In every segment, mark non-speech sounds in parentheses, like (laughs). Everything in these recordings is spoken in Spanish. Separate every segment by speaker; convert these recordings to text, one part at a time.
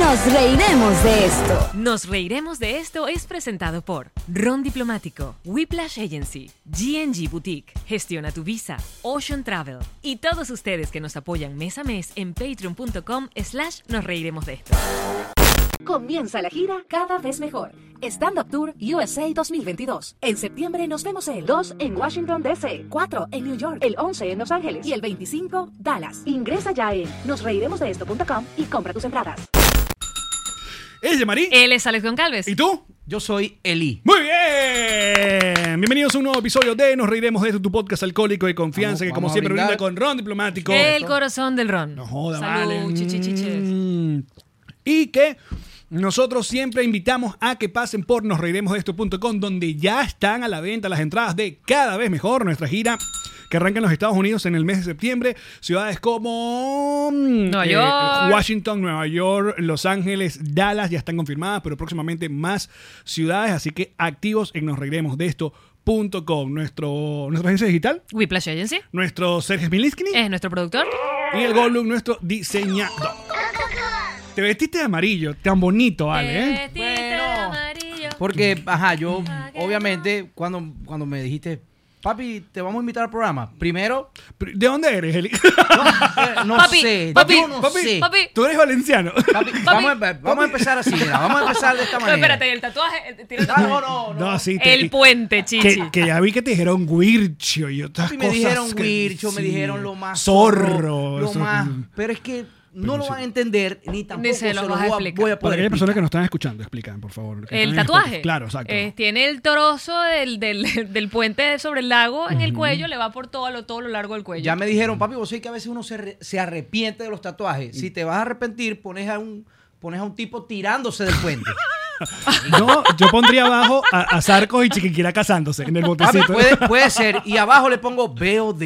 Speaker 1: Nos reiremos de esto.
Speaker 2: Nos reiremos de esto es presentado por Ron Diplomático, Whiplash Agency, GNG Boutique, Gestiona tu Visa, Ocean Travel y todos ustedes que nos apoyan mes a mes en patreon.com slash nos reiremos de esto.
Speaker 1: Comienza la gira cada vez mejor. Stand Up Tour USA 2022. En septiembre nos vemos el 2 en Washington DC, 4 en New York, el 11 en Los Ángeles y el 25 Dallas. Ingresa ya en nosreiremosdeesto.com y compra tus entradas.
Speaker 3: Es Yamari.
Speaker 2: Él es Alex Goncalves.
Speaker 3: ¿Y tú?
Speaker 4: Yo soy Eli.
Speaker 3: Muy bien. Bienvenidos a un nuevo episodio de Nos Reiremos de esto, tu podcast alcohólico de confianza,
Speaker 4: Vamos-
Speaker 3: que como
Speaker 4: vamos a
Speaker 3: siempre brinda
Speaker 4: brindar.
Speaker 3: con Ron Diplomático.
Speaker 2: El corazón del ron.
Speaker 3: No joda,
Speaker 2: Salud,
Speaker 3: vale.
Speaker 2: chi, chi, chi, chi.
Speaker 3: Mm. Y que nosotros siempre invitamos a que pasen por nosreiremosdeesto.com, donde ya están a la venta las entradas de Cada vez Mejor, nuestra gira que arranca en los Estados Unidos en el mes de septiembre. Ciudades como mm,
Speaker 2: Nueva York.
Speaker 3: Washington, Nueva York, Los Ángeles, Dallas ya están confirmadas, pero próximamente más ciudades. Así que activos en nosreiremosdeesto.com. Nuestro, nuestra agencia digital,
Speaker 2: Whiplash Agency
Speaker 3: nuestro Sergio Milinski.
Speaker 2: es nuestro productor.
Speaker 3: Y el Gollum, nuestro diseñador. Te vestiste de amarillo, tan bonito, Ale, ¿eh?
Speaker 2: Vestite de amarillo.
Speaker 4: Porque, ajá, yo, obviamente, cuando, cuando me dijiste, papi, te vamos a invitar al programa. Primero,
Speaker 3: Pero, ¿De dónde eres, Eli?
Speaker 4: eh, no
Speaker 2: Papi,
Speaker 4: sé.
Speaker 2: papi,
Speaker 4: yo no
Speaker 3: papi,
Speaker 4: sé.
Speaker 2: papi.
Speaker 3: Tú eres valenciano.
Speaker 4: Papi, vamos, a, empe- vamos a empezar así, mira, vamos a empezar de
Speaker 2: (laughs)
Speaker 4: esta
Speaker 2: No,
Speaker 4: manera.
Speaker 2: espérate, el tatuaje. el- tira el
Speaker 4: Ah,
Speaker 2: tatuaje.
Speaker 4: no, no, no.
Speaker 3: No, Ah, sí. te-
Speaker 2: El puente, chichi.
Speaker 3: que, que ya vi que te dijeron Guircho y otras
Speaker 4: Sí,
Speaker 3: cosas.
Speaker 4: me dijeron
Speaker 3: que-
Speaker 4: Wircho, me
Speaker 3: sí.
Speaker 4: dijeron lo más.
Speaker 3: Zorro.
Speaker 4: Lo
Speaker 3: eso-
Speaker 4: más. Pero es que no lo
Speaker 3: sí.
Speaker 4: van a entender ni tampoco
Speaker 2: se lo
Speaker 4: los
Speaker 2: vas a
Speaker 4: voy
Speaker 2: explicar.
Speaker 4: voy a
Speaker 3: Para
Speaker 4: poder
Speaker 3: aquellas personas que
Speaker 4: explicar.
Speaker 3: nos están escuchando, explican, por favor. que
Speaker 2: El
Speaker 3: están en
Speaker 2: tatuaje.
Speaker 3: Spotify. Claro, exacto.
Speaker 2: Eh, tiene el trozo del, del, (laughs) del puente sobre el lago en el cuello, le va por todo lo, todo lo largo del cuello.
Speaker 4: Ya me dijeron, papi, vos sabés que a veces uno se, re- se arrepiente de los tatuajes. Si te vas a arrepentir, pones a un, pones a un tipo tirándose del
Speaker 3: (laughs)
Speaker 4: puente.
Speaker 3: No, yo pondría abajo a, a Sarco y Chiquinquirá casándose en el
Speaker 4: Papi,
Speaker 3: botecito.
Speaker 4: Ah, puede, puede ser. Y abajo le pongo
Speaker 3: (laughs)
Speaker 4: BOD.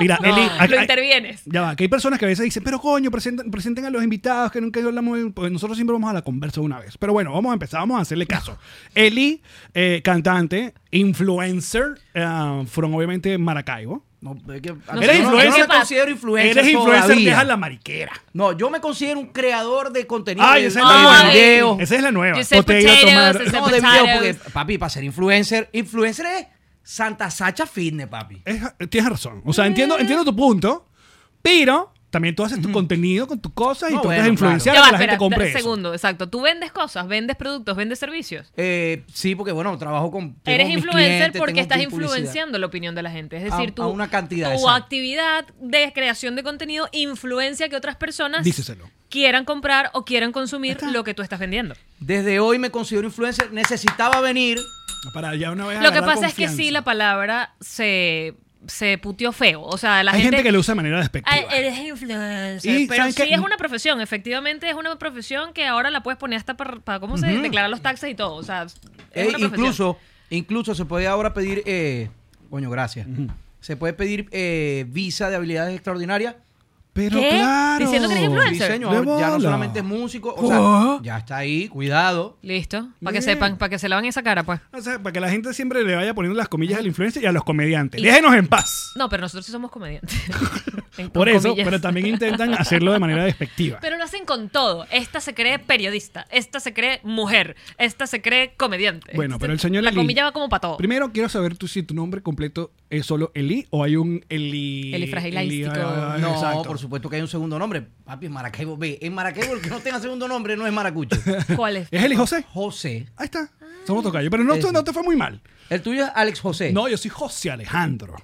Speaker 3: Mira, Eli, aquí-
Speaker 2: Lo
Speaker 3: aquí-
Speaker 2: intervienes.
Speaker 3: Ya va, que hay personas que a veces dicen, pero coño, presenten, presenten a los invitados que nunca hablamos, de- pues nosotros siempre vamos a la conversa de una vez. Pero bueno, vamos a empezar, vamos a hacerle caso. Eli, eh, cantante, influencer, eh, from obviamente Maracaibo.
Speaker 4: No, es que-
Speaker 2: No
Speaker 4: yo
Speaker 2: sé, influencer,
Speaker 4: no- Yo no
Speaker 2: pasa?
Speaker 4: me considero influencer.
Speaker 3: Eres influencer,
Speaker 4: todavía.
Speaker 3: deja la mariquera.
Speaker 4: No, yo me considero un creador de contenido.
Speaker 3: Ay,
Speaker 4: de-
Speaker 3: esa es la
Speaker 4: de
Speaker 3: nueva.
Speaker 4: video.
Speaker 3: Esa es la nueva.
Speaker 2: You said
Speaker 3: Potato,
Speaker 2: potatoes,
Speaker 3: tomar-
Speaker 2: you said-
Speaker 4: No, de video, porque,
Speaker 2: potatoes.
Speaker 4: papi, para ser influencer, influencer es Santa Sacha Fitness, papi.
Speaker 3: Es- tienes razón. O sea, entiendo, entiendo tu punto, pero también tú haces tu contenido con tus cosas y
Speaker 4: No,
Speaker 3: tú tratas
Speaker 4: bueno,
Speaker 3: de influenciar
Speaker 2: Ya
Speaker 3: a
Speaker 2: va,
Speaker 3: que la
Speaker 2: espera,
Speaker 3: gente compre
Speaker 2: da-
Speaker 3: eso.
Speaker 2: segundo, exacto. Tú vendes cosas, vendes productos, vendes servicios.
Speaker 4: Eh, sí, porque bueno, trabajo con. tengo
Speaker 2: Eres
Speaker 4: mis
Speaker 2: influencer
Speaker 4: clientes,
Speaker 2: porque
Speaker 4: tengo
Speaker 2: estás
Speaker 4: mi publicidad.
Speaker 2: influenciando la opinión de la gente. Es decir,
Speaker 4: A-
Speaker 2: tu,
Speaker 4: a una cantidad,
Speaker 2: tu
Speaker 4: exacto.
Speaker 2: actividad de creación de contenido influencia que otras personas
Speaker 3: Díceselo.
Speaker 2: quieran comprar o quieran consumir lo que tú estás vendiendo.
Speaker 4: Desde hoy me considero influencer. Necesitaba venir.
Speaker 3: Para ya una vez
Speaker 2: Lo que
Speaker 3: agarrar
Speaker 2: pasa es que sí,
Speaker 3: confianza.
Speaker 2: la palabra se, se puteó feo. O sea, la
Speaker 3: Hay gente, que lo usa de manera despectiva.
Speaker 2: Ah, Eres influencer.
Speaker 3: Y,
Speaker 2: pero
Speaker 3: ¿saben
Speaker 2: sí
Speaker 3: qué?
Speaker 2: es una profesión, efectivamente es una profesión que ahora la puedes poner hasta para, para cómo se declaran los taxes y todo. O sea, es
Speaker 4: Eh,
Speaker 2: una profesión.
Speaker 4: incluso, incluso se puede ahora pedir, eh, coño, gracias. Se puede pedir eh, visa de habilidades extraordinarias.
Speaker 3: Pero
Speaker 2: ¿Qué?
Speaker 3: claro.
Speaker 2: Diciendo que eres
Speaker 4: Sí,
Speaker 2: influencer.
Speaker 4: señor,
Speaker 3: De
Speaker 4: ya
Speaker 3: bola.
Speaker 4: no solamente es músico, o
Speaker 3: ¿Ah?
Speaker 4: sea, ya está ahí, cuidado.
Speaker 2: Listo. Para que
Speaker 3: Bien.
Speaker 2: sepan, para que se lavan esa cara, pues.
Speaker 3: O sea, para que la gente siempre le vaya poniendo las comillas al influencer y a los comediantes. Déjenos en paz.
Speaker 2: No, pero nosotros sí somos comediantes. (laughs) en-
Speaker 3: Por
Speaker 2: con
Speaker 3: eso,
Speaker 2: comillas.
Speaker 3: pero también intentan hacerlo de manera despectiva.
Speaker 2: Pero lo hacen con todo. Esta se cree periodista, esta se cree mujer, esta se cree comediante.
Speaker 3: Bueno, pero el señor
Speaker 2: La
Speaker 3: Eli-
Speaker 2: comilla va como para todo.
Speaker 3: Primero quiero saber tú si tu nombre completo es solo Eli o hay un Eli.
Speaker 2: Elifragilástico.
Speaker 3: Eli- ah,
Speaker 4: No,
Speaker 3: exacto.
Speaker 4: por supuesto que hay un segundo nombre. Papi, es Maracaibo B. En Maracaibo el que no tenga segundo nombre no es Maracucho.
Speaker 2: ¿Cuál es?
Speaker 3: ¿Es Eli (laughs) José?
Speaker 4: José.
Speaker 3: Ahí está.
Speaker 2: Ah.
Speaker 3: Somos tocayos. Pero no,
Speaker 4: Ese.
Speaker 3: no te fue muy mal.
Speaker 4: El tuyo es Alex José.
Speaker 3: No, yo soy José Alejandro.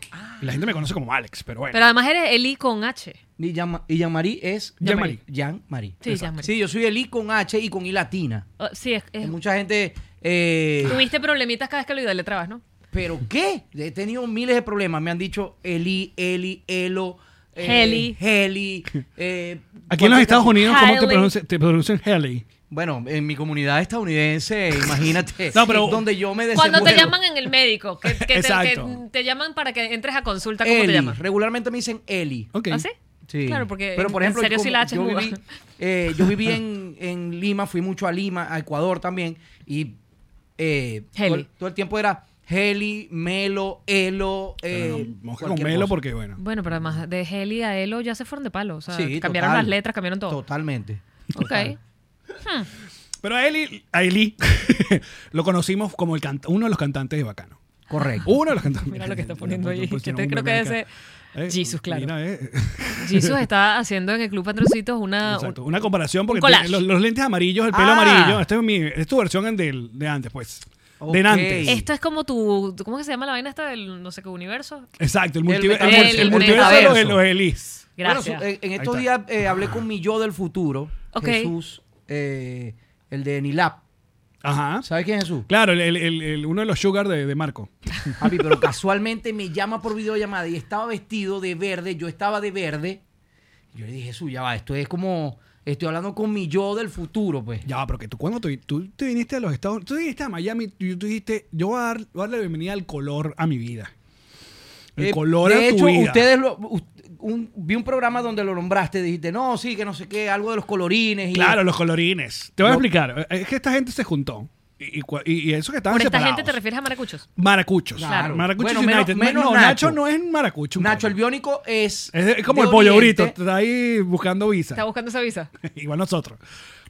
Speaker 3: Y La gente me conoce como Alex, pero bueno.
Speaker 2: Ah. Pero además eres Eli con H.
Speaker 4: Y Jean- y Jean-Marie es...
Speaker 3: Jean-Marie.
Speaker 4: Jean-Marie.
Speaker 2: Sí, Jean-Marie.
Speaker 4: Sí, yo soy el I con H y con I latina.
Speaker 2: Oh, sí, es, es-
Speaker 4: Hay mucha gente... eh,
Speaker 2: tuviste problemitas cada vez que lo idolatrabas, ¿no?
Speaker 4: ¿Pero qué? He tenido miles de problemas. Me han dicho Eli, Eli, Elo... eh,
Speaker 2: Heli.
Speaker 4: Heli. eh,
Speaker 3: (laughs) Aquí en los
Speaker 4: cualquier
Speaker 3: Estados
Speaker 4: cosa.
Speaker 3: Unidos, ¿cómo te
Speaker 2: Hailey.
Speaker 3: pronuncian? Te pronuncian Haley.
Speaker 4: Bueno, en mi
Speaker 3: (laughs)
Speaker 4: comunidad estadounidense, imagínate,
Speaker 3: No, pero-
Speaker 4: donde yo me
Speaker 2: Cuando te
Speaker 4: desenvuelvo.
Speaker 2: llaman en el médico, que, que te,
Speaker 3: Exacto.
Speaker 2: que te llaman para que entres a consulta, ¿cómo te
Speaker 4: Eli,
Speaker 2: llaman?
Speaker 4: regularmente me dicen Eli.
Speaker 3: Ok.
Speaker 2: ¿Ah, sí?
Speaker 4: Sí.
Speaker 2: Claro, porque
Speaker 4: Pero, por
Speaker 2: en-
Speaker 4: ejemplo,
Speaker 2: en serio
Speaker 4: como
Speaker 2: sí la H es
Speaker 4: yo
Speaker 2: muda.
Speaker 4: viví, eh, yo viví
Speaker 2: (laughs)
Speaker 4: en, en Lima, fui mucho a Lima, a Ecuador también, y eh,
Speaker 2: Heli.
Speaker 4: Todo, el- todo el tiempo era Heli, Melo, Elo.
Speaker 3: Pero
Speaker 4: Eh,
Speaker 3: no, mosca con
Speaker 4: cualquier
Speaker 3: Melo
Speaker 4: cosa.
Speaker 3: porque, bueno.
Speaker 2: Bueno, pero además de Heli a Elo ya se fueron de palo. O sea,
Speaker 4: Sí,
Speaker 2: cambiaron
Speaker 4: total.
Speaker 2: las letras, cambiaron todo.
Speaker 4: Totalmente.
Speaker 2: Ok.
Speaker 4: Total.
Speaker 3: Pero a Eli, a Eli (laughs) lo conocimos como el canta- uno de los cantantes de Bacano.
Speaker 4: Correcto.
Speaker 2: Uh,
Speaker 3: Uno de los cantantes.
Speaker 2: Mira lo que está
Speaker 3: Mira,
Speaker 2: poniendo
Speaker 3: pues,
Speaker 2: ahí,
Speaker 3: pues,
Speaker 2: que
Speaker 3: tiene
Speaker 2: te-
Speaker 3: un
Speaker 2: creo que
Speaker 3: bebé
Speaker 2: debe
Speaker 3: acá.
Speaker 2: ser
Speaker 3: Eh,
Speaker 2: Jesus, claro.
Speaker 3: mira, eh.
Speaker 2: Jesus está haciendo en el Club Patroncitos una...
Speaker 3: (laughs) Exacto, una comparación porque
Speaker 2: Ah, un collage.
Speaker 3: tiene los, los lentes amarillos, el pelo
Speaker 4: Ah.
Speaker 3: amarillo. Este es, mi, es tu versión en del- de antes, pues.
Speaker 4: Ok.
Speaker 3: De antes.
Speaker 2: Esto es como tu... ¿Cómo que se llama la vaina esta del no sé qué universo?
Speaker 3: Exacto, el,
Speaker 4: El
Speaker 3: multiver- el
Speaker 2: metaverso,
Speaker 3: multi- el
Speaker 2: el
Speaker 3: multiverso de los, de
Speaker 4: metaverso.
Speaker 3: los Elis.
Speaker 2: Gracias.
Speaker 4: Bueno, su- eh, en
Speaker 3: Ahí
Speaker 4: estos
Speaker 3: está.
Speaker 4: días eh, hablé con mi yo del futuro,
Speaker 2: Ok.
Speaker 4: Jesús, eh, el de Nilap.
Speaker 3: Ajá.
Speaker 4: ¿Sabes quién es Jesús?
Speaker 3: Claro, el, el- el- el- uno de los Sugar de, de Marco.
Speaker 2: (laughs)
Speaker 4: Papi, pero casualmente me llama por videollamada y estaba vestido de verde, yo estaba de verde. Yo le dije, Jesús, ya va, esto es como, estoy hablando con mi yo del futuro, pues.
Speaker 3: Ya, pero que tú, cuando tú, tú te viniste a los Estados Unidos, tú viniste a Miami, tú, tú dijiste, yo voy a, dar- voy a darle bienvenida al color a mi vida. El
Speaker 4: Eh,
Speaker 3: color
Speaker 4: de
Speaker 3: a tu
Speaker 4: hecho,
Speaker 3: vida.
Speaker 4: ustedes lo- u- un- vi un programa donde lo nombraste, dijiste, no, sí, que no sé qué, algo de los colorines. Y
Speaker 3: Claro, los colorines. Te voy a
Speaker 4: No.
Speaker 3: explicar. Es que esta gente se juntó. Y, y cua- y- y eso que estaban
Speaker 2: Por esta
Speaker 3: separados.
Speaker 2: gente te refieres a maracuchos.
Speaker 3: Maracuchos.
Speaker 4: Claro.
Speaker 3: Maracuchos
Speaker 4: Bueno,
Speaker 3: United.
Speaker 4: menos- menos
Speaker 3: no, Nacho.
Speaker 4: Nacho.
Speaker 3: no es maracucho. un
Speaker 4: Nacho
Speaker 3: coño.
Speaker 4: el biónico es.
Speaker 3: Es, de- es como
Speaker 4: de
Speaker 3: el pollo
Speaker 4: Oriente.
Speaker 3: brito. Está ahí buscando visa.
Speaker 2: Está buscando esa visa.
Speaker 3: (laughs) Igual nosotros.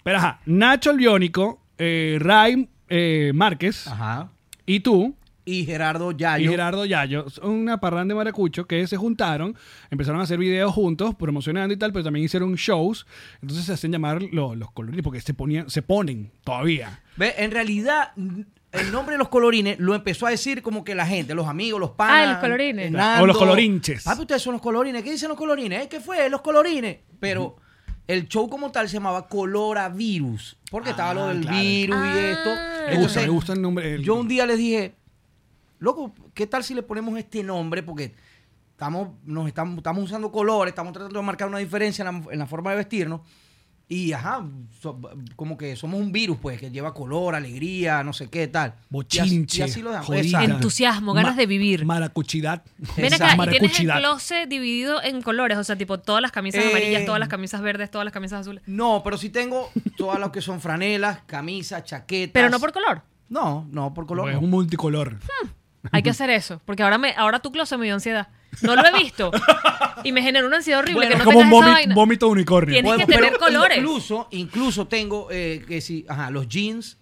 Speaker 3: Pero ajá, Nacho el biónico, eh, Ray eh, Márquez
Speaker 4: Ajá.
Speaker 3: y tú.
Speaker 4: Y Gerardo Yayo.
Speaker 3: Y Gerardo Yayo, una parranda de maracucho que se juntaron, empezaron a hacer videos juntos, promocionando y tal, pero también hicieron shows. Entonces se hacen llamar lo- los colorines porque se, ponían, se ponen todavía.
Speaker 4: Ve, En realidad, n- el nombre de los colorines lo empezó a decir como que la gente, los amigos, los panas.
Speaker 2: Ah, los colorines.
Speaker 3: O los colorinches.
Speaker 4: Papi, ustedes son los colorines. ¿Qué dicen los colorines? ¿Eh? ¿Qué fue? Los colorines. Pero el show como tal se llamaba Coloravirus. Porque estaba lo del
Speaker 3: claro.
Speaker 4: virus y
Speaker 2: Ah.
Speaker 4: esto.
Speaker 3: Me gusta, me gusta el nombre. el-
Speaker 4: Yo un día les dije, loco, ¿qué tal si le ponemos este nombre? Porque estamos, nos estamos, estamos usando colores, estamos tratando de marcar una diferencia en la, en la forma de vestirnos. Y ajá, so- como que somos un virus, pues, que lleva color, alegría, no sé qué, tal.
Speaker 3: Bochinche,
Speaker 4: Y así, y así lo dejamos.
Speaker 3: jodida.
Speaker 4: Exacto.
Speaker 2: Entusiasmo, ganas de vivir.
Speaker 3: Maracuchidad.
Speaker 2: Ven
Speaker 4: Exacto.
Speaker 2: acá, y tienes el
Speaker 3: Maracuchidad.
Speaker 2: closet dividido en colores, o sea, tipo todas las camisas
Speaker 4: Eh.
Speaker 2: amarillas, todas las camisas verdes, todas las camisas azules.
Speaker 4: No, pero sí tengo todas las que son franelas, camisas, chaquetas.
Speaker 2: Pero no por color.
Speaker 4: No, no, por color.
Speaker 3: Porque
Speaker 4: no.
Speaker 3: es Pues un multicolor.
Speaker 2: Hmm, Hay que hacer eso, porque ahora me ahora tu closet me dio ansiedad. No lo he visto y me generó una ansiedad horrible que
Speaker 3: es
Speaker 2: no
Speaker 3: como un
Speaker 2: tengas esa
Speaker 3: vómito-
Speaker 2: vaina.
Speaker 3: vómito de unicornio.
Speaker 2: Tienes que
Speaker 4: Podemos-
Speaker 2: tener
Speaker 4: pero
Speaker 2: colores.
Speaker 4: Incluso, incluso tengo eh, que sí, ajá, los jeans,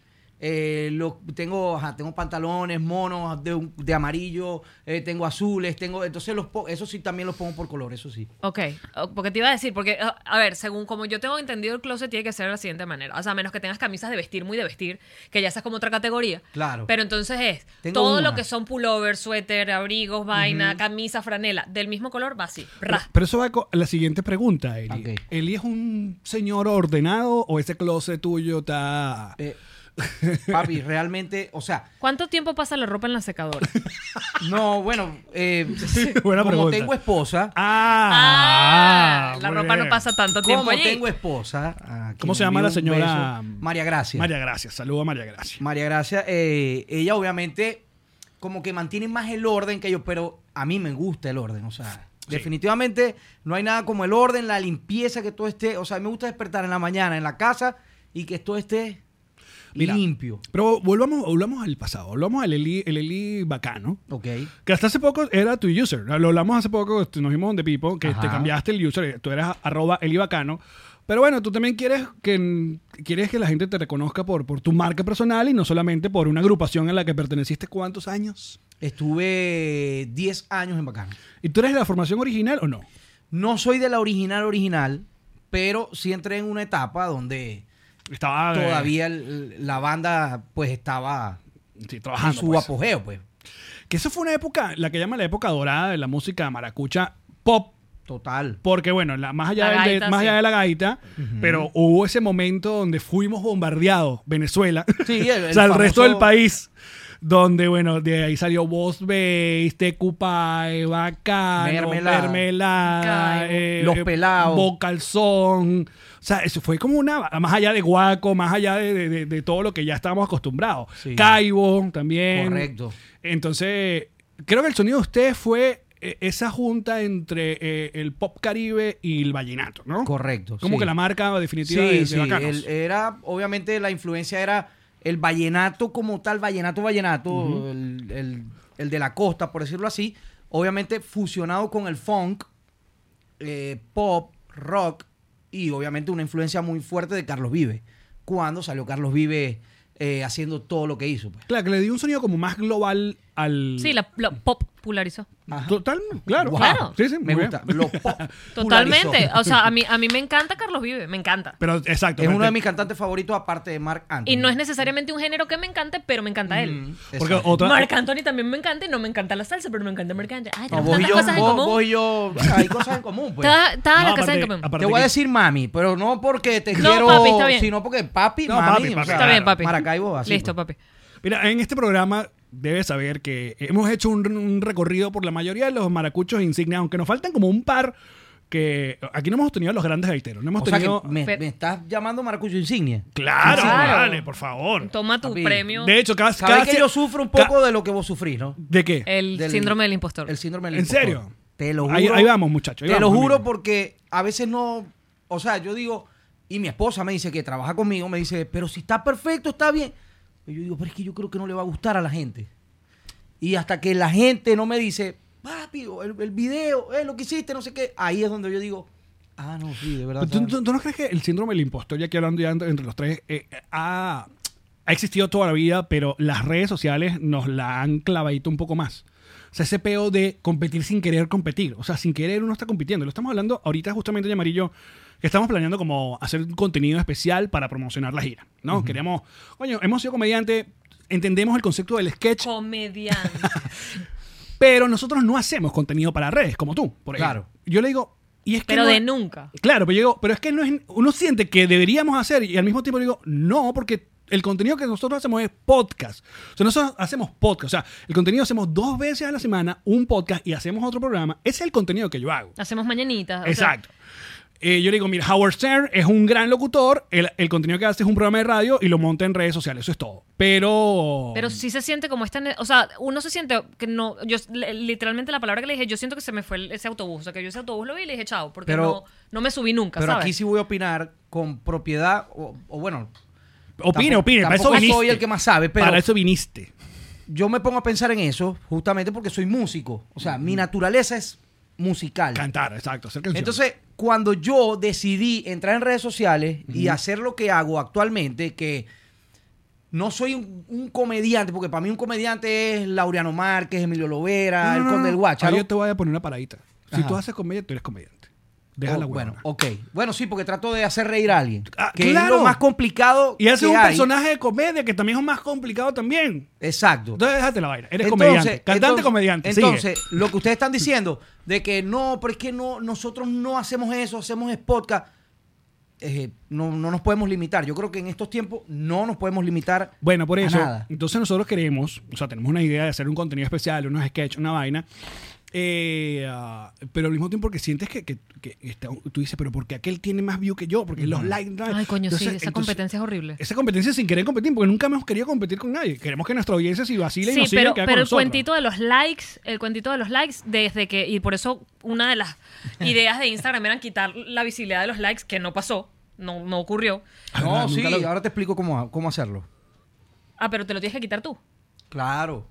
Speaker 4: eh, lo- tengo, ajá, tengo pantalones, monos de, un- de amarillo, eh, tengo azules, tengo, entonces los po- eso sí también los pongo por color, eso sí.
Speaker 2: Ok, o- porque te iba a decir, porque, a a ver, según como yo tengo entendido, el closet tiene que ser de la siguiente manera. O sea, a menos que tengas camisas de vestir, muy de vestir, que ya esa es como otra categoría.
Speaker 4: Claro.
Speaker 2: Pero entonces es
Speaker 4: Tengo
Speaker 2: todo
Speaker 4: una.
Speaker 2: lo que son pullover, suéter, abrigos, vaina, camisa, franela, del mismo color, va así.
Speaker 3: Pero,
Speaker 2: ra.
Speaker 3: pero eso va con la siguiente pregunta, Eli.
Speaker 4: Ok.
Speaker 3: ¿Eli es un señor ordenado o ese closet tuyo está...? (laughs)
Speaker 4: Eh, papi, realmente, o sea,
Speaker 2: ¿Cuánto tiempo pasa la ropa en la secadora?
Speaker 4: no, bueno, eh,
Speaker 3: Buena
Speaker 4: como
Speaker 3: pregunta.
Speaker 4: tengo esposa,
Speaker 3: ¡Ah!
Speaker 2: la
Speaker 3: muy
Speaker 2: ropa no
Speaker 3: bien.
Speaker 2: pasa tanto tiempo
Speaker 4: como
Speaker 2: allí.
Speaker 4: tengo esposa, a quien
Speaker 3: ¿Cómo se llama la
Speaker 4: envío un
Speaker 3: señora?
Speaker 4: beso, María Gracia.
Speaker 3: María Gracia, saludo a María Gracia.
Speaker 4: María Gracia, eh, ella obviamente como que mantiene más el orden que yo, pero a mí me gusta el orden, o sea, definitivamente no hay nada como el orden, la limpieza que todo esté, o sea, me gusta despertar en la mañana en la casa y que todo esté
Speaker 3: Mira,
Speaker 4: limpio.
Speaker 3: Pero volvamos, volvamos al pasado, volvamos al Eli, el Eli bacano.
Speaker 4: Ok.
Speaker 3: Que hasta hace poco era tu user. Lo hablamos hace poco, este, nos vimos donde Pipo, que
Speaker 4: Ajá.
Speaker 3: te cambiaste el user, tú eras arroba elibacano. Pero bueno, tú también quieres que, quieres que la gente te reconozca por, por tu marca personal y no solamente por una agrupación en la que perteneciste cuántos años.
Speaker 4: Estuve 10 años en Bacano.
Speaker 3: ¿Y tú eres de la formación original o no?
Speaker 4: No soy de la original original, pero sí entré en una etapa donde
Speaker 3: Estaba eh,
Speaker 4: todavía el- la banda pues estaba
Speaker 3: sí,
Speaker 4: en
Speaker 3: trabajando.
Speaker 4: su
Speaker 3: pues.
Speaker 4: apogeo, pues.
Speaker 3: Que eso fue una época, la que llama la época dorada de la música maracucha pop
Speaker 4: Total.
Speaker 3: Porque bueno, la- más, allá
Speaker 2: La
Speaker 3: del-
Speaker 2: gaita,
Speaker 3: de, más
Speaker 2: sí.
Speaker 3: allá de la gaita, pero hubo ese momento donde fuimos bombardeados, Venezuela,
Speaker 4: Sí, el-
Speaker 3: (laughs) o sea, el
Speaker 4: el
Speaker 3: resto
Speaker 4: famoso-
Speaker 3: del país, donde bueno, de ahí salió Boss Base, Tecupay, Bacano,
Speaker 4: Mermelada.
Speaker 3: Mermelada,
Speaker 2: Caibo.
Speaker 3: eh,
Speaker 4: Los
Speaker 3: eh,
Speaker 4: Pelados.
Speaker 3: Bocalzón, o sea, eso fue como una, más allá de Guaco, más allá de, de- de- de todo lo que ya estábamos acostumbrados,
Speaker 4: Sí.
Speaker 3: Caibo también.
Speaker 4: Correcto.
Speaker 3: Entonces, creo que el sonido de ustedes fue eh, esa junta entre eh, el pop caribe y el vallenato, ¿no?
Speaker 4: Correcto.
Speaker 3: Como
Speaker 4: sí.
Speaker 3: que la marca definitiva
Speaker 4: Sí,
Speaker 3: de, de
Speaker 4: sí,
Speaker 3: Bacanos.
Speaker 4: el- era, obviamente la influencia era el vallenato como tal, vallenato, vallenato, el, el- el de la costa, por decirlo así, obviamente fusionado con el funk, eh, pop, rock y obviamente una influencia muy fuerte de Carlos Vive, cuando salió Carlos Vive eh, haciendo todo lo que hizo. pues.
Speaker 3: Claro, que le dio un sonido como más global al.
Speaker 2: Sí, la, la popularizó.
Speaker 4: Ajá.
Speaker 3: Total, claro.
Speaker 4: Wow.
Speaker 2: Claro.
Speaker 3: Sí, sí, muy
Speaker 4: me
Speaker 3: bien.
Speaker 4: gusta.
Speaker 2: (laughs)
Speaker 4: Lo pop
Speaker 2: Totalmente.
Speaker 4: polarizó.
Speaker 2: O sea, a mí, a mí me encanta Carlos Vive, me encanta.
Speaker 3: Pero exacto.
Speaker 4: Es uno de mis cantantes favoritos aparte de Mark Anthony.
Speaker 2: Y no es necesariamente un género que me encante, pero me encanta él.
Speaker 4: Exacto.
Speaker 3: Porque otra.
Speaker 2: Marc Anthony también me encanta y no me encanta la salsa, pero me encanta Marc Anthony. Ay,
Speaker 4: No,
Speaker 2: tenemos
Speaker 4: vos y
Speaker 2: tantas
Speaker 4: yo,
Speaker 2: cosas en
Speaker 4: vos-
Speaker 2: común.
Speaker 4: vos y yo- hay cosas en común, pues.
Speaker 2: Todas todas
Speaker 3: No,
Speaker 2: las cosas en
Speaker 3: aparte-
Speaker 2: común.
Speaker 3: aparte
Speaker 4: Te voy a
Speaker 3: que-
Speaker 4: decir mami, pero no porque te
Speaker 2: No,
Speaker 4: quiero,
Speaker 2: papi, está bien.
Speaker 4: sino porque papi,
Speaker 3: No,
Speaker 4: mami,
Speaker 3: papi,
Speaker 4: o
Speaker 3: papi,
Speaker 4: sea,
Speaker 2: Está bien, papi.
Speaker 4: Maracaibo, así.
Speaker 2: Listo,
Speaker 4: pues.
Speaker 2: papi.
Speaker 3: Mira, en este programa debes saber que hemos hecho un, un recorrido por la mayoría de los maracuchos insignia, aunque nos faltan como un par que aquí no hemos tenido a los grandes gaiteros. No hemos
Speaker 4: O sea que
Speaker 3: tenido.
Speaker 4: me,
Speaker 2: Pero-
Speaker 4: me estás llamando Maracucho Insignia.
Speaker 3: Claro,
Speaker 2: Claro.
Speaker 3: vale, por favor.
Speaker 2: Toma tu
Speaker 4: Papi,
Speaker 2: premio.
Speaker 3: De hecho, casi.
Speaker 4: Sabes
Speaker 3: casi-
Speaker 4: que yo sufro un
Speaker 3: ca-
Speaker 4: poco Eh, de lo que vos sufrís, ¿no?
Speaker 3: ¿De qué?
Speaker 2: el
Speaker 4: del-
Speaker 2: síndrome del impostor.
Speaker 4: El síndrome
Speaker 3: ¿En
Speaker 4: del impostor.
Speaker 3: serio?
Speaker 4: Te lo juro.
Speaker 3: Ahí- ahí vamos, muchachos, ahí
Speaker 4: Te
Speaker 3: vamos,
Speaker 4: lo juro
Speaker 3: amigo.
Speaker 4: porque a veces no. O sea, yo digo, y mi esposa me dice que trabaja conmigo, me dice, pero si está perfecto, está bien. Y yo digo, pero es que yo creo que no le va a gustar a la gente. Y hasta que la gente no me dice, papi, o el, el video, eh, lo que hiciste, no sé qué, ahí es donde yo digo, ah, no, sí, de verdad.
Speaker 3: Pero ¿Tú,
Speaker 4: ¿sabes?
Speaker 3: tú- tú no crees que el síndrome del impostor, ya que hablando ya entre entre los tres, eh, ha, ha existido toda la vida, pero las redes sociales nos la han clavadito un poco más? O sea, ese peo de competir sin querer competir. O sea, sin querer uno está compitiendo. Lo estamos hablando ahorita justamente de Amarillo, que estamos planeando como hacer un contenido especial para promocionar la gira, ¿no? Queremos, coño, hemos sido comediante, entendemos el concepto del sketch,
Speaker 4: (laughs)
Speaker 2: Comediante.
Speaker 3: pero nosotros no hacemos contenido para redes, como tú, por ejemplo.
Speaker 4: Claro.
Speaker 3: Yo le digo, y es que
Speaker 2: pero
Speaker 3: no-
Speaker 2: de nunca.
Speaker 3: Claro, pero yo digo, pero es que no es, uno siente que deberíamos hacer y al mismo tiempo digo, no, porque el contenido que nosotros hacemos es podcast. O sea, nosotros hacemos podcast. O sea, el contenido hacemos dos veces a la semana, un podcast y hacemos otro programa. Ese es el contenido que yo hago.
Speaker 2: Hacemos mañanitas. Ah, o sea,
Speaker 3: Exacto. Eh, yo le digo, mira, Howard Stern es un gran locutor, el, el contenido que hace es un programa de radio y lo monta en redes sociales, eso es todo. Pero...
Speaker 2: pero sí se siente como esta. ne- O sea, uno se siente que no. Yo, le- literalmente, la palabra que le dije, yo siento que se me fue el- ese autobús. O sea, que yo ese autobús lo vi y le dije chao, porque
Speaker 4: Pero-
Speaker 2: no, no me subí nunca,
Speaker 4: Pero
Speaker 2: ¿sabes?
Speaker 4: aquí sí voy a opinar con propiedad, o, o bueno,
Speaker 3: opine,
Speaker 4: tampoco-
Speaker 3: opine, para eso
Speaker 4: tampoco soy
Speaker 3: viniste.
Speaker 4: el que más sabe, pero-
Speaker 3: Para eso viniste.
Speaker 4: yo me pongo a pensar en eso justamente porque soy músico. O sea, mi naturaleza es musical.
Speaker 3: Cantar, exacto, hacer canciones.
Speaker 4: Entonces, cuando yo decidí entrar en redes sociales y hacer lo que hago actualmente, que no soy un, un comediante, porque para mí un comediante es Laureano Márquez, Emilio
Speaker 3: No,
Speaker 4: Lovera, el
Speaker 3: no, no,
Speaker 4: Conde
Speaker 3: no.
Speaker 4: del Guácharo.
Speaker 3: Ahí yo te voy a poner una paradita. Si
Speaker 4: Ajá.
Speaker 3: tú haces comedia, tú eres comediante. Deja
Speaker 4: Oh,
Speaker 3: la
Speaker 4: bueno,
Speaker 3: huevona.
Speaker 4: ok. Bueno, sí, porque trato de hacer reír a alguien.
Speaker 3: Ah,
Speaker 4: que
Speaker 3: claro.
Speaker 4: es lo más complicado.
Speaker 3: Y haces
Speaker 4: que
Speaker 3: un
Speaker 4: oh, hay.
Speaker 3: personaje de comedia que también es más complicado también.
Speaker 4: Exacto.
Speaker 3: Entonces déjate la vaina. Eres
Speaker 4: Entonces,
Speaker 3: comediante. Cantante
Speaker 4: entonces-
Speaker 3: comediante.
Speaker 4: Entonces,
Speaker 3: Entonces,
Speaker 4: lo que ustedes están diciendo de que no, pero es que no, nosotros no hacemos eso, hacemos es podcast. eh, no, no nos podemos limitar. Yo creo que en estos tiempos no nos podemos limitar.
Speaker 3: bueno, por
Speaker 4: a
Speaker 3: eso. (laughs)
Speaker 4: nada.
Speaker 3: Entonces nosotros queremos, o sea, tenemos una idea de hacer un contenido especial, unos sketches, una vaina. Eh, ah, pero al mismo tiempo que sientes que, que- que está- tú dices, pero porque aquel tiene más view que yo, porque los likes. ¿no?
Speaker 2: Ay, coño, sí,
Speaker 3: Entonces,
Speaker 2: esa
Speaker 3: entonces,
Speaker 2: competencia es horrible.
Speaker 3: Esa competencia sin querer competir, porque nunca hemos querido competir con nadie. Queremos que nuestra audiencia, si vacila y
Speaker 2: Sí,
Speaker 3: nos sigue,
Speaker 2: pero,
Speaker 3: queda
Speaker 2: pero el
Speaker 3: con nosotros.
Speaker 2: cuentito de los likes, el cuentito de los likes, desde que, y por eso una de
Speaker 3: (laughs)
Speaker 2: las ideas de Instagram eran quitar la visibilidad de los likes, que no pasó, no, no ocurrió.
Speaker 3: Ah,
Speaker 4: No, sí,
Speaker 3: nunca lo-
Speaker 4: ahora te explico cómo, cómo hacerlo.
Speaker 2: Ah, pero te lo tienes que quitar tú.
Speaker 4: Claro.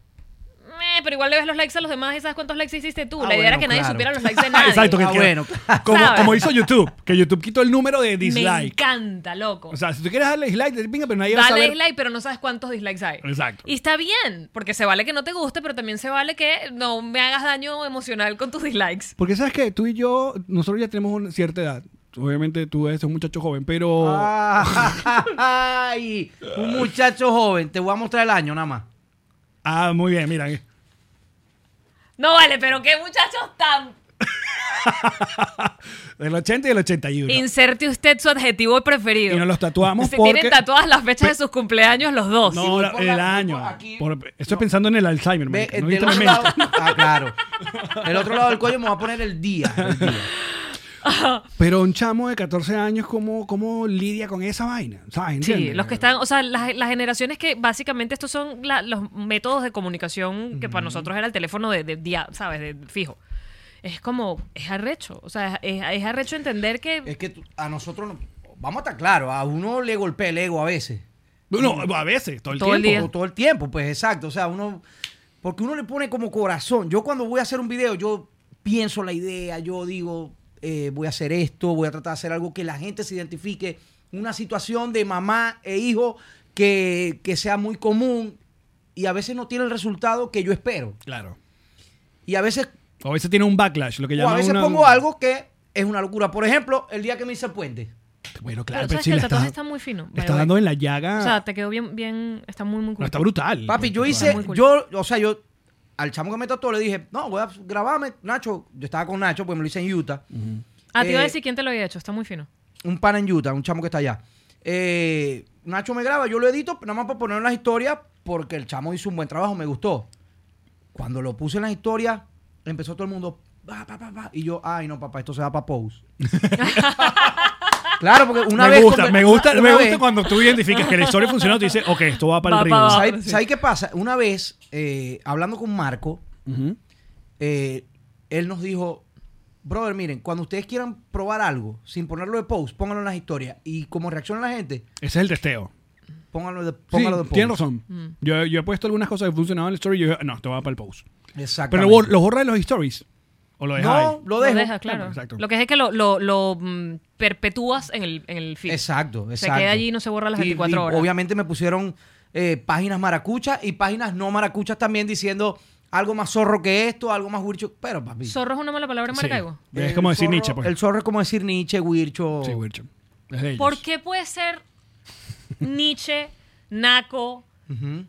Speaker 2: Eh, pero igual le ves los likes a los demás y sabes cuántos likes hiciste tú.
Speaker 4: Ah,
Speaker 2: la idea era
Speaker 4: bueno,
Speaker 2: que nadie
Speaker 3: (laughs)
Speaker 4: claro.
Speaker 2: supiera los likes de nadie.
Speaker 3: Exacto, que,
Speaker 4: Ah,
Speaker 3: que-
Speaker 4: bueno.
Speaker 3: (laughs) como,
Speaker 2: ¿Sabes?
Speaker 3: como hizo YouTube, que YouTube quitó el número de
Speaker 2: Me
Speaker 3: dislike.
Speaker 2: encanta, loco.
Speaker 3: O sea, si tú quieres darle dislike, te pinga, pero nadie va a
Speaker 2: Dale
Speaker 3: saber.
Speaker 2: dislike, pero no sabes cuántos dislikes hay.
Speaker 3: Exacto.
Speaker 2: Y está bien, porque se vale que no te guste, pero también se vale que no me hagas daño emocional con tus dislikes.
Speaker 3: Porque sabes que tú y yo, nosotros ya tenemos una cierta edad. Obviamente tú eres un muchacho joven, pero.
Speaker 4: Oh.
Speaker 3: (laughs)
Speaker 4: Ah. Ay, un muchacho joven. Te voy a mostrar el año nada más.
Speaker 3: Ah, muy bien, mira. eh.
Speaker 2: No vale, pero qué muchachos tan...
Speaker 3: Del 80 y el 81.
Speaker 2: Inserte usted su adjetivo preferido.
Speaker 3: Y nos los tatuamos
Speaker 2: Se
Speaker 3: porque-
Speaker 2: tienen tatuadas las fechas de sus cumpleaños los dos.
Speaker 3: No,
Speaker 4: voy
Speaker 3: la-
Speaker 4: por
Speaker 3: el
Speaker 4: la- voy
Speaker 3: año.
Speaker 4: por aquí.
Speaker 3: Por- estoy pensando en el Alzheimer.
Speaker 4: Ve,
Speaker 3: marica,
Speaker 4: eh,
Speaker 3: no
Speaker 4: del
Speaker 3: viste
Speaker 4: otro
Speaker 3: mi
Speaker 4: lado,
Speaker 3: mente.
Speaker 4: ah, claro. Del otro lado del cuello me voy a poner el día. el día.
Speaker 3: Pero un chamo de 14 años, ¿cómo, cómo lidia con esa vaina? ¿Sabes?
Speaker 2: Sí,
Speaker 3: ¿Entiendes?
Speaker 2: los que están, o sea, las, las generaciones que básicamente estos son la- los métodos de comunicación que para nosotros era el teléfono de, de día, ¿sabes? De fijo. Es como, es arrecho. O sea, es, es arrecho entender que.
Speaker 4: Es que tú- a nosotros, no- vamos a estar claros, a uno le golpea el ego a veces.
Speaker 3: No, a veces, todo
Speaker 2: Mm.
Speaker 3: el
Speaker 2: Todo el
Speaker 3: tiempo.
Speaker 2: día.
Speaker 4: O todo el tiempo, pues exacto. O sea, uno. Porque uno le pone como corazón. Yo cuando voy a hacer un video, yo pienso la idea, yo digo, eh, voy a hacer esto, voy a tratar de hacer algo que la gente se identifique. Una situación de mamá e hijo que, que sea muy común y a veces no tiene el resultado que yo espero.
Speaker 3: Claro.
Speaker 4: Y a veces,
Speaker 3: O a veces tiene un backlash, lo que
Speaker 4: o a
Speaker 3: llaman
Speaker 4: veces
Speaker 3: una-
Speaker 4: pongo algo que es una locura. Por ejemplo, el día que me hice el puente.
Speaker 3: Bueno,
Speaker 2: Pero
Speaker 3: claro, pero,
Speaker 2: sabes
Speaker 3: si
Speaker 2: que
Speaker 3: le
Speaker 2: el tatuaje
Speaker 3: estás,
Speaker 2: está muy fino.
Speaker 3: le
Speaker 2: by
Speaker 3: estás
Speaker 2: the way.
Speaker 3: dando en la llaga.
Speaker 2: O sea, te quedó bien, bien, está muy, muy
Speaker 3: no,
Speaker 2: cool.
Speaker 3: está brutal.
Speaker 4: Papi, yo hice,
Speaker 2: Está muy cool.
Speaker 4: yo, o sea, yo al chamo que me trató le dije, no, voy a grabarme, Nacho, yo estaba con Nacho, pues me lo hice en Utah,
Speaker 2: Ah, te iba a
Speaker 4: Eh,
Speaker 2: decir quién te lo había hecho, está muy fino.
Speaker 4: un pana en Utah, un chamo que está allá. Eh, Nacho me graba, yo lo edito, nada más para poner en las historias, porque el chamo hizo un buen trabajo, me gustó. Cuando lo puse en las historias, empezó todo el mundo, "Pa, pa, pa, pa", y yo, ay no, papá, esto se va para
Speaker 2: (laughs)
Speaker 4: post. claro, porque una
Speaker 3: me,
Speaker 4: vez...
Speaker 3: gusta,
Speaker 4: conver-
Speaker 3: me gusta,
Speaker 4: una
Speaker 3: me gusta
Speaker 4: vez-
Speaker 3: cuando tú identificas que la historia funcionó, te dice, ok, esto va para
Speaker 2: Va
Speaker 3: el
Speaker 2: pa'
Speaker 3: río.
Speaker 2: abajo.
Speaker 4: ¿Sabes sabes qué pasa? Una vez, eh, hablando con Marco,
Speaker 3: Ujú.
Speaker 4: eh, él nos dijo, brother, miren, cuando ustedes quieran probar algo, sin ponerlo de post, pónganlo en las historias. Y como reacciona la gente,
Speaker 3: Ese es el testeo.
Speaker 4: pónganlo de,
Speaker 3: Sí,
Speaker 4: pónganlo de post.
Speaker 3: tienes razón.
Speaker 2: Mm.
Speaker 3: Yo, yo he puesto algunas cosas que funcionaban en el story y yo digo, no, esto va para el post. Pero
Speaker 4: Exactamente.
Speaker 3: lo, bor- lo borra de los stories. O lo deja
Speaker 4: no,
Speaker 3: ahí.
Speaker 4: lo dejo.
Speaker 2: Lo dejas, claro.
Speaker 3: Exacto.
Speaker 2: Lo que es que lo, lo, lo, mm, perpetúas en el, en el feed.
Speaker 4: Exacto,
Speaker 2: Se
Speaker 4: exacto.
Speaker 2: queda allí y no se borra las
Speaker 4: Y-
Speaker 2: 24
Speaker 4: y
Speaker 2: horas.
Speaker 4: Obviamente me pusieron eh, páginas maracuchas y páginas no maracuchas también diciendo algo más zorro que esto, algo más huircho. Pero, papi.
Speaker 2: ¿Zorro es una mala palabra en
Speaker 3: Sí.
Speaker 2: Maracaibo?
Speaker 3: Es
Speaker 4: el
Speaker 3: como decir
Speaker 4: zorro-
Speaker 3: Nietzsche, pues.
Speaker 4: El zorro es como decir Nietzsche, huircho.
Speaker 3: Sí, Wircho. Es de ellos.
Speaker 2: ¿Por qué puede ser Nietzsche, Naco,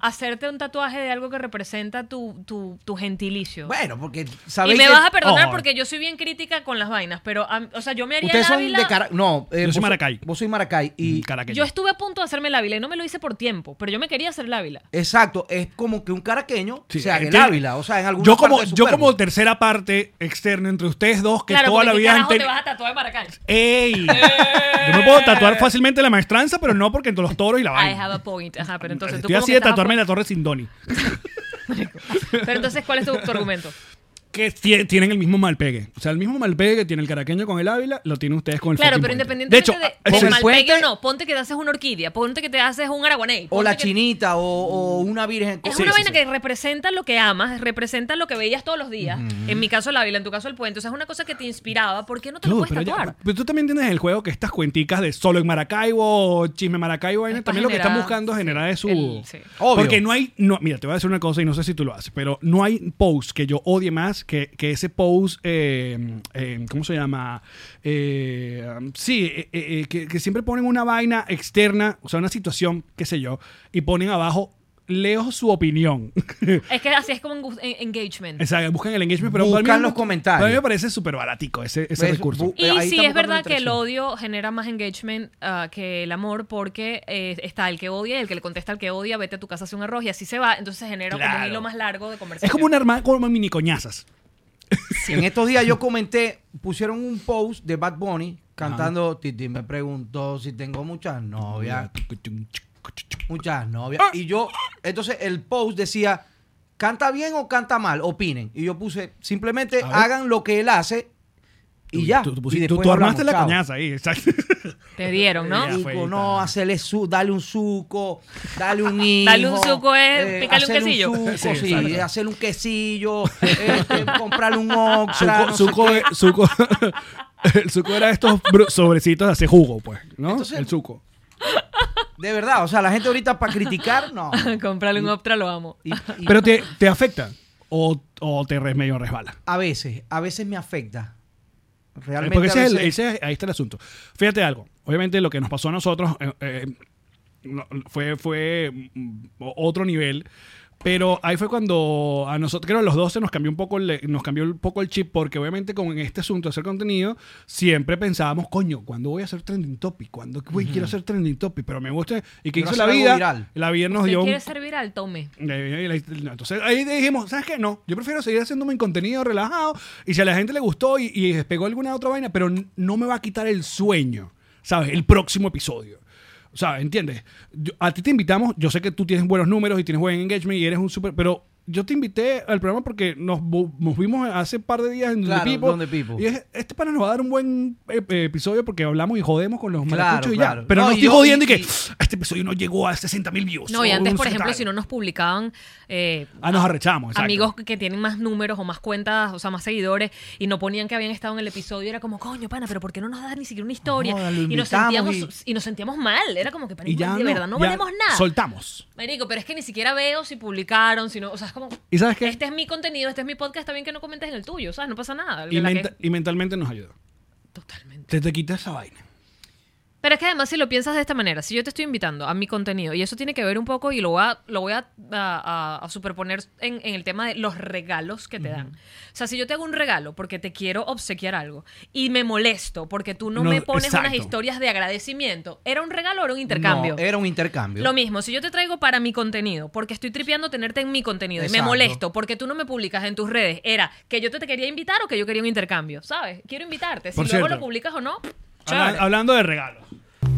Speaker 2: hacerte un tatuaje de algo que representa tu, tu, tu gentilicio?
Speaker 4: Bueno, porque
Speaker 2: y
Speaker 4: sabéis
Speaker 2: me
Speaker 4: que-
Speaker 2: vas a perdonar
Speaker 3: Oh.
Speaker 2: porque yo soy bien crítica con las vainas, pero am- o sea, yo me haría
Speaker 4: Ustedes
Speaker 2: el
Speaker 4: son
Speaker 2: Ávila.
Speaker 4: de Caracas. No, eh,
Speaker 3: Yo soy
Speaker 4: vos
Speaker 3: Maracay. Mm,
Speaker 4: Vos sois Maracay. Y
Speaker 3: Caraqueño.
Speaker 2: Yo estuve a punto de hacerme el Ávila y no me lo hice por tiempo, pero yo me quería hacer el Ávila.
Speaker 4: Exacto, es como que un caraqueño
Speaker 3: Sí,
Speaker 4: se haga el
Speaker 3: entiendo.
Speaker 4: Ávila, o sea, en algún
Speaker 3: Yo como, yo como tercera parte externa entre ustedes dos que
Speaker 2: claro,
Speaker 3: toda
Speaker 2: porque
Speaker 3: la
Speaker 2: ¿qué
Speaker 3: vida han
Speaker 2: carajo te
Speaker 3: teni-
Speaker 2: vas a tatuar de Maracay? (laughs)
Speaker 3: ¡Ey! Yo me puedo tatuar fácilmente la maestranza, pero no porque entre los toros y la
Speaker 2: I
Speaker 3: vaina.
Speaker 2: have a point. Ajá, pero Ah, entonces tú
Speaker 3: Estoy
Speaker 2: como
Speaker 3: así
Speaker 2: que
Speaker 3: de
Speaker 2: estás a
Speaker 3: tatuarme en la torre sin Donny.
Speaker 2: favor- Pero entonces, ¿cuál es tu, tu argumento?
Speaker 3: Que tie- tienen el mismo mal pegue. O sea, el mismo mal pegue que tiene el caraqueño con el Ávila, lo tienen ustedes con el
Speaker 2: Claro,
Speaker 3: fucking
Speaker 2: pero
Speaker 3: puente.
Speaker 2: independientemente
Speaker 3: de hecho, ah,
Speaker 2: de, del
Speaker 3: ese es-
Speaker 2: mal
Speaker 4: puente-
Speaker 2: pegue o no, ponte que te haces una orquídea, ponte que te haces un araguané.
Speaker 4: O la
Speaker 2: ponte que-
Speaker 4: chinita, o, o una virgen.
Speaker 2: Mm. Es
Speaker 4: Sí,
Speaker 2: una
Speaker 4: sí,
Speaker 2: vaina
Speaker 4: sí.
Speaker 2: que representa lo que amas, representa lo que veías todos los días. En mi caso, el Ávila, en tu caso, el puente. O sea, es una cosa que te inspiraba. ¿Por qué no te lo
Speaker 3: Dude,
Speaker 2: puedes
Speaker 3: pero, ya-
Speaker 2: tatuar?
Speaker 3: pero tú también tienes el juego que estas cuenticas de solo en Maracaibo, chisme Maracaibo, vaina,
Speaker 2: Es pa'
Speaker 3: también lo que están
Speaker 2: generar,
Speaker 3: buscando es
Speaker 2: sí,
Speaker 3: generar de su...
Speaker 2: el- sí.
Speaker 4: Obvio.
Speaker 3: Porque no hay... No, mira, te voy a decir una cosa y no sé si tú lo haces, pero no hay post que yo odie más que, que ese post, eh, eh, ¿cómo se llama? Eh, um, sí, eh, eh, eh, que, que siempre ponen una vaina externa, o sea, una situación, qué sé yo, y ponen abajo, leo su opinión. (laughs)
Speaker 2: Es que así es como engu- en- engagement.
Speaker 3: o sea, buscan el engagement, pero...
Speaker 4: Buscan
Speaker 3: a mí me-
Speaker 4: los comentarios.
Speaker 3: pero A mí me parece súper baratico ese, ese
Speaker 4: Ves,
Speaker 3: recurso.
Speaker 4: bu-
Speaker 2: Y
Speaker 4: ahí
Speaker 2: sí,
Speaker 4: estamos
Speaker 2: es verdad
Speaker 4: buscando
Speaker 2: que el
Speaker 4: interacción.
Speaker 2: odio genera más engagement ah, que el amor porque eh, está el que odia, el que le contesta al que odia, vete a tu casa, hace un arroz y así se va. Entonces genera como un
Speaker 3: Claro.
Speaker 2: hilo más largo de conversación.
Speaker 3: Es como una arma, como mini coñazas.
Speaker 4: En estos días yo comenté, pusieron un post de Bad Bunny cantando, Titi me preguntó si tengo muchas novias, muchas novias.
Speaker 3: Ah.
Speaker 4: Y yo, entonces el post decía, ¿canta bien o canta mal? Opinen. Y yo puse, simplemente
Speaker 3: A ver.
Speaker 4: hagan lo que él hace Y ya.
Speaker 3: Tú, tú
Speaker 4: Y
Speaker 3: pusiste- tú-
Speaker 4: después
Speaker 3: tú armaste
Speaker 4: hablamos,
Speaker 3: la
Speaker 4: chao.
Speaker 3: cañaza ahí, exacto.
Speaker 2: Te dieron, ¿no?
Speaker 3: Ya.
Speaker 4: Digo,
Speaker 3: fue,
Speaker 4: no,
Speaker 3: está.
Speaker 4: hacele su, dale un suco,
Speaker 2: (laughs)
Speaker 4: dale un hijo. eh,
Speaker 2: Dale un suco es picarle un
Speaker 4: hacerle
Speaker 2: quesillo.
Speaker 4: suco,
Speaker 3: Sí,
Speaker 4: sí,
Speaker 3: exacto.
Speaker 4: hacerle un quesillo, este, (laughs) comprarle un oxtra.
Speaker 3: Suco,
Speaker 4: no sé
Speaker 3: suco,
Speaker 4: qué.
Speaker 3: de- suco- (laughs) el suco era estos bru- sobrecitos de hacer jugo, pues, ¿no?
Speaker 4: Entonces-
Speaker 3: el suco.
Speaker 4: De verdad, o sea, la gente ahorita para criticar, no.
Speaker 2: (laughs) Comprarle un Optra lo amo.
Speaker 4: Y- y
Speaker 3: (laughs) Pero te, te afecta o, o te re- medio resbala.
Speaker 4: a veces, a veces me afecta. Realmente.
Speaker 3: Porque ese
Speaker 4: a
Speaker 3: es el-
Speaker 4: veces-
Speaker 3: ese es- ahí está el asunto. Fíjate algo. Obviamente lo que nos pasó a nosotros eh, eh, no- fue, fue mm, o- otro nivel. Pero ahí fue cuando a nosotros, creo a los 12 nos cambió un poco el, nos cambió un poco el chip, porque obviamente con este asunto de hacer contenido, siempre pensábamos, coño, ¿cuándo voy a hacer trending topic? ¿Cuándo güey, quiero hacer trending topic? Pero me gusta. ¿Y qué hizo
Speaker 4: Quiero hacer
Speaker 3: la
Speaker 4: algo
Speaker 3: vida?
Speaker 4: viral.
Speaker 3: La vida nos
Speaker 2: ¿Usted
Speaker 3: dio un
Speaker 2: quiere ser viral? Tome.
Speaker 3: eh, eh, la- no, Entonces ahí dijimos, ¿sabes qué? No, yo prefiero seguir haciendo mi contenido relajado y si a la gente le gustó y, y despegó alguna otra vaina, pero n- no me va a quitar el sueño, ¿sabes? El próximo episodio. O sea, ¿entiendes? Yo- a ti te invitamos, yo sé que tú tienes buenos números y tienes buen engagement y eres un súper, pero yo te invité al programa porque nos, bu- nos vimos hace un par de días en
Speaker 4: Claro,
Speaker 3: Donde Pipo.
Speaker 4: Donde Pipo.
Speaker 3: Y es- este pana nos va a dar un buen eh, eh, episodio porque hablamos y jodemos con los
Speaker 4: Claro,
Speaker 3: maracuchos y ya.
Speaker 4: claro.
Speaker 3: Pero
Speaker 4: No,
Speaker 3: no,
Speaker 4: y
Speaker 3: estoy
Speaker 4: yo-
Speaker 3: jodiendo y,
Speaker 4: y-
Speaker 3: que
Speaker 4: y-
Speaker 3: este episodio no llegó a 60 mil views.
Speaker 2: No, y
Speaker 3: o
Speaker 2: antes,
Speaker 3: no
Speaker 2: por
Speaker 3: sé qué
Speaker 2: ejemplo,
Speaker 3: tal.
Speaker 2: si no nos publicaban eh,
Speaker 3: Ah, nos arrechamos. exacto.
Speaker 2: amigos que tienen más números o más cuentas, o sea, más seguidores, y no ponían que habían estado en el episodio, era como, coño, pana, pero ¿por qué no nos das ni siquiera una historia?
Speaker 4: Joda, lo
Speaker 2: y, nos
Speaker 4: invitamos
Speaker 2: sentíamos, y... nos sentíamos mal, era como que, pana,
Speaker 3: Y ya
Speaker 2: de
Speaker 3: no,
Speaker 2: verdad, no
Speaker 3: ya
Speaker 2: valemos nada.
Speaker 3: Soltamos.
Speaker 2: Marico, pero es que ni siquiera veo si publicaron, si no, o sea, es como,
Speaker 3: ¿Y sabes qué?
Speaker 2: este es mi contenido, este es mi podcast, está bien que no comentes en el tuyo, o sea, no pasa nada.
Speaker 3: y,
Speaker 2: la que-
Speaker 3: menta- y mentalmente nos ayudó.
Speaker 2: Totalmente.
Speaker 3: Te, te quita esa vaina.
Speaker 2: Pero es que además si lo piensas de esta manera, si yo te estoy invitando a mi contenido, y eso tiene que ver un poco, y lo voy a, lo voy a, a- a- a superponer en, en el tema de los regalos que te dan. O sea, si yo te hago un regalo porque te quiero obsequiar algo, y me molesto porque tú no,
Speaker 3: No,
Speaker 2: me pones unas
Speaker 3: exacto.
Speaker 2: historias de agradecimiento, ¿era un regalo o era un intercambio?
Speaker 4: No, era un intercambio.
Speaker 2: Lo mismo, si yo te traigo para mi contenido, porque estoy tripeando tenerte en mi contenido y me
Speaker 4: Exacto.
Speaker 2: molesto porque tú no me publicas en tus redes, era que yo te, te quería invitar o que yo quería un intercambio, ¿sabes? Quiero invitarte, si
Speaker 3: Por
Speaker 2: luego
Speaker 3: cierto.
Speaker 2: lo publicas o no.
Speaker 3: Habla-
Speaker 2: chévere.
Speaker 3: hablando de regalos.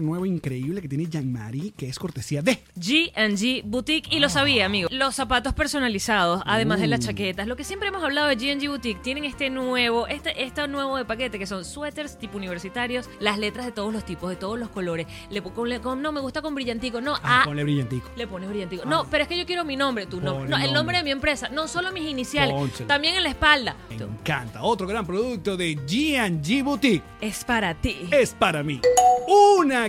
Speaker 3: nuevo increíble que tiene Jean-Marie, que es cortesía de...
Speaker 2: GG Boutique, y lo sabía, amigo. Los zapatos personalizados, además de las chaquetas. Lo que siempre hemos hablado de GG Boutique, tienen este nuevo, este, este nuevo de paquete que son suéteres tipo universitarios, las letras de todos los tipos, de todos los colores. Le, pon- le- con- no, me gusta con brillantico, no,
Speaker 3: Ah,
Speaker 2: ah,
Speaker 3: ponle brillantico.
Speaker 2: le pones brillantico. No, pero es que yo quiero mi nombre, tu nombre.
Speaker 3: Pon
Speaker 2: No,
Speaker 3: el
Speaker 2: el
Speaker 3: nombre.
Speaker 2: nombre de mi empresa, no solo mis iniciales,
Speaker 3: Pónselo.
Speaker 2: también en la espalda.
Speaker 3: Me encanta. Otro gran producto de G&G Boutique.
Speaker 2: Es para ti.
Speaker 3: es para mí. Una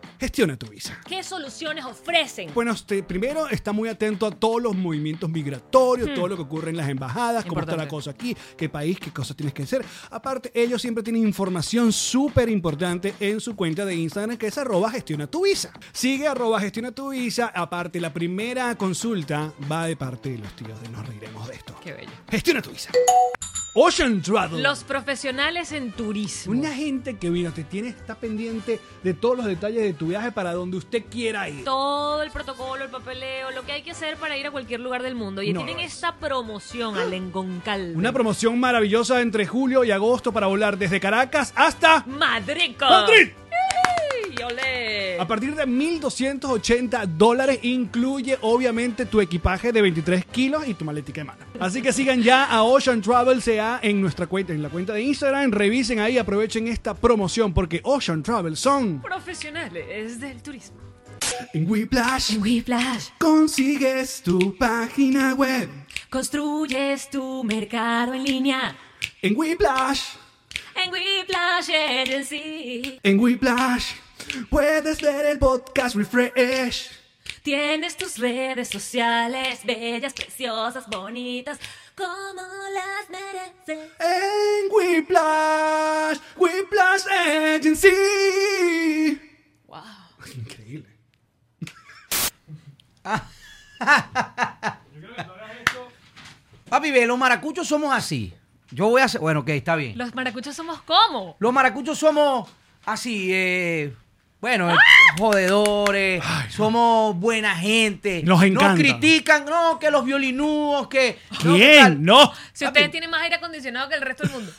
Speaker 3: Gestiona tu visa.
Speaker 2: ¿Qué soluciones ofrecen?
Speaker 3: Bueno, usted primero está muy atento a todos los movimientos migratorios, todo lo que ocurre en las embajadas, cómo está la
Speaker 2: Hmm. Importante.
Speaker 3: cosa aquí, qué país, qué cosas tienes que hacer. Aparte, ellos siempre tienen información súper importante en su cuenta de Instagram que es arroba gestiona tu visa. Sigue arroba gestiona tu visa. Aparte, la primera consulta va de parte de los tíos de Nos Reiremos de esto.
Speaker 2: Qué bello.
Speaker 3: Gestiona tu visa. Ocean Travel.
Speaker 2: Los profesionales en turismo.
Speaker 3: Una gente que mira, te tiene, está pendiente de todos los detalles de tu viaje para donde usted quiera ir.
Speaker 2: todo el protocolo, el papeleo, lo que hay que hacer para ir a cualquier lugar del mundo. Y
Speaker 3: No,
Speaker 2: tienen
Speaker 3: no.
Speaker 2: esta promoción al Engoncalde.
Speaker 3: Una promoción maravillosa entre julio y agosto para volar desde Caracas hasta
Speaker 2: ¡Madrico!
Speaker 3: Madrid.
Speaker 2: ¡Y olé!
Speaker 3: A partir de 1.280 dólares incluye obviamente tu equipaje de 23 kilos y tu maletica de mano. Así que sigan ya a Ocean Travel CA en nuestra cuenta, en la cuenta de Instagram. Revisen ahí, aprovechen esta promoción porque Ocean Travel son
Speaker 2: Profesionales del turismo.
Speaker 3: en Whiplash.
Speaker 2: Whiplash,
Speaker 3: Consigues tu página web
Speaker 2: construyes tu mercado en línea.
Speaker 3: en Whiplash.
Speaker 2: En Whiplash Agency
Speaker 3: En Whiplash puedes ver el podcast Refresh.
Speaker 2: tienes tus redes sociales bellas, preciosas, bonitas, como las mereces.
Speaker 3: En Whiplash, Whiplash Agency.
Speaker 2: ¡Wow!
Speaker 3: Increíble.
Speaker 4: Papi, ve, los maracuchos somos así. Yo voy a hacer. Bueno, ok, está bien.
Speaker 2: Los maracuchos somos como.
Speaker 4: Los maracuchos somos así, eh, bueno, eh, jodedores, somos buena gente.
Speaker 3: Nos encanta.
Speaker 4: Nos critican, no, que los violinudos, que... no, que
Speaker 3: ¿Quién?
Speaker 4: tal.
Speaker 3: No.
Speaker 2: Si ustedes tienen más aire acondicionado que el resto del mundo.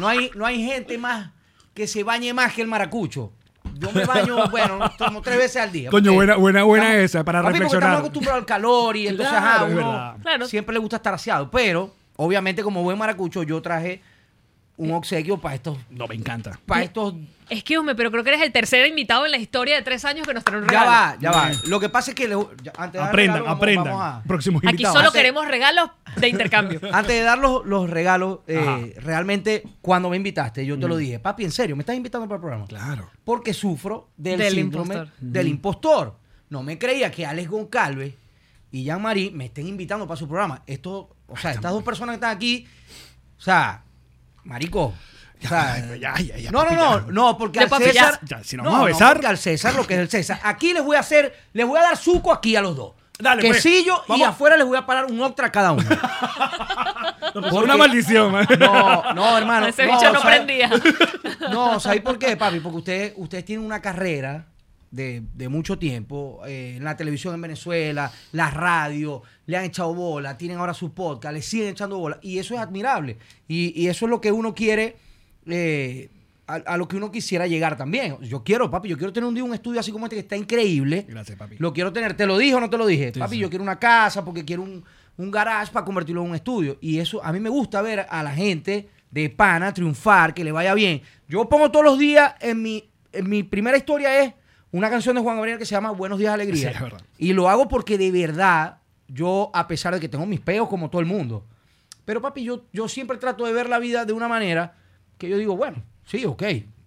Speaker 4: No hay, no hay gente más que se bañe más que el maracucho. Yo
Speaker 3: (laughs)
Speaker 4: me baño, bueno, como tres veces al día.
Speaker 3: Coño,
Speaker 4: porque-
Speaker 3: buena, buena, buena
Speaker 4: Estamos-
Speaker 3: esa, para
Speaker 4: Papi, porque
Speaker 3: reflexionar.
Speaker 4: Estamos acostumbrados al calor y entonces,
Speaker 3: Claro,
Speaker 4: ajá,
Speaker 3: es
Speaker 4: uno
Speaker 3: verdad.
Speaker 2: Claro.
Speaker 4: siempre le gusta estar aseado. Pero, obviamente, como buen maracucho, yo traje un obsequio para estos,
Speaker 3: No, me encanta.
Speaker 4: para estos
Speaker 2: Excuse me, pero creo que eres el tercer invitado en la historia de tres años que nos trae un
Speaker 4: Ya
Speaker 2: regalo.
Speaker 4: va, ya va. Lo que pasa es que le- ya- antes de dar
Speaker 3: Aprendan,
Speaker 4: regalo, vamos-
Speaker 3: aprendan.
Speaker 4: vamos a-
Speaker 3: Próximos
Speaker 2: Aquí
Speaker 3: invitados.
Speaker 2: solo
Speaker 4: Hace-
Speaker 2: queremos regalos de intercambio.
Speaker 4: antes de dar los, los regalos, eh,
Speaker 3: Ajá. Mm.
Speaker 4: realmente cuando me invitaste, yo te lo dije, papi, en serio, me estás invitando para el programa.
Speaker 3: Claro.
Speaker 4: Porque sufro del,
Speaker 2: Del
Speaker 4: síndrome
Speaker 2: impostor.
Speaker 4: del impostor. No me creía que Alex Goncalves y Jean-Marie me estén invitando para su programa. Esto, o sea, estas dos personas que están aquí, o sea, marico. o sea,
Speaker 3: Ya, ya, ya,
Speaker 4: no, no,
Speaker 3: papi,
Speaker 4: no,
Speaker 3: ya.
Speaker 4: no, porque
Speaker 2: Ya,
Speaker 4: al
Speaker 2: papi, ya.
Speaker 4: César.
Speaker 3: Ya, si nos
Speaker 4: no,
Speaker 3: vamos a
Speaker 4: no,
Speaker 3: besar.
Speaker 4: porque al César, lo que es el César. Aquí les voy a hacer, les voy a dar suco aquí a los dos.
Speaker 3: Dale, pues.
Speaker 4: Quesillo y
Speaker 3: Vamos.
Speaker 4: afuera les voy a parar un octra a
Speaker 3: (laughs)
Speaker 4: cada uno.
Speaker 3: Por una maldición, man.
Speaker 4: No, (laughs) no, hermano.
Speaker 2: Ese bicho no
Speaker 4: ¿sabes? (laughs)
Speaker 2: prendía.
Speaker 4: No, ¿sabes por qué, papi? Porque ustedes, ustedes tienen una carrera de, de mucho tiempo eh, en la televisión en Venezuela, la radio, le han echado bola, tienen ahora su podcast, le siguen echando bola. Y eso es admirable. Y, y eso es lo que uno quiere, eh, a, a lo que uno quisiera llegar también. Yo quiero, papi, yo quiero tener un día un estudio así como este que está increíble.
Speaker 3: Gracias, papi.
Speaker 4: Lo quiero tener. ¿Te lo dije o no te lo dije?
Speaker 3: Sí,
Speaker 4: Papi,
Speaker 3: sí.
Speaker 4: yo quiero una casa porque quiero un, un garage para convertirlo en un estudio. Y eso, a mí me gusta ver a la gente de pana triunfar, que le vaya bien. Yo pongo todos los días en mi, en mi primera historia es una canción de Juan Gabriel que se llama Buenos días Alegría.
Speaker 3: Sí, es verdad.
Speaker 4: Y lo hago porque de verdad, yo, a pesar de que tengo mis peos como todo el mundo, pero papi, yo, yo siempre trato de ver la vida de una manera que yo digo, bueno, sí, ok,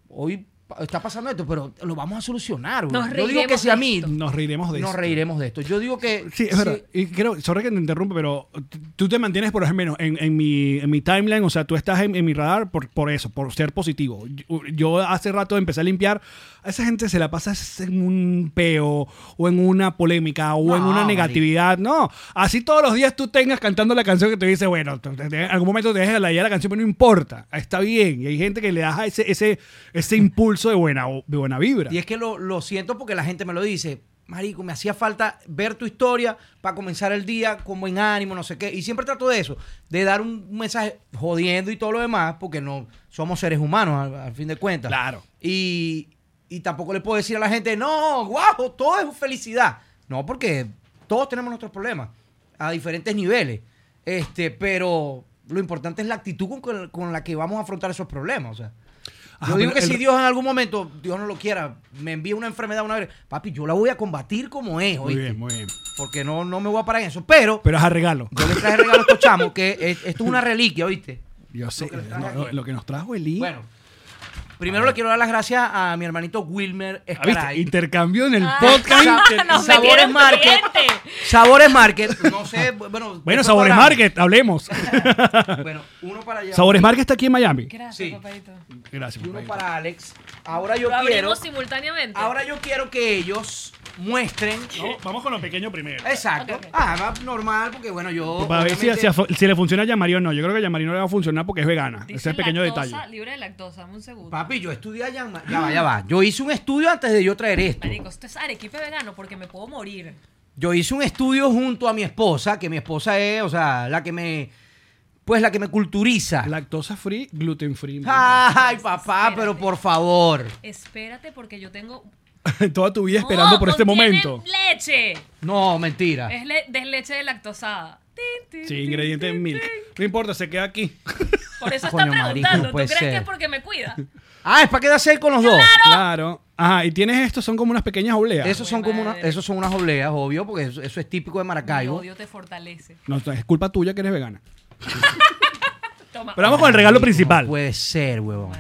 Speaker 4: hoy pa- está pasando esto, pero lo vamos a solucionar. güey.
Speaker 2: Nos
Speaker 4: yo digo que
Speaker 2: reiremos
Speaker 4: si a
Speaker 2: de
Speaker 4: mí
Speaker 2: esto.
Speaker 3: Nos reiremos de
Speaker 4: nos
Speaker 3: esto.
Speaker 4: reiremos de esto. Yo digo que.
Speaker 3: Sí, es verdad. Y creo, sorry que te interrumpe, pero t- tú te mantienes, por ejemplo, en, en mi, en mi timeline, o sea, tú estás en, en mi radar por, por eso, por ser positivo. Yo, yo hace rato empecé a limpiar. A esa gente se la pasa en un peo, o en una polémica, o en
Speaker 4: No,
Speaker 3: una
Speaker 4: marico.
Speaker 3: negatividad. No, así todos los días tú tengas cantando la canción que te dice, bueno, t- t- en algún momento te dejas la idea de la canción, pero no importa, está bien. Y hay gente que le da ese, ese, ese impulso de buena, de buena vibra.
Speaker 4: Y es que lo, lo siento porque la gente me lo dice. Marico, me hacía falta ver tu historia para comenzar el día con buen ánimo, no sé qué. Y siempre trato de eso, de dar un mensaje jodiendo y todo lo demás, porque no somos seres humanos al, al fin de cuentas.
Speaker 3: Claro.
Speaker 4: Y, y tampoco le puedo decir a la gente, no, guau, todo es felicidad. No, porque todos tenemos nuestros problemas a diferentes niveles. Este, pero lo importante es la actitud con- con, con la que vamos a afrontar esos problemas. O sea,
Speaker 3: Ajá,
Speaker 4: yo digo
Speaker 3: pero
Speaker 4: que
Speaker 3: el-
Speaker 4: si Dios en algún momento, Dios no lo quiera, me envía una enfermedad una vez, papi, yo la voy a combatir como es,
Speaker 3: muy
Speaker 4: ¿oíste?
Speaker 3: bien, muy bien.
Speaker 4: Porque no, no me voy a parar en eso. Pero
Speaker 3: Pero es a regalo.
Speaker 4: yo le traje regalo a estos chamos, que es- esto es una reliquia, ¿oíste?
Speaker 3: Yo sé,
Speaker 4: que les
Speaker 3: no,
Speaker 4: traje
Speaker 3: no,
Speaker 4: aquí.
Speaker 3: lo que nos trajo Eli.
Speaker 4: Bueno, primero le quiero dar las gracias a mi hermanito Wilmer
Speaker 3: Ah, ¿viste?
Speaker 4: Escaray.
Speaker 3: Intercambio en el
Speaker 2: Ah, (laughs)
Speaker 3: podcast.
Speaker 4: Sa-
Speaker 2: Nos
Speaker 4: Sabores
Speaker 2: metieron
Speaker 4: Market.
Speaker 2: cliente.
Speaker 4: Sabores Market.
Speaker 3: (laughs)
Speaker 4: No sé, bueno.
Speaker 3: Bueno,
Speaker 4: después
Speaker 3: Sabores
Speaker 4: hablamos.
Speaker 3: Market, hablemos.
Speaker 4: (laughs) Bueno, uno para
Speaker 3: (laughs)
Speaker 4: allá.
Speaker 3: Sabores Market está aquí en Miami.
Speaker 2: Gracias,
Speaker 4: Sí.
Speaker 2: papadito.
Speaker 3: Gracias.
Speaker 4: Y uno
Speaker 3: papá.
Speaker 4: para Alex. Ahora yo
Speaker 2: Lo
Speaker 4: quiero.
Speaker 2: abrimos simultáneamente.
Speaker 4: Ahora yo quiero que ellos muestren.
Speaker 3: No, vamos con lo pequeño primero.
Speaker 4: Exacto. Ah, va normal, porque bueno, yo.
Speaker 3: Para ver si,
Speaker 4: obviamente-
Speaker 3: si a- si le funciona a Yamari o no. Yo creo que a Yamari no le va a funcionar porque es vegana. Ese es
Speaker 2: Dice
Speaker 3: el pequeño
Speaker 2: lactosa,
Speaker 3: detalle.
Speaker 2: Libre de lactosa, dame un segundo.
Speaker 4: Papi, yo estudié allá. en Ma- Ya va, ya va. Yo hice un estudio antes de yo traer esto.
Speaker 2: Marico, esto es arequipe vegano porque me puedo morir.
Speaker 4: Yo hice un estudio junto a mi esposa, que mi esposa es, o sea, la que me. Pues la que me culturiza.
Speaker 3: Lactosa free, gluten free.
Speaker 4: Ay, papá, pero por favor.
Speaker 2: Espérate porque yo tengo...
Speaker 3: (laughs) Toda tu vida esperando
Speaker 2: ¡No,
Speaker 3: por este
Speaker 2: contiene
Speaker 3: momento.
Speaker 2: leche!
Speaker 4: No, mentira.
Speaker 2: Es le- de leche de lactosada. Tin, tin,
Speaker 3: Sí,
Speaker 2: tin,
Speaker 3: ingrediente
Speaker 2: tin,
Speaker 3: milk.
Speaker 2: tin.
Speaker 3: No importa, se queda aquí.
Speaker 2: Por eso está
Speaker 4: Coño, marico,
Speaker 2: preguntando.
Speaker 4: no
Speaker 2: ¿Tú
Speaker 4: puede
Speaker 2: crees
Speaker 4: ser.
Speaker 2: que es porque me cuida?
Speaker 4: Ah, es para quedarse él con los dos.
Speaker 3: Claro. Ajá, y tienes estos, son como unas pequeñas obleas.
Speaker 4: Esos son como una,
Speaker 2: madre.
Speaker 4: esos son unas obleas, obvio, porque eso, eso es típico de
Speaker 2: Mi
Speaker 4: Maracaibo.
Speaker 2: odio te fortalece.
Speaker 3: No, es culpa tuya que eres vegana.
Speaker 2: Toma.
Speaker 3: Pero vamos con el regalo
Speaker 4: Marico,
Speaker 3: principal.
Speaker 4: Ah. No puede ser, huevón.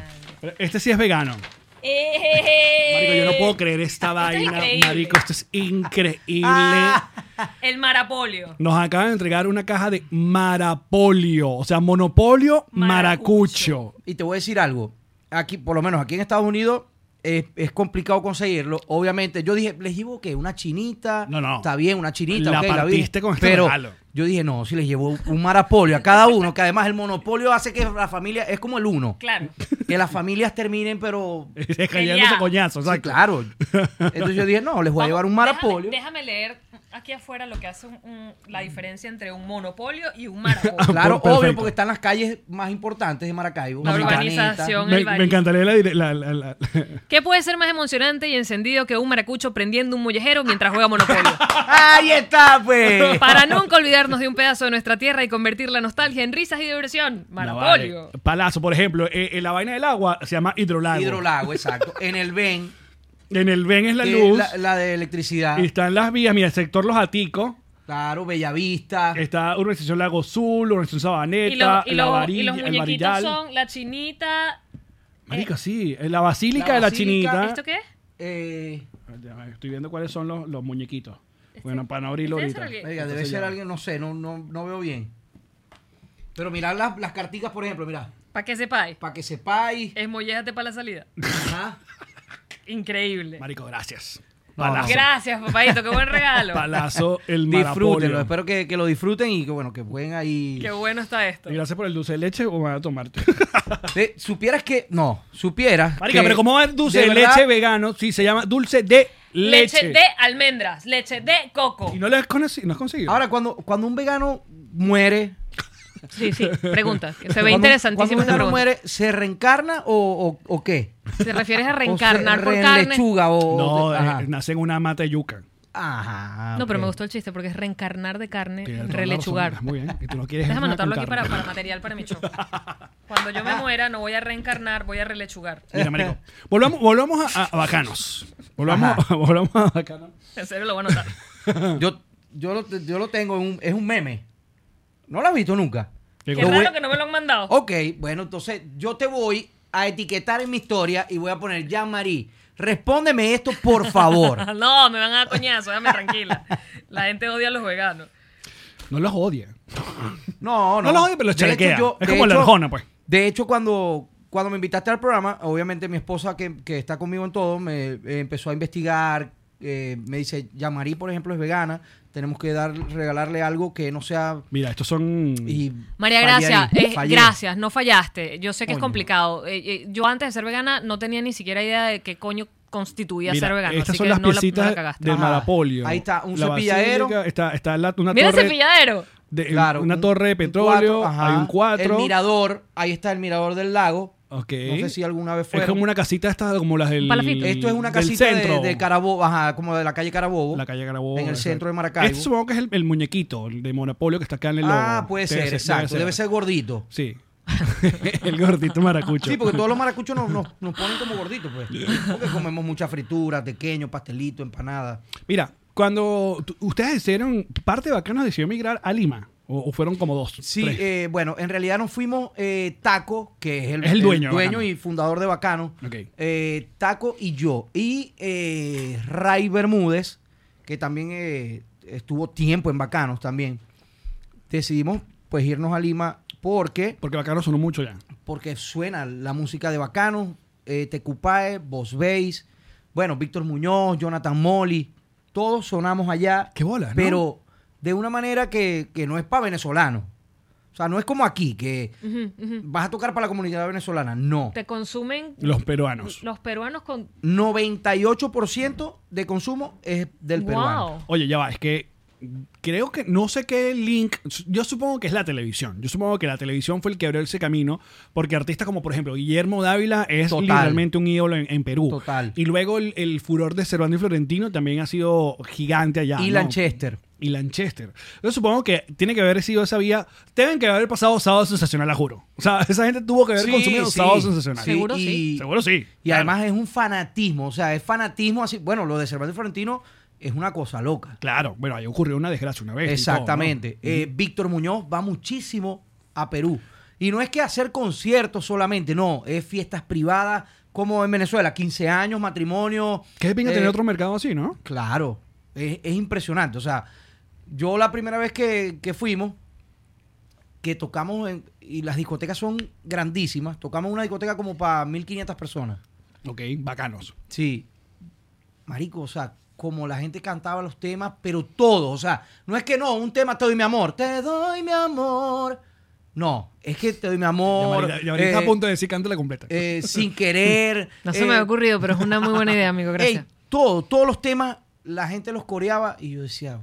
Speaker 3: Pero Este sí es vegano.
Speaker 2: Eh,
Speaker 3: Marico, yo no puedo creer
Speaker 5: (laughs)
Speaker 3: esta vaina,
Speaker 2: increíble.
Speaker 3: marico. Esto es increíble.
Speaker 4: Ah.
Speaker 5: Ah.
Speaker 2: El marapolio.
Speaker 3: Nos acaban de entregar una caja de marapolio. O sea, monopolio maracucho. (laughs)
Speaker 4: Y te voy a decir algo. Aquí, por lo menos aquí en Estados Unidos, Es, es complicado conseguirlo. Obviamente, yo dije, les llevo que una chinita.
Speaker 3: No, no.
Speaker 4: Está bien, una chinita.
Speaker 3: La
Speaker 4: ok, vi.
Speaker 3: partiste con este
Speaker 4: Pero
Speaker 3: regalo.
Speaker 4: yo dije, no, si les llevo un marapolio a cada uno, que además el monopolio hace que la familia. Es como el uno.
Speaker 5: Claro.
Speaker 4: Que las familias terminen, pero. sí,
Speaker 3: Cayéndose
Speaker 5: Ya.
Speaker 3: coñazo, exacto.
Speaker 4: claro. Entonces yo dije, no, les voy a llevar un marapolio.
Speaker 5: Déjame, déjame leer aquí afuera lo que hace un- un- la diferencia entre un monopolio y (laughs) un marapolio.
Speaker 4: Claro,
Speaker 3: Perfecto.
Speaker 4: obvio, porque están las calles más importantes de Maracaibo.
Speaker 5: La
Speaker 4: Maricaneta.
Speaker 5: urbanización,
Speaker 3: Me,
Speaker 5: el
Speaker 3: me
Speaker 5: barismo.
Speaker 3: encantaría la, dire- la- la- la-
Speaker 5: ¿Qué puede ser más emocionante y encendido que un maracucho prendiendo un mollejero mientras juega (laughs) monopolio?
Speaker 4: Ahí está,
Speaker 3: (laughs)
Speaker 4: pues.
Speaker 5: Para nunca olvidarnos de un pedazo de nuestra tierra y convertir la nostalgia en risas y diversión. Marapolio.
Speaker 3: (laughs) la- Palazo, por ejemplo. eh, eh, la vaina del agua se llama hidrolago.
Speaker 4: Hidrolago, exacto. En el Ben,
Speaker 3: En el ven es la
Speaker 4: que
Speaker 3: luz. Este.
Speaker 4: La, la de electricidad.
Speaker 3: y están las vías. Mira, el sector Los Aticos.
Speaker 4: Claro, Bellavista.
Speaker 3: Está Urbanización Lago Azul, Urbanización
Speaker 5: Y, los-
Speaker 3: Sabaneta,
Speaker 5: y
Speaker 3: la
Speaker 5: los- y
Speaker 3: varilla,
Speaker 5: los
Speaker 3: el
Speaker 5: muñequitos
Speaker 3: varillal.
Speaker 5: son la chinita.
Speaker 3: Marica, sí. eh, La basílica
Speaker 4: La
Speaker 3: de la
Speaker 4: basílica-
Speaker 3: chinita.
Speaker 5: ¿Esto qué es?
Speaker 4: Eh,
Speaker 3: Ya va, Estoy viendo cuáles son los, los muñequitos. Bueno, para no abrirlo
Speaker 5: ¿Este es
Speaker 3: ahorita.
Speaker 5: el que-
Speaker 4: oiga, debe
Speaker 3: Entonces
Speaker 4: ser
Speaker 3: ya.
Speaker 4: alguien, no sé, no, no, no veo bien. Pero mirad las, las carticas, por ejemplo, mirad.
Speaker 5: Para que sepáis.
Speaker 4: Para que
Speaker 5: (coughs)
Speaker 4: sepáis.
Speaker 5: Es mollejate para la (laughs) salida.
Speaker 4: Ajá.
Speaker 5: Increíble.
Speaker 3: Marico, gracias.
Speaker 4: No,
Speaker 3: Palazo.
Speaker 5: Gracias, papadito. Qué buen (laughs) regalo.
Speaker 3: Palazo, el
Speaker 4: Disfrútenlo.
Speaker 3: marapolio.
Speaker 4: Espero que, que lo disfruten y que, bueno, que jueguen ahí.
Speaker 5: Qué bueno está esto.
Speaker 3: Y gracias por el dulce de leche o van a
Speaker 5: (laughs)
Speaker 3: tomarte.
Speaker 4: Eh, supieras que. No, supieras.
Speaker 3: Marica,
Speaker 4: que
Speaker 3: pero ¿cómo va el dulce de,
Speaker 4: verdad-
Speaker 3: leche vegano? Sí, se llama dulce de leche.
Speaker 5: Leche. de almendras, leche de coco.
Speaker 3: Y no lo has conocido. No has conseguido.
Speaker 4: Ahora, cuando, cuando un vegano muere.
Speaker 5: Sí, sí, pregunta. que se ve
Speaker 4: cuando-
Speaker 5: interesantísimo
Speaker 4: Cuando un vegano
Speaker 5: esta pregunta.
Speaker 4: muere, ¿se reencarna o, o, o qué?
Speaker 5: ¿Te refieres a
Speaker 4: ¿O se
Speaker 5: reencarnar por
Speaker 4: re-
Speaker 5: carne?
Speaker 4: lechuga o.
Speaker 5: oh,
Speaker 3: no,
Speaker 4: ajá.
Speaker 3: eh, nace en una mata de yuca.
Speaker 4: Ajá,
Speaker 5: No, pero
Speaker 4: ok.
Speaker 5: me gustó el chiste porque es reencarnar de carne,
Speaker 3: Ah, Tienes toda la
Speaker 5: relechugar.
Speaker 3: razón. Muy bien. Y tú lo quieres
Speaker 5: Eh, Déjame
Speaker 3: una
Speaker 5: anotarlo
Speaker 3: con
Speaker 5: aquí para,
Speaker 3: carne.
Speaker 5: para material para mi show. Cuando yo me muera, no voy a reencarnar, voy a
Speaker 3: (laughs)
Speaker 5: relechugar.
Speaker 3: Mira, marico. Volvamos, volvamos a, a bacanos. Volvamos, (laughs) volvamos a bacanos.
Speaker 5: En serio, lo voy a anotar.
Speaker 4: Yo, yo, lo, yo lo tengo, en un- es un meme. No lo has visto nunca.
Speaker 3: Qué Oh.
Speaker 5: Qué
Speaker 3: co-
Speaker 5: raro que no me lo han mandado.
Speaker 4: Ok, bueno, entonces yo te voy a etiquetar en mi historia y voy a poner Jean-Marie. Respóndeme esto, por
Speaker 3: (laughs)
Speaker 4: favor.
Speaker 5: No, me van a dar coñazo, déjame tranquila. La gente odia a los veganos.
Speaker 3: No los odia.
Speaker 4: No, no.
Speaker 3: No los odio, pero los
Speaker 4: De hecho,
Speaker 3: chalequea.
Speaker 4: yo-
Speaker 3: Es
Speaker 4: de
Speaker 3: como la
Speaker 4: hecho-
Speaker 3: Arjona, pues.
Speaker 4: De hecho, cuando, cuando me invitaste al programa, obviamente mi esposa, que, que está conmigo en todo, me eh, empezó a investigar. eh, me dice, Yamari, por ejemplo, es vegana. Tenemos que dar, regalarle algo que no sea...
Speaker 3: Mira, estos son.
Speaker 4: Y fallé
Speaker 5: María Gracia,
Speaker 4: ahí,
Speaker 5: eh,
Speaker 4: fallé.
Speaker 5: gracias, no fallaste. Yo sé que es
Speaker 3: Coño.
Speaker 5: complicado. Eh, eh, yo antes de ser vegana no tenía ni siquiera idea de qué coño constituía
Speaker 3: Mira,
Speaker 5: ser vegano.
Speaker 3: estas
Speaker 5: así
Speaker 3: son
Speaker 5: que
Speaker 3: las
Speaker 5: no la- no
Speaker 3: piecitas
Speaker 5: la cagaste.
Speaker 3: del
Speaker 4: Ajá.
Speaker 3: Marapolio.
Speaker 4: Ahí está, un
Speaker 3: La
Speaker 4: cepilladero.
Speaker 3: basílica, Está, está la- una
Speaker 5: Mira ese
Speaker 3: torre.
Speaker 5: pilladero.
Speaker 3: de-
Speaker 4: Claro,
Speaker 3: una
Speaker 4: un-
Speaker 3: torre de
Speaker 4: un
Speaker 3: petróleo,
Speaker 4: cuatro, ajá.
Speaker 3: hay un cuatro.
Speaker 4: El mirador, ahí está el mirador del lago.
Speaker 3: Ok.
Speaker 4: No sé si alguna vez fue.
Speaker 3: Es como una casita esta, como las del.
Speaker 5: Un palafito.
Speaker 4: Esto es una
Speaker 3: del
Speaker 4: casita de-
Speaker 3: centro.
Speaker 4: de, Carabobo, ajá, como de la calle Carabobo.
Speaker 3: La calle Carabobo.
Speaker 4: En el
Speaker 3: exacto.
Speaker 4: centro de Maracaibo.
Speaker 3: Este supongo que es el, el muñequito el de Monopolio que está acá en el logo.
Speaker 4: ah, puede ser, exacto. Debe ser, gordito.
Speaker 3: Sí. (laughs) el gordito maracucho.
Speaker 4: Sí, porque todos los maracuchos nos, nos- nos ponen como gorditos, pues. Porque comemos mucha fritura, pequeño, pastelito, empanada.
Speaker 3: Mira, cuando tu- ustedes hicieron parte de Bacanos decidió migrar a Lima, o, o fueron como dos.
Speaker 4: Sí,
Speaker 3: tres.
Speaker 4: eh, bueno, en realidad nos fuimos eh, Taco, que es el,
Speaker 3: Es el dueño de Bacano.
Speaker 4: y fundador de Bacano.
Speaker 3: Ok.
Speaker 4: eh, Taco y yo. Y eh, Ray Bermúdez, que también eh, estuvo tiempo en Bacanos también. Decidimos pues irnos a Lima porque,
Speaker 3: Porque Bacanos sonó mucho ya.
Speaker 4: porque suena la música de Bacanos, eh, Tecupae, Vos Veis, bueno, Víctor Muñoz, Jonathan Molly, todos sonamos allá.
Speaker 3: Qué bolas, ¿no?
Speaker 4: Pero de una manera que, que no es para venezolano. O sea, no es como aquí, que
Speaker 5: Ujú, ujú.
Speaker 4: vas a tocar para la comunidad venezolana. No.
Speaker 5: Te consumen
Speaker 3: Los peruanos.
Speaker 5: los peruanos con...
Speaker 4: 98% de consumo es del peruano.
Speaker 5: Wow.
Speaker 3: Oye, ya va, es que creo que no sé qué link. Yo supongo que es la televisión. Yo supongo que la televisión fue el que abrió ese camino. Porque artistas como, por ejemplo, Guillermo Dávila es
Speaker 4: Total.
Speaker 3: literalmente un ídolo en, en Perú.
Speaker 4: Total.
Speaker 3: Y luego el, el furor de Cervando y Florentino también ha sido gigante allá.
Speaker 4: y
Speaker 3: ¿no?
Speaker 4: Lanchester.
Speaker 3: Y Lanchester. Yo supongo que tiene que haber sido esa vía. Deben que haber pasado sábado sensacional, la juro. O sea, (laughs) esa gente tuvo que haber
Speaker 4: Sí,
Speaker 3: consumido
Speaker 4: sí.
Speaker 3: sábado sensacional.
Speaker 4: Sí,
Speaker 5: Seguro
Speaker 4: y-
Speaker 5: sí.
Speaker 3: Seguro sí.
Speaker 4: Y además es un fanatismo, o sea, es fanatismo así. Bueno, lo de Cervantes Florentino es una cosa loca.
Speaker 3: Claro, bueno, ahí ocurrió una desgracia una vez. y todo, ¿no?
Speaker 4: Exactamente. Eh, Víctor Muñoz va muchísimo a Perú. Y no es que hacer conciertos solamente, no, es fiestas privadas como en Venezuela, 15 años, matrimonio.
Speaker 3: Qué pinga
Speaker 4: eh,
Speaker 3: tener otro mercado así, ¿no?
Speaker 4: Claro, es, es impresionante. O sea, yo la primera vez que, que fuimos, que tocamos, en- y las discotecas son grandísimas, tocamos en una discoteca como para 1500 personas.
Speaker 3: Ok, bacanos.
Speaker 4: Sí. Marico, o sea, como la gente cantaba los temas, pero todos, o sea, no es que no, un tema te doy mi amor, te doy mi amor. No, es que te doy mi
Speaker 3: Ya
Speaker 4: amor.
Speaker 3: Marita- ya Marita está
Speaker 4: eh,
Speaker 3: a punto de decir cántala completa.
Speaker 4: eh,
Speaker 3: (laughs)
Speaker 4: sin querer.
Speaker 2: No se me ha
Speaker 4: eh,
Speaker 2: ocurrido, pero es una muy buena idea, amigo. Gracias.
Speaker 4: Ey, todo, todos los temas, la gente los coreaba y yo decía,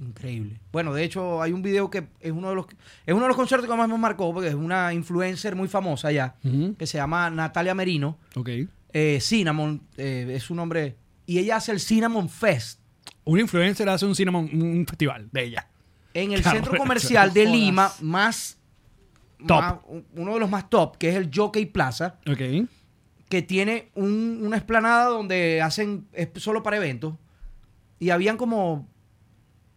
Speaker 4: increíble. Bueno, de hecho, hay un video que es uno de los es uno de los conciertos que más me marcó, porque es una influencer muy famosa ya,
Speaker 3: Ujú.
Speaker 4: que se llama Natalia Merino.
Speaker 3: Ok.
Speaker 4: eh, Cinnamon eh, es su nombre. Y ella hace el Cinnamon Fest
Speaker 3: Un influencer hace un cinnamon, un festival de ella.
Speaker 4: en el
Speaker 3: Claro,
Speaker 4: centro
Speaker 3: bueno,
Speaker 4: comercial de
Speaker 5: no jodas.
Speaker 4: Lima, más,
Speaker 3: Top.
Speaker 4: más- uno de los más top, que es el Jockey Plaza,
Speaker 3: Ok.
Speaker 4: que tiene un- una esplanada donde hacen es solo para eventos. Y habían como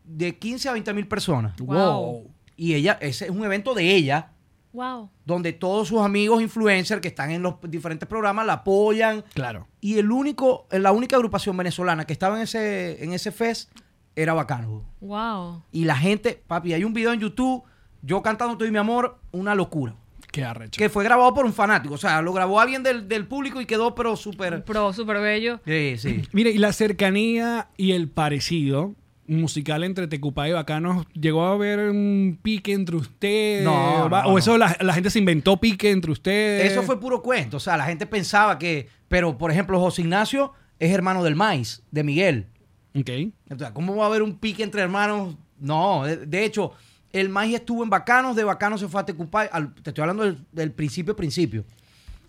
Speaker 4: de 15 a 20 mil personas.
Speaker 5: Wow.
Speaker 4: Y ella, ese es un evento de ella,
Speaker 5: Wow.
Speaker 4: donde todos sus amigos influencers que están en los diferentes programas la apoyan.
Speaker 3: Claro.
Speaker 4: Y el único, eh, la única agrupación venezolana que estaba en ese, en ese fest era Bacano.
Speaker 5: Wow.
Speaker 4: Y la gente, papi, hay un video en YouTube, yo cantando Tú y mi amor, una locura.
Speaker 3: Qué arrecho.
Speaker 4: Que fue grabado por un fanático. O sea, lo grabó alguien del, del público y quedó, pero súper.
Speaker 5: Pro, súper bello.
Speaker 4: Sí, sí.
Speaker 3: Mire, y la cercanía y el parecido musical entre Tecupá y Bacanos, ¿llegó a haber un pique entre ustedes?
Speaker 4: No, no,
Speaker 3: Va- ¿O
Speaker 4: no.
Speaker 3: eso la, la gente se inventó pique entre ustedes?
Speaker 4: Eso fue puro cuento. O sea, la gente pensaba que. Pero, por ejemplo, José Ignacio es hermano del maíz, de Miguel.
Speaker 3: Ok.
Speaker 4: Entonces, ¿cómo va a haber un pique entre hermanos? No, de, de hecho, el maíz estuvo en Bacanos, de Bacanos se fue a Tecupay. Al- te estoy hablando del, del principio, principio.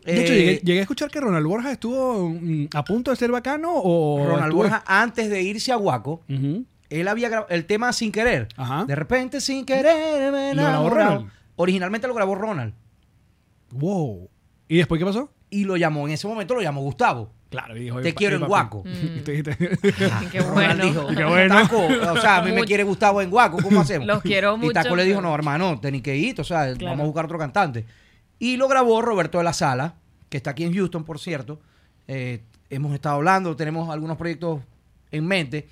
Speaker 3: De hecho,
Speaker 4: Eh,
Speaker 3: llegué, llegué a escuchar que Ronald Borja estuvo mm, a punto de ser bacano o...
Speaker 4: Ronald
Speaker 3: estuvo-
Speaker 4: Borja, antes de irse a Huaco,
Speaker 3: Ujú.
Speaker 4: él había grabado el tema sin querer.
Speaker 3: Ajá.
Speaker 4: De repente, sin querer, me he
Speaker 3: ¿Lo grabó
Speaker 4: enamorado.
Speaker 3: Ronald?
Speaker 4: Originalmente lo grabó Ronald.
Speaker 3: Wow. ¿Y después qué pasó?
Speaker 4: Y lo llamó, en ese momento lo llamó Gustavo.
Speaker 3: Claro, y dijo...
Speaker 4: Te
Speaker 3: "Ey, pa-
Speaker 4: quiero
Speaker 3: ey, papi".
Speaker 4: en
Speaker 5: Mm.
Speaker 4: Guaco. (laughs)
Speaker 3: Y (laughs) te dijiste- (laughs)
Speaker 5: (laughs) Qué
Speaker 4: Ronald
Speaker 5: bueno.
Speaker 4: dijo,
Speaker 3: Qué bueno.
Speaker 4: Taco, (laughs) o sea, a mí me
Speaker 5: Mucho.
Speaker 4: quiere Gustavo en Guaco, ¿cómo hacemos?
Speaker 5: Los quiero
Speaker 4: Y Taco
Speaker 5: mucho,
Speaker 4: le dijo,
Speaker 5: pero-
Speaker 4: no, hermano, tenés que irte, o sea,
Speaker 5: Claro.
Speaker 4: vamos a buscar otro cantante. Y lo grabó Roberto de la Sala, que está aquí en Houston, por cierto. Eh, hemos estado hablando, tenemos algunos proyectos en mente.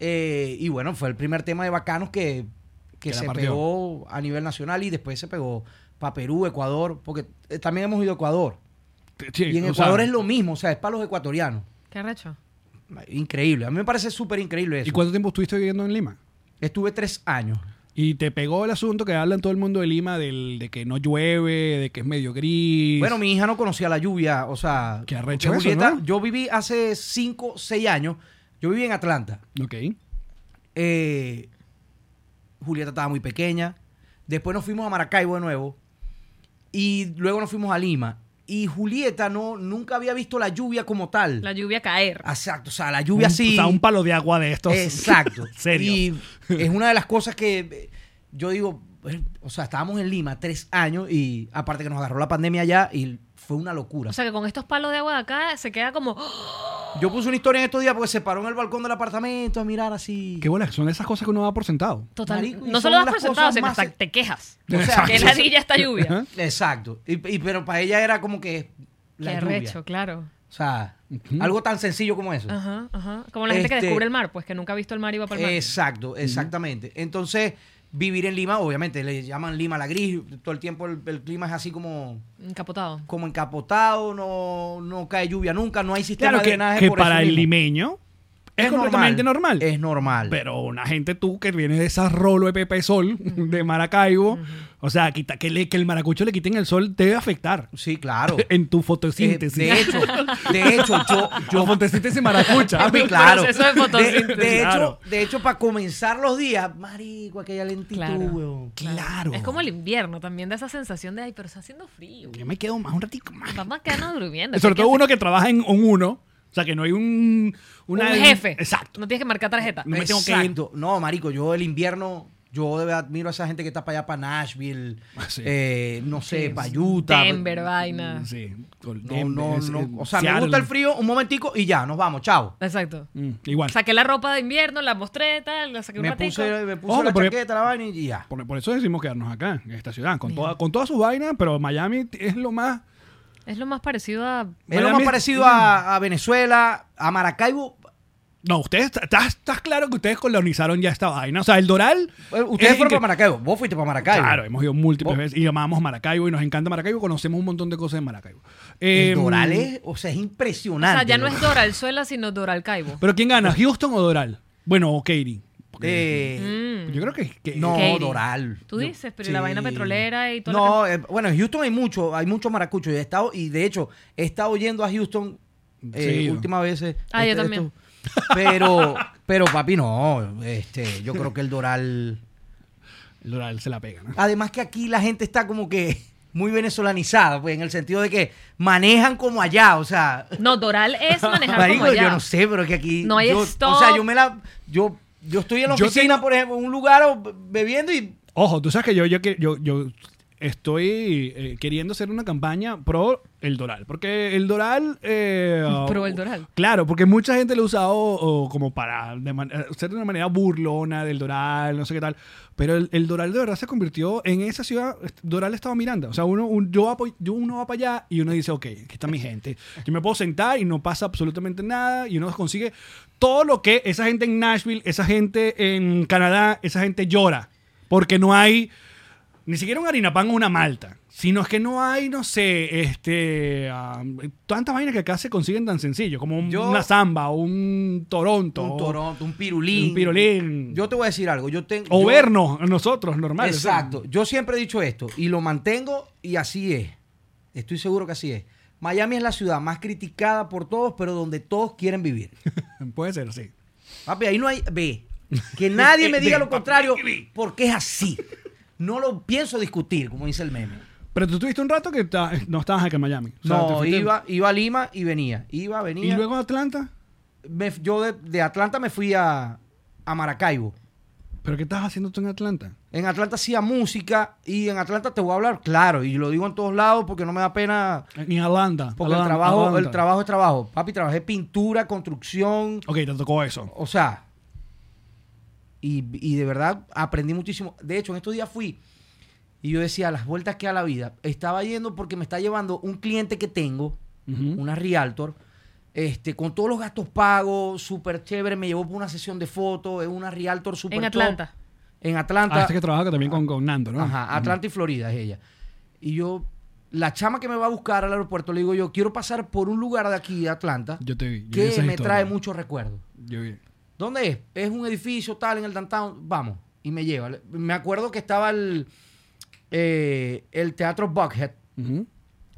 Speaker 4: Eh, y bueno, fue el primer tema de Bacanos que,
Speaker 3: Que
Speaker 4: que
Speaker 3: la
Speaker 4: se
Speaker 3: partió.
Speaker 4: pegó a nivel nacional y después se pegó para Perú, Ecuador, porque eh, también hemos ido a Ecuador.
Speaker 3: Sí,
Speaker 4: y en
Speaker 3: o sea,
Speaker 4: Ecuador es lo mismo, o sea, es para los ecuatorianos.
Speaker 5: Qué arrecho.
Speaker 4: Increíble, a mí me parece súper increíble eso.
Speaker 3: ¿Y cuánto tiempo estuviste viviendo en Lima?
Speaker 4: Estuve tres años.
Speaker 3: Y te pegó el asunto que hablan todo el mundo de Lima, del, de que no llueve, de que es medio gris.
Speaker 4: Bueno, mi hija no conocía la lluvia, o sea...
Speaker 3: Qué arrecho
Speaker 4: porque
Speaker 3: eso,
Speaker 4: Julieta,
Speaker 3: ¿no?
Speaker 4: Yo viví hace cinco, seis años, yo viví en Atlanta.
Speaker 3: Ok.
Speaker 4: Eh, Julieta estaba muy pequeña. Después nos fuimos a Maracaibo de nuevo. Y luego nos fuimos a Lima. Y Julieta no, nunca había visto la lluvia como tal.
Speaker 5: La lluvia caer.
Speaker 4: Exacto, o sea, la lluvia
Speaker 3: Un-
Speaker 4: así...
Speaker 3: O sea, un palo de agua de estos.
Speaker 4: Exacto.
Speaker 3: (laughs) Serio.
Speaker 4: Y es una de las cosas que eh, yo digo, eh, o sea, estábamos en Lima tres años y aparte que nos agarró la pandemia allá y fue una locura.
Speaker 5: O sea que con estos palos de agua de acá se queda como. ¡oh!
Speaker 4: yo puse una historia en estos días porque se paró en el balcón del apartamento a mirar así.
Speaker 3: Qué bola, son esas cosas que uno da por sentado.
Speaker 5: Total.
Speaker 4: Marico, y
Speaker 5: no
Speaker 4: son
Speaker 5: solo das
Speaker 4: las
Speaker 5: por sentado,
Speaker 4: cosas
Speaker 5: sino
Speaker 4: más- Ah,
Speaker 5: hasta te quejas.
Speaker 4: O sea,
Speaker 5: Que
Speaker 4: que-
Speaker 5: ladilla esta lluvia.
Speaker 4: Exacto. Y, y- pero para ella era como que la
Speaker 5: Qué
Speaker 4: lluvia.
Speaker 5: arrecho, claro.
Speaker 4: O sea,
Speaker 3: Ujú.
Speaker 4: algo tan sencillo como eso.
Speaker 5: Ajá, ajá. Como la gente que
Speaker 4: Este-
Speaker 5: descubre el mar, pues que nunca ha visto el mar y va para el mar.
Speaker 4: Exacto, exactamente. Entonces, vivir en Lima, obviamente, le llaman Lima la gris, todo el tiempo el- el clima es así como
Speaker 5: Encapotado.
Speaker 4: como encapotado, no, no cae lluvia nunca, no hay sistema
Speaker 3: Claro
Speaker 4: de
Speaker 3: que,
Speaker 4: drenaje.
Speaker 3: que
Speaker 4: por eso
Speaker 3: para el
Speaker 4: mismo.
Speaker 3: limeño es, completamente normal.
Speaker 4: Es normal.
Speaker 3: Pero una gente tú que viene de esas rolo de Pepe Sol, de Maracaibo, o sea, quita- que, le- que el maracucho le quiten el sol debe afectar
Speaker 4: sí, claro.
Speaker 3: (laughs) en tu
Speaker 4: Eh,
Speaker 3: fotosíntesis.
Speaker 4: de hecho, de hecho, yo,
Speaker 3: (laughs) yo fotosíntesis
Speaker 4: (laughs)
Speaker 3: maracucha.
Speaker 4: Papi, claro.
Speaker 5: proceso de fotosíntesis.
Speaker 4: De- de hecho,
Speaker 3: Claro.
Speaker 4: de hecho, para comenzar los días, marico, aquella lentitud,
Speaker 5: Claro.
Speaker 4: weón.
Speaker 3: (laughs) Claro.
Speaker 5: Es como el invierno también, da esa sensación de, ay, pero está haciendo frío.
Speaker 3: Yo me quedo más un ratito más.
Speaker 5: Vamos a quedarnos durmiendo.
Speaker 3: Sobre todo
Speaker 5: ¿Qué
Speaker 3: uno que trabaja en un uno, o sea, que no hay un... una-
Speaker 5: haces? un jefe.
Speaker 3: Exacto.
Speaker 5: No tienes que marcar tarjeta.
Speaker 3: No me tengo que ir.
Speaker 4: Exacto. No, marico, yo el invierno, yo de verdad admiro a esa gente que está para allá, para Nashville,
Speaker 3: Ah, sí.
Speaker 4: eh, no sé,
Speaker 5: Sí.
Speaker 4: para Utah.
Speaker 5: Denver,
Speaker 4: Mm,
Speaker 5: vaina.
Speaker 3: Sí. Con-
Speaker 4: No, no,
Speaker 3: es-
Speaker 4: no.
Speaker 3: es-
Speaker 4: O sea, me
Speaker 3: Seattle.
Speaker 4: gusta el frío un momentico y ya, nos vamos, chao.
Speaker 5: Exacto.
Speaker 3: Mm, igual.
Speaker 5: Saqué la ropa de invierno, la mostré, tal, la saqué un
Speaker 4: me
Speaker 5: ratico.
Speaker 4: puse, me puse
Speaker 3: Ojo,
Speaker 4: la
Speaker 3: porque-
Speaker 4: chaqueta, la vaina y ya.
Speaker 3: Por, por eso decidimos quedarnos acá, en esta ciudad, con, toda, con todas sus vainas, pero Miami es lo más...
Speaker 5: Es lo más parecido a...
Speaker 4: Es lo
Speaker 3: Miami
Speaker 4: más
Speaker 3: es-
Speaker 4: parecido a, a Venezuela, a Maracaibo.
Speaker 3: No, ustedes, ¿estás, estás claro que ustedes colonizaron ya esta vaina. O sea, el Doral.
Speaker 4: Bueno, Eh, Ustedes
Speaker 3: es
Speaker 4: fueron
Speaker 3: que-
Speaker 4: para Maracaibo. Vos fuiste para Maracaibo. Oh.
Speaker 3: Claro, hemos ido múltiples
Speaker 4: Vos-
Speaker 3: veces y amamos Maracaibo y nos encanta Maracaibo. Conocemos un montón de cosas de Maracaibo.
Speaker 4: El
Speaker 3: Em,
Speaker 4: Doral es, o sea, es
Speaker 5: O
Speaker 4: impresionante.
Speaker 5: sea, ya no es
Speaker 4: loco.
Speaker 5: Doralzuela, sino Doralcaibo.
Speaker 3: ¿Pero quién gana, Houston o Doral? Bueno, o Katie.
Speaker 4: Eh,
Speaker 5: Mm.
Speaker 3: Yo creo que. que-
Speaker 4: No,
Speaker 5: Katie.
Speaker 4: Doral.
Speaker 5: Tú
Speaker 4: Yo-
Speaker 5: dices, pero y la vaina petrolera y todo lo
Speaker 4: No, eh, bueno, en Houston hay mucho, hay mucho maracucho. Yo he estado, y de hecho, he estado yendo a Houston eh,
Speaker 3: Sí.
Speaker 4: últimas veces.
Speaker 5: Ah, yo también.
Speaker 4: pero, pero papi, no. Este, yo creo que el Doral.
Speaker 3: El Doral se la pega, ¿no?
Speaker 4: Además que aquí la gente está como que muy venezolanizada, pues, en el sentido de que manejan como allá, o sea.
Speaker 5: No, Doral
Speaker 4: (laughs)
Speaker 5: es manejar
Speaker 4: Marico,
Speaker 5: como allá.
Speaker 4: yo no sé, pero que aquí.
Speaker 5: No hay
Speaker 4: yo-
Speaker 5: stop.
Speaker 4: O sea, yo me la. Yo, yo estoy en la
Speaker 3: Yo
Speaker 4: oficina,
Speaker 3: tengo-
Speaker 4: por ejemplo, en un lugar o be- bebiendo y.
Speaker 3: Ojo, tú sabes que yo, yo, que- yo, yo estoy eh, queriendo hacer una campaña pro el Doral. Porque el Doral. eh,
Speaker 5: (laughs) Pro el Doral.
Speaker 3: Claro, porque mucha gente lo ha usado o, como para de man- eh, ser de una manera burlona del Doral, no sé qué tal. Pero el, el Doral de verdad se convirtió en esa ciudad. Doral estaba Miranda. O sea, uno, un- yo, apo- yo- uno va para allá y uno dice, ok, aquí está mi gente. Yo me puedo sentar y no pasa absolutamente nada y uno consigue todo lo que esa gente en Nashville, esa gente en Canadá, esa gente llora. Porque no hay ni siquiera un harinapan o una malta, sino es que no hay, no sé, este, ah, tantas vainas que acá se consiguen tan sencillo, como un-
Speaker 4: Yo-
Speaker 3: una samba, un Toronto,
Speaker 4: Un Toronto, un pirulín.
Speaker 3: Un pirulín.
Speaker 4: Yo te voy a decir algo. Yo tengo.
Speaker 3: o
Speaker 4: yo-
Speaker 3: vernos a nosotros, normal. o sea,
Speaker 4: Exacto. Yo siempre he dicho esto y lo mantengo y así es. Estoy seguro que así es. Miami es la ciudad más criticada por todos, pero donde todos quieren vivir.
Speaker 3: (laughs) puede ser, sí.
Speaker 4: Papi, ahí no hay.
Speaker 3: (laughs)
Speaker 4: Ve. Que nadie me diga
Speaker 3: Ve,
Speaker 4: lo
Speaker 3: papi,
Speaker 4: contrario
Speaker 3: ve.
Speaker 4: porque es así. No lo pienso discutir, como dice el meme.
Speaker 3: Pero tú tuviste un rato que ta- no estabas acá en Miami. O sea, te
Speaker 4: No,
Speaker 3: fuiste-
Speaker 4: iba, iba a Lima y venía. Iba, venía.
Speaker 3: Y luego a Atlanta.
Speaker 4: Me- yo de, de Atlanta me fui a, a Maracaibo.
Speaker 3: ¿Pero qué estás haciendo tú en Atlanta?
Speaker 4: En Atlanta hacía música y en Atlanta te voy a hablar, claro, y lo digo en todos lados porque no me da pena,
Speaker 3: En Atlanta.
Speaker 4: porque el
Speaker 3: Atlanta,
Speaker 4: trabajo, el
Speaker 3: Atlanta.
Speaker 4: trabajo es trabajo. Papi, trabajé pintura, construcción,
Speaker 3: Ok, te tocó eso.
Speaker 4: o sea, y, y de verdad aprendí muchísimo. De hecho, en estos días fui y yo decía, las vueltas que da la vida. Estaba yendo porque me está llevando un cliente que tengo,
Speaker 3: Ujú.
Speaker 4: una Realtor, este, con todos los gastos pagos, súper chévere, me llevó por una sesión de fotos, es una Realtor súper
Speaker 5: En
Speaker 4: top.
Speaker 5: Atlanta.
Speaker 4: En Atlanta.
Speaker 3: Ah, este que trabaja también con, con Nando, ¿no?
Speaker 4: Ajá, Atlanta y Florida es ella. Y yo, la chama que me va a buscar al aeropuerto, le digo yo, quiero pasar por un lugar de aquí, de Atlanta,
Speaker 3: Yo te vi. yo vi
Speaker 4: que
Speaker 3: esas
Speaker 4: me
Speaker 3: historias.
Speaker 4: trae muchos recuerdos.
Speaker 3: Yo vi.
Speaker 4: ¿Dónde es? Es un edificio tal en el downtown. Vamos. Y me lleva. Le- Me acuerdo que estaba el, eh, el teatro Buckhead,
Speaker 3: Ujú.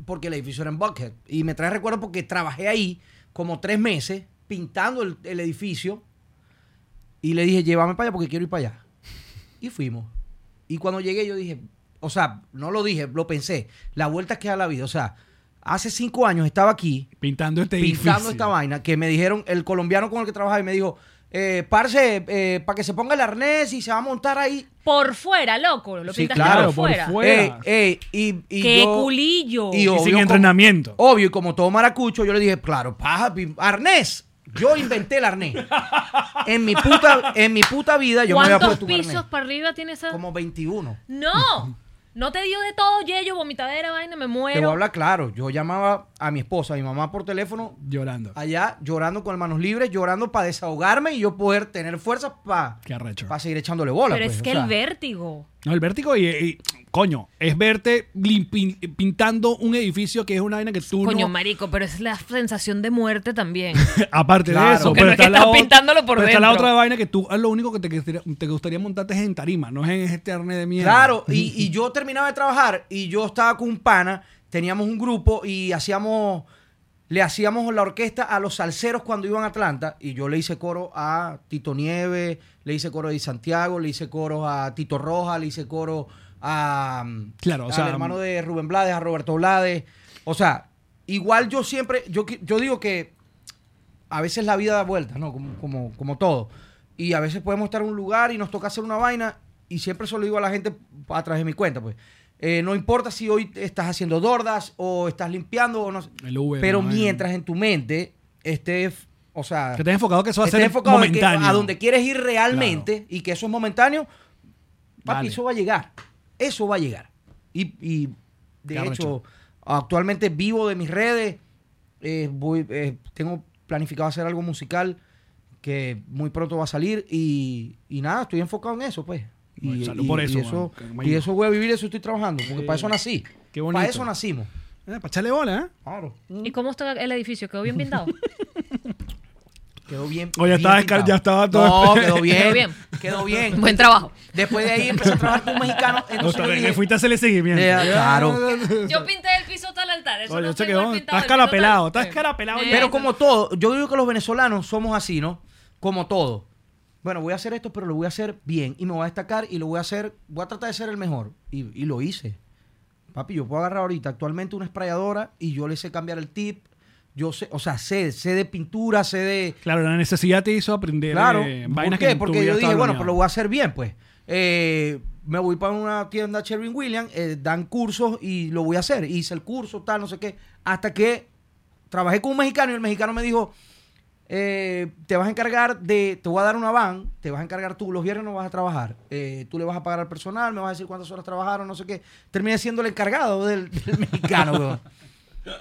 Speaker 4: porque el edificio era en Buckhead. Y me trae recuerdo porque trabajé ahí como tres meses pintando el, el edificio. Y le dije, llévame para allá porque quiero ir para allá. Y fuimos. Y cuando llegué yo dije, o sea, no lo dije, lo pensé. La vuelta que da la vida. O sea, hace cinco años estaba aquí
Speaker 3: Pintando este
Speaker 4: pintando
Speaker 3: edificio.
Speaker 4: esta vaina que me dijeron el colombiano con el que trabajaba y me dijo eh, parce para que se ponga el arnés y se va a montar ahí
Speaker 5: Por fuera, loco. Lo
Speaker 4: Sí,
Speaker 5: pintaste
Speaker 4: claro,
Speaker 5: por
Speaker 3: por
Speaker 5: fuera.
Speaker 3: fuera.
Speaker 4: Ey, ey, y, y
Speaker 5: ¡Qué
Speaker 4: yo-
Speaker 5: culillo!
Speaker 4: y
Speaker 3: Y
Speaker 4: obvio
Speaker 3: sin
Speaker 4: como-
Speaker 3: entrenamiento.
Speaker 4: obvio y como todo maracucho yo le dije claro paja pi- arnés yo inventé el
Speaker 5: (laughs)
Speaker 4: arnés en mi puta en mi puta vida yo me había
Speaker 5: ¿Cuántos
Speaker 4: puesto un
Speaker 5: pisos
Speaker 4: arnés
Speaker 5: para arriba
Speaker 4: (laughs)
Speaker 5: tiene esa...?
Speaker 4: como 21
Speaker 5: ¡No! No te dio de todo, yello, vomitadera, vaina, me
Speaker 4: te voy a
Speaker 5: muero.
Speaker 4: hablar claro yo llamaba a mi esposa a mi mamá por teléfono
Speaker 3: Llorando.
Speaker 4: allá llorando con las manos libres llorando para desahogarme y yo poder tener fuerzas para
Speaker 3: Qué arrecho.
Speaker 4: seguir echándole bola
Speaker 5: Pero
Speaker 4: pues,
Speaker 5: es
Speaker 4: o
Speaker 5: que
Speaker 4: sea.
Speaker 5: el vértigo.
Speaker 3: No, el vértigo y, y- coño, es verte limpi- pintando un edificio que es una vaina que tú
Speaker 5: Coño,
Speaker 3: no...
Speaker 5: marico, pero es la sensación de muerte también.
Speaker 3: (laughs) Aparte de
Speaker 4: Claro.
Speaker 3: eso,
Speaker 4: Que
Speaker 3: pero
Speaker 5: no es que
Speaker 3: está, la
Speaker 5: estás
Speaker 3: otra-
Speaker 5: pintándolo por
Speaker 3: pero está la
Speaker 5: dentro.
Speaker 3: otra vaina que tú ah, lo único que te, gustaría- te gustaría montarte es en tarima, no es en este arne de mierda.
Speaker 4: Claro,
Speaker 3: (laughs)
Speaker 4: y, y yo terminaba de trabajar y yo estaba con un pana, teníamos un grupo y hacíamos, le hacíamos la orquesta a los salseros cuando iban a Atlanta y yo le hice coro a Tito Nieves, le hice coro a Di Santiago, le hice coro a Tito Rojas, le hice coro a mm,
Speaker 3: Claro, o
Speaker 4: al
Speaker 3: sea,
Speaker 4: hermano de Rubén Blades, a Roberto Blades. O sea, igual yo siempre, yo, qui- yo digo que a veces la vida da vueltas, ¿no? Como, como, como todo. Y a veces podemos estar en un lugar y nos toca hacer una vaina. Y siempre se lo digo a la gente a través de mi cuenta, pues. Eh, no importa si hoy estás haciendo dordas o estás limpiando o no sé.
Speaker 3: (laughs) El Uber,
Speaker 4: Pero
Speaker 3: la vaina.
Speaker 4: mientras en tu mente estés, o sea,
Speaker 3: Que te has enfocado que eso va a
Speaker 4: estés
Speaker 3: ser
Speaker 4: enfocado en que-
Speaker 3: momentáneo.
Speaker 4: Este a donde quieres ir realmente y que eso es momentáneo, papi,
Speaker 3: Dale.
Speaker 4: eso va a llegar. Eso va a llegar. Y, y, de
Speaker 3: Qué arrecho.
Speaker 4: hecho, actualmente vivo de mis redes. eh, voy, eh, tengo planificado hacer algo musical que muy pronto va a salir y, y nada, estoy enfocado en eso, pues. Y,
Speaker 3: Bueno, salud
Speaker 4: y-
Speaker 3: por
Speaker 4: y
Speaker 3: eso,
Speaker 4: eso,
Speaker 3: mano, que
Speaker 4: y eso voy a vivir, eso estoy trabajando, porque para eso nací.
Speaker 3: Qué bonito.
Speaker 4: para eso nacimos.
Speaker 3: para echarle bola, ¿eh?
Speaker 4: Claro.
Speaker 5: ¿Y cómo está el edificio? ¿Quedó bien pintado?
Speaker 4: Quedó bien.
Speaker 3: O ya
Speaker 4: bien
Speaker 3: estaba
Speaker 4: pintado.
Speaker 3: escal- ya estaba todo- (laughs)
Speaker 4: No, quedó bien.
Speaker 5: Quedó bien.
Speaker 4: Quedó bien.
Speaker 5: (laughs) Buen trabajo.
Speaker 4: Después de ahí empecé a trabajar con un mexicano. Entonces
Speaker 3: Otra
Speaker 4: yo
Speaker 3: vez,
Speaker 4: dije,
Speaker 3: le fuiste a hacerle seguimiento.
Speaker 4: Eh, claro.
Speaker 5: Yo pinté el piso tal altar. Eso
Speaker 3: Oye,
Speaker 5: no
Speaker 3: se
Speaker 5: fue
Speaker 3: quedó- estás
Speaker 5: mal pintado, el piso tal-
Speaker 3: carapelado, estás
Speaker 5: Sí.
Speaker 3: carapelado.
Speaker 5: Eh,
Speaker 4: Pero como todo, yo digo que los venezolanos somos así, ¿no? Como todo. Bueno, voy a hacer esto, pero lo voy a hacer bien y me voy a destacar y lo voy a hacer, voy a tratar de ser el mejor. Y, y lo hice. Papi, yo puedo agarrar ahorita actualmente una sprayadora y yo le sé cambiar el tip. Yo sé, o sea, sé, sé de pintura, sé de...
Speaker 3: Claro, la necesidad te hizo aprender
Speaker 4: Claro.
Speaker 3: eh,
Speaker 4: ¿Por
Speaker 3: vainas que
Speaker 4: qué?
Speaker 3: tú
Speaker 4: Porque yo
Speaker 3: hubieras
Speaker 4: dije,
Speaker 3: estado
Speaker 4: bueno,
Speaker 3: planeado.
Speaker 4: pero lo voy a hacer bien, pues. Eh, me voy para una tienda Sherwin Williams, eh, dan cursos y lo voy a hacer. Hice el curso, tal, no sé qué. Hasta que trabajé con un mexicano y el mexicano me dijo, eh, te vas a encargar de, te voy a dar una van, te vas a encargar tú, los viernes no vas a trabajar, Eh, tú le vas a pagar al personal, me vas a decir cuántas horas trabajaron, no sé qué. Terminé siendo el encargado del, del (laughs) mexicano, weón.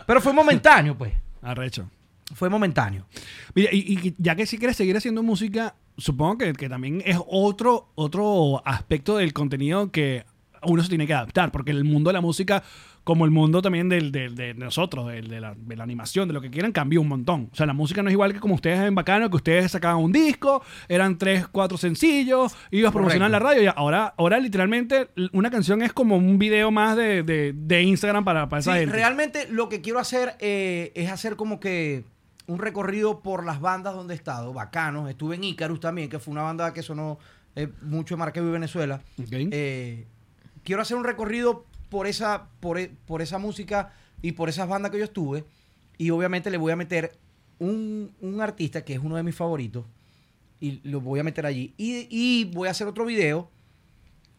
Speaker 4: Pero fue momentáneo, pues.
Speaker 3: Arrecho.
Speaker 4: Fue momentáneo.
Speaker 3: Mira, y, y ya que si quieres seguir haciendo música, supongo que, que también es otro, otro aspecto del contenido que uno se tiene que adaptar, porque el mundo de la música, como el mundo también del, del- de nosotros, del- de, la, de la animación, de lo que quieran, cambió un montón. O sea, la música no es igual que como ustedes en Bacano, que ustedes sacaban un disco, eran tres, cuatro sencillos, ibas a promocionar en la radio, y ahora, ahora literalmente l- una canción es como un video más de, de- de Instagram para, para esa
Speaker 4: Sí,
Speaker 3: gente.
Speaker 4: realmente lo que quiero hacer eh, es hacer como que un recorrido por las bandas donde he estado, bacanos. Estuve en Icarus también, que fue una banda que sonó eh, mucho en Maracaibo y Venezuela.
Speaker 3: Ok.
Speaker 4: Eh, quiero hacer un recorrido por esa, por, e- por esa música y por esas bandas que yo estuve. Y obviamente le voy a meter un, un artista que es uno de mis favoritos. Y lo voy a meter allí. Y, y voy a hacer otro video.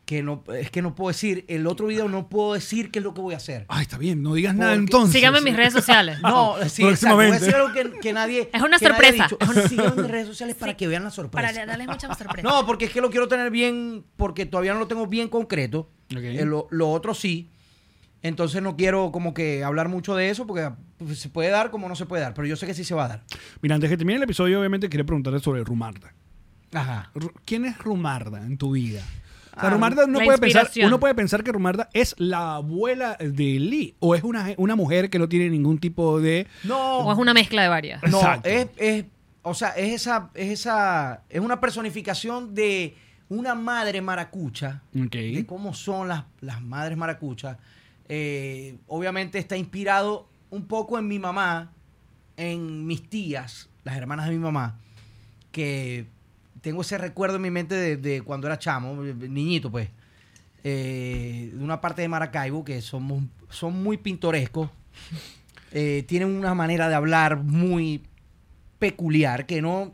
Speaker 4: Que no, es que no puedo decir, el otro video no puedo decir qué es lo que voy a hacer.
Speaker 3: Ay, está bien, no digas nada
Speaker 4: Porque-
Speaker 3: entonces.
Speaker 2: Síganme en mis redes
Speaker 3: (laughs)
Speaker 2: sociales.
Speaker 4: No, sí, Oh, exacto. Voy a
Speaker 3: Próximamente.
Speaker 4: decir algo que, que nadie.
Speaker 2: Es una
Speaker 4: que nadie
Speaker 2: sorpresa.
Speaker 4: ha dicho. Ah, Es una- síganme en redes
Speaker 5: (laughs)
Speaker 4: sociales para que vean la sorpresa.
Speaker 5: Para darles mucha sorpresa.
Speaker 4: No, porque es que lo quiero tener bien, porque todavía no lo tengo bien concreto.
Speaker 3: Ok.
Speaker 4: Eh, lo, lo otro sí. Entonces no quiero como que hablar mucho de eso, porque pues, se puede dar como no se puede dar, pero yo sé que sí se va a dar.
Speaker 3: Mira, antes que termine el episodio, obviamente quería preguntarle sobre Rumarda.
Speaker 4: Ajá.
Speaker 3: Ru- ¿Quién es Rumarda en tu vida? O sea,
Speaker 4: Ah,
Speaker 3: Rumarda uno
Speaker 5: la
Speaker 3: puede, pensar,
Speaker 5: inspiración.
Speaker 3: uno puede pensar que Rumarda es la abuela de Lee o es una, una mujer que no tiene ningún tipo de...
Speaker 4: No,
Speaker 5: O es una mezcla de varias. (laughs)
Speaker 4: No,
Speaker 3: Exacto.
Speaker 4: es, es- o sea, es esa, es esa, es una personificación de una madre maracucha,
Speaker 3: Ok.
Speaker 4: de cómo son las, las madres maracuchas. Eh, obviamente está inspirado un poco en mi mamá, en mis tías, las hermanas de mi mamá, que tengo ese recuerdo en mi mente de, de cuando era chamo, niñito pues, eh, de una parte de Maracaibo que somos, son muy pintorescos, (laughs) eh, tienen una manera de hablar muy peculiar que no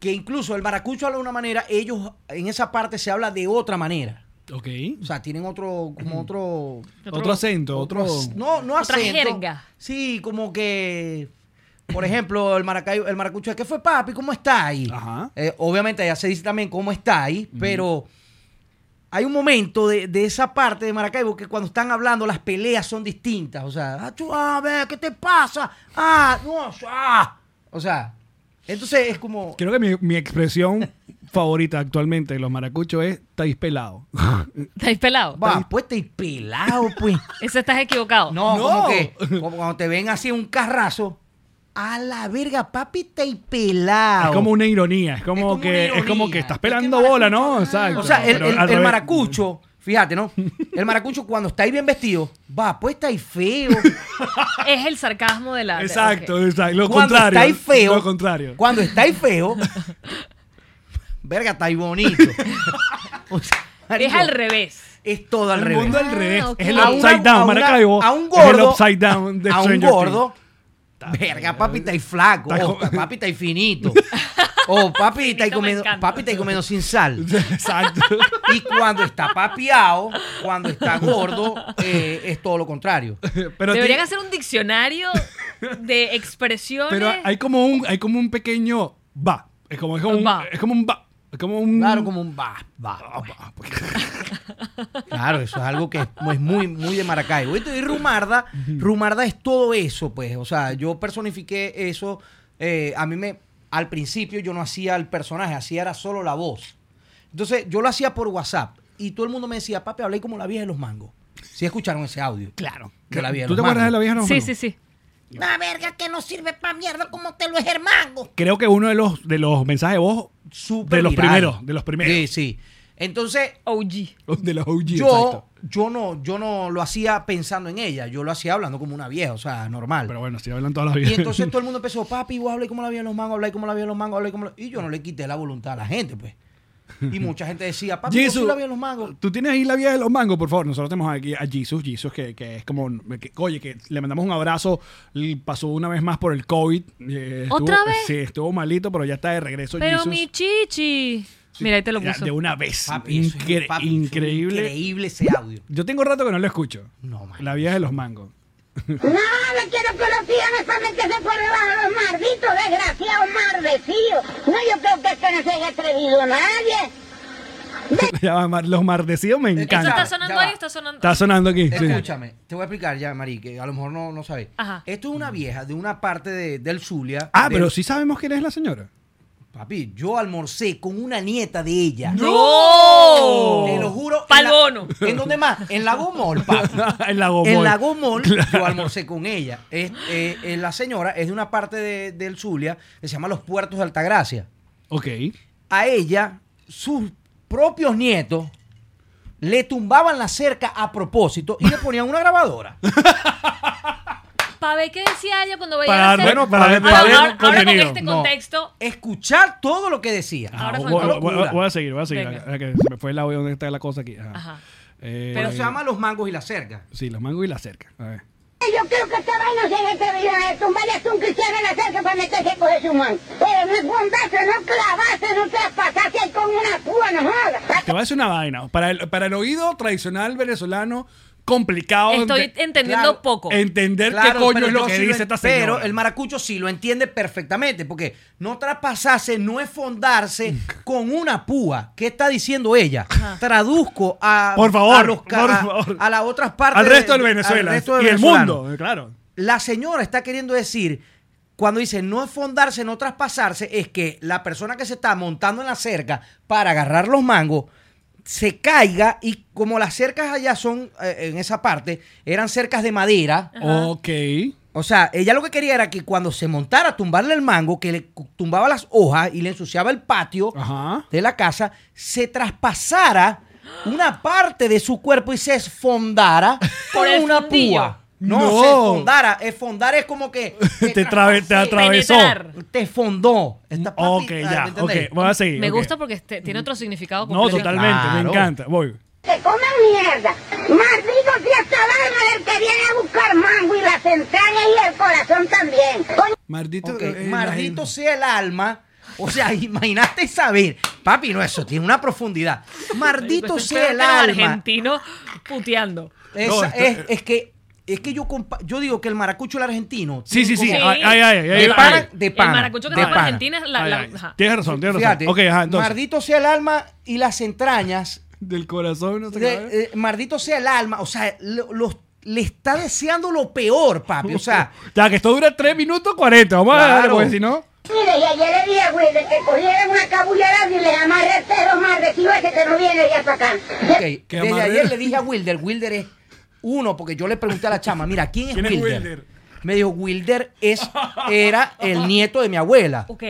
Speaker 4: que incluso el maracucho habla de una manera ellos en esa parte se habla de otra manera
Speaker 3: Ok.
Speaker 4: o sea tienen otro como otro
Speaker 3: Otro, acento, otro...
Speaker 4: ac- no no
Speaker 5: otra
Speaker 4: acento.
Speaker 5: jerga.
Speaker 4: sí como que por ejemplo el maracaibo el maracucho es que fue papi cómo está ahí
Speaker 3: Ajá.
Speaker 4: Eh, obviamente allá se dice también cómo está ahí pero hay un momento de, de esa parte de Maracaibo que cuando están hablando las peleas son distintas. O sea, "Ah, chu, ah, ve, ¿qué te pasa? Ah, no, ah". O sea, entonces es como.
Speaker 3: Creo que mi, mi expresión (laughs) favorita actualmente de los maracuchos es estáis (laughs) pelado.
Speaker 5: ¿Estáis pelado?
Speaker 4: Va, pues te pelado, pues.
Speaker 5: Eso estás equivocado.
Speaker 4: No,
Speaker 3: No.
Speaker 4: como que como cuando te ven así un carrazo. A la verga, papi, te pelado.
Speaker 3: es como una ironía, es como,
Speaker 4: Es como una
Speaker 3: que es como
Speaker 4: ironía.
Speaker 3: que estás
Speaker 4: Es que
Speaker 3: pelando
Speaker 4: maracucho- ah.
Speaker 3: bola, ¿no? Exacto.
Speaker 4: O sea, el,
Speaker 3: Pero
Speaker 4: el-
Speaker 3: al
Speaker 4: el
Speaker 3: revés.
Speaker 4: maracucho, fíjate, ¿no? El maracucho cuando está ahí bien vestido, va, pues está ahí feo.
Speaker 5: Es el sarcasmo de la. de-
Speaker 3: Exacto,
Speaker 5: ok.
Speaker 3: exacto. (laughs) Lo
Speaker 4: cuando
Speaker 3: contrario.
Speaker 4: está ahí feo.
Speaker 3: Lo contrario.
Speaker 4: Cuando está ahí feo. verga, está
Speaker 3: (laughs)
Speaker 4: ahí bonito. O sea,
Speaker 5: Es
Speaker 4: marico,
Speaker 5: al revés.
Speaker 4: Es todo al
Speaker 3: el
Speaker 4: revés.
Speaker 3: mundo al revés.
Speaker 5: Ah, ok.
Speaker 3: Es el
Speaker 4: A una-
Speaker 3: upside down,
Speaker 4: a una-
Speaker 3: Maracaibo.
Speaker 4: a un
Speaker 3: Es el
Speaker 4: gordo.
Speaker 3: upside down de
Speaker 4: a un
Speaker 3: Stranger
Speaker 4: gordo.
Speaker 3: Things.
Speaker 4: Verga, papi, está ahí flaco.
Speaker 3: Está
Speaker 4: Oh,
Speaker 3: co-
Speaker 4: papi, está
Speaker 3: (laughs)
Speaker 4: ahí finito. O papi, está ahí
Speaker 5: me
Speaker 4: comiendo,
Speaker 5: encanta.
Speaker 4: papi, está ahí comiendo sin sal. (laughs)
Speaker 3: Exacto.
Speaker 4: Y cuando está papiado, cuando está gordo, eh, es todo lo contrario.
Speaker 3: Pero,
Speaker 5: Deberían
Speaker 3: tiene-
Speaker 5: hacer un diccionario
Speaker 3: (laughs)
Speaker 5: de expresiones.
Speaker 3: pero hay como un hay como un pequeño va. Es como, es como un
Speaker 5: Va.
Speaker 3: es como un va. Es como un
Speaker 4: Claro, como un va, va. (laughs)
Speaker 3: Ah, pues.
Speaker 4: Claro, eso es algo que es es muy, muy de Maracaibo. Y y Rumarda, Rumarda es todo eso, pues. O sea, yo personifiqué eso. eh, a mí me, al principio yo no hacía el personaje, hacía era solo la voz. Entonces yo lo hacía por WhatsApp y todo el mundo me decía, papi, hablé como la vieja de los mangos. Si escucharon ese audio. Claro. De la vieja de
Speaker 3: ¿Tú
Speaker 4: los
Speaker 3: te acuerdas de la
Speaker 4: mangos.
Speaker 3: vieja? no,
Speaker 2: Sí,
Speaker 3: Juan?
Speaker 2: sí, sí.
Speaker 6: Una verga que no sirve pa' mierda como te lo es Hermango.
Speaker 3: Creo que uno de los, de los mensajes de voz
Speaker 4: Súper
Speaker 3: De los
Speaker 4: viral.
Speaker 3: primeros, de los primeros.
Speaker 4: Sí, sí. Entonces
Speaker 5: OG.
Speaker 3: (laughs) de los OG.
Speaker 4: yo,
Speaker 3: exacto.
Speaker 4: yo, no, yo no lo hacía pensando en ella, yo lo hacía hablando como una vieja, o sea, normal.
Speaker 3: Pero bueno, si hablan todas las
Speaker 4: Y
Speaker 3: viejas.
Speaker 4: entonces todo el mundo
Speaker 3: (laughs)
Speaker 4: empezó, papi, vos habláis como la vida de los mangos, habláis como la vida de los mangos, habláis como la... Y yo no le quité la voluntad a la gente, pues. Y mucha gente decía, papi, vos
Speaker 3: Jesus,
Speaker 4: sí la vida de los mangos.
Speaker 3: Tú tienes ahí la vieja de los mangos, por favor. Nosotros tenemos aquí a Jesus, Jesus que, que es como, que- oye, que le mandamos un abrazo. L- Pasó una vez más por el COVID. eh, estuvo-
Speaker 2: ¿Otra vez?
Speaker 3: Sí, estuvo malito, pero ya está de regreso.
Speaker 2: Pero
Speaker 3: Jesus.
Speaker 2: mi chichi. Mira, ahí te lo
Speaker 3: Ya,
Speaker 2: puso.
Speaker 3: De una vez.
Speaker 4: Papi, eso es un-
Speaker 3: Incre-
Speaker 4: papi, eso es un
Speaker 3: increíble.
Speaker 4: Increíble ese audio.
Speaker 3: Yo tengo rato que no lo escucho.
Speaker 4: No, man.
Speaker 3: La vieja de los mangos. (laughs)
Speaker 6: Nada, Ah, quiero que lo sigan esa gente se fue rebajar los malditos, desgraciados, mardecillos. No, yo creo que esto no se haya atrevido nadie.
Speaker 3: Ya va, mar- los mardecidos me
Speaker 4: Eso
Speaker 5: Eso
Speaker 3: encantan.
Speaker 5: está
Speaker 4: Canta.
Speaker 5: sonando
Speaker 4: Ya va.
Speaker 5: ahí, está sonando.
Speaker 3: Está sonando aquí. sí.
Speaker 4: Escúchame, te voy a explicar ya, Mari, que a lo mejor no, no sabes.
Speaker 5: Ajá.
Speaker 4: Esto es una vieja de una parte de- del Zulia.
Speaker 3: Ah,
Speaker 4: de-
Speaker 3: pero sí sabemos quién es la señora.
Speaker 4: Papi, yo almorcé con una nieta de ella.
Speaker 5: ¡No!
Speaker 4: Te lo juro. en
Speaker 5: Pa'l
Speaker 4: la-
Speaker 5: bono.
Speaker 4: ¿En dónde más? En Lago Mall, papi.
Speaker 3: el lago
Speaker 4: (laughs) En
Speaker 3: Mall.
Speaker 4: Lago Mall, yo almorcé con ella. Es, eh, eh, la señora es de una parte de- del Zulia que se llama Los Puertos de Altagracia.
Speaker 3: Ok.
Speaker 4: A ella, sus propios nietos le tumbaban la cerca a propósito y le ponían una grabadora.
Speaker 5: Para ver qué decía ella cuando veía
Speaker 3: Para
Speaker 5: la
Speaker 3: dar-
Speaker 5: serie.
Speaker 3: bueno, para ver-
Speaker 5: Ahora-
Speaker 3: para ver
Speaker 5: ahora, ahora con
Speaker 3: contenido.
Speaker 5: este
Speaker 4: No.
Speaker 5: contexto,
Speaker 4: Escuchar todo lo que decía.
Speaker 5: Ahora
Speaker 3: Ah,
Speaker 5: fue
Speaker 3: voy,
Speaker 4: una
Speaker 3: voy-
Speaker 4: locura.
Speaker 3: voy a seguir, voy a seguir.
Speaker 5: Venga.
Speaker 3: Ahora que se me fue el audio donde está la cosa aquí. Ajá.
Speaker 5: Ajá.
Speaker 3: Eh,
Speaker 4: Pero se llama Los Mangos y la Cerca.
Speaker 3: Sí, los mangos y la cerca. A ver.
Speaker 6: Yo creo que esta vaina se haya atrevido a tumbarle a un cristiano en la cerca para meterse con Jesús, man. Pero no es bondazo, no clavaste, no traspasaste ahí con una púa, no jodas.
Speaker 3: Te voy a decir una vaina. Para el, para el oído tradicional venezolano, complicado
Speaker 2: Estoy
Speaker 3: ente-
Speaker 2: entendiendo
Speaker 4: claro,
Speaker 2: poco.
Speaker 3: entender qué
Speaker 4: Claro,
Speaker 3: coño
Speaker 4: pero
Speaker 3: es lo
Speaker 4: yo
Speaker 3: que
Speaker 4: sí
Speaker 3: dice
Speaker 4: en-
Speaker 3: esta señora.
Speaker 4: Pero el maracucho sí lo entiende perfectamente, porque no traspasarse, no
Speaker 3: (laughs)
Speaker 4: es fondarse con una púa. ¿Qué está diciendo ella? Traduzco a,
Speaker 3: Por favor,
Speaker 4: a, los ca-
Speaker 3: por
Speaker 4: a-
Speaker 3: favor.
Speaker 4: a las otras partes.
Speaker 3: al resto del
Speaker 4: de-
Speaker 3: Venezuela
Speaker 4: al resto de
Speaker 3: y el
Speaker 4: venezolano.
Speaker 3: mundo, eh, claro.
Speaker 4: La señora está queriendo decir, cuando dice no es fondarse, no traspasarse, es que la persona que se está montando en la cerca para agarrar los mangos se caiga y como las cercas allá son, eh, en esa parte, eran cercas de madera.
Speaker 3: Ok.
Speaker 4: O sea, ella lo que quería era que cuando se montara a tumbarle el mango, que le cu- tumbaba las hojas y le ensuciaba el patio
Speaker 3: Ajá.
Speaker 4: de la casa, se traspasara una parte de su cuerpo y se
Speaker 5: (laughs)
Speaker 4: esfondara
Speaker 5: Por
Speaker 4: con
Speaker 5: el
Speaker 4: una
Speaker 5: fundillo.
Speaker 4: púa. No,
Speaker 3: No.
Speaker 4: se esfondara. Esfondar es como
Speaker 3: (laughs)
Speaker 4: que
Speaker 3: Te, trabe- te
Speaker 4: traspasé,
Speaker 3: atravesó.
Speaker 5: penetrar.
Speaker 4: te fondó. Esta parte,
Speaker 3: Ok,
Speaker 4: ah,
Speaker 3: ya.
Speaker 4: ¿me
Speaker 3: Ok,
Speaker 4: entendéis?
Speaker 3: voy a seguir.
Speaker 2: Me
Speaker 3: ok.
Speaker 2: gusta porque este- tiene otro significado
Speaker 3: No,
Speaker 2: completo.
Speaker 3: totalmente.
Speaker 4: Claro.
Speaker 3: Me encanta. Voy.
Speaker 6: Que coman mierda. Maldito sea esta vaina del que viene a buscar mango y las entrañas y el corazón también. Coño,
Speaker 3: Mardito.
Speaker 4: Ok,
Speaker 3: eh,
Speaker 4: Maldito
Speaker 3: la-
Speaker 4: sea el alma. O sea, (laughs) imaginaste saber. Papi, no, eso tiene una profundidad.
Speaker 5: pues
Speaker 4: Maldito sea el alma.
Speaker 5: argentino puteando.
Speaker 4: Esa-
Speaker 3: No, eh, esto-
Speaker 4: es, es que es que yo compa- yo digo que el maracucho y el argentino
Speaker 3: Sí, sí, sí.
Speaker 5: Sí.
Speaker 3: Ay, ay,
Speaker 5: Ah,
Speaker 3: ay. ay,
Speaker 4: de
Speaker 3: ay.
Speaker 4: pana de pana
Speaker 5: el maracucho que
Speaker 4: de
Speaker 5: está en
Speaker 4: pana.
Speaker 5: Argentina es la.
Speaker 3: Ay,
Speaker 5: la-
Speaker 3: ay.
Speaker 5: ajá.
Speaker 3: Tienes razón, tienes razón.
Speaker 4: Fíjate,
Speaker 3: ok, ajá, entonces.
Speaker 4: maldito sea el alma y las entrañas
Speaker 3: Del corazón, no sé
Speaker 4: de-
Speaker 3: qué.
Speaker 4: eh, maldito sea el alma o sea lo- los- le está deseando lo peor papi eh,
Speaker 3: (laughs)
Speaker 4: o sea
Speaker 3: ya que esto dura 3 minutos 40. Vamos a darle,
Speaker 4: Claro.
Speaker 3: porque si no.
Speaker 6: Mire, y ayer le dije a Will de que cogieran una cabullada y le amarré cero más de ese que no viene ya para acá.
Speaker 4: ok,
Speaker 3: (laughs) Qué
Speaker 4: desde
Speaker 3: amarrero.
Speaker 4: ayer le dije a Wilder Wilder es uno porque yo le pregunté a la chama mira quién es,
Speaker 3: ¿Quién es
Speaker 4: Wilder?
Speaker 3: Wilder?
Speaker 4: me dijo Wilder es era el nieto de mi
Speaker 5: (laughs)
Speaker 4: abuela
Speaker 5: Ok.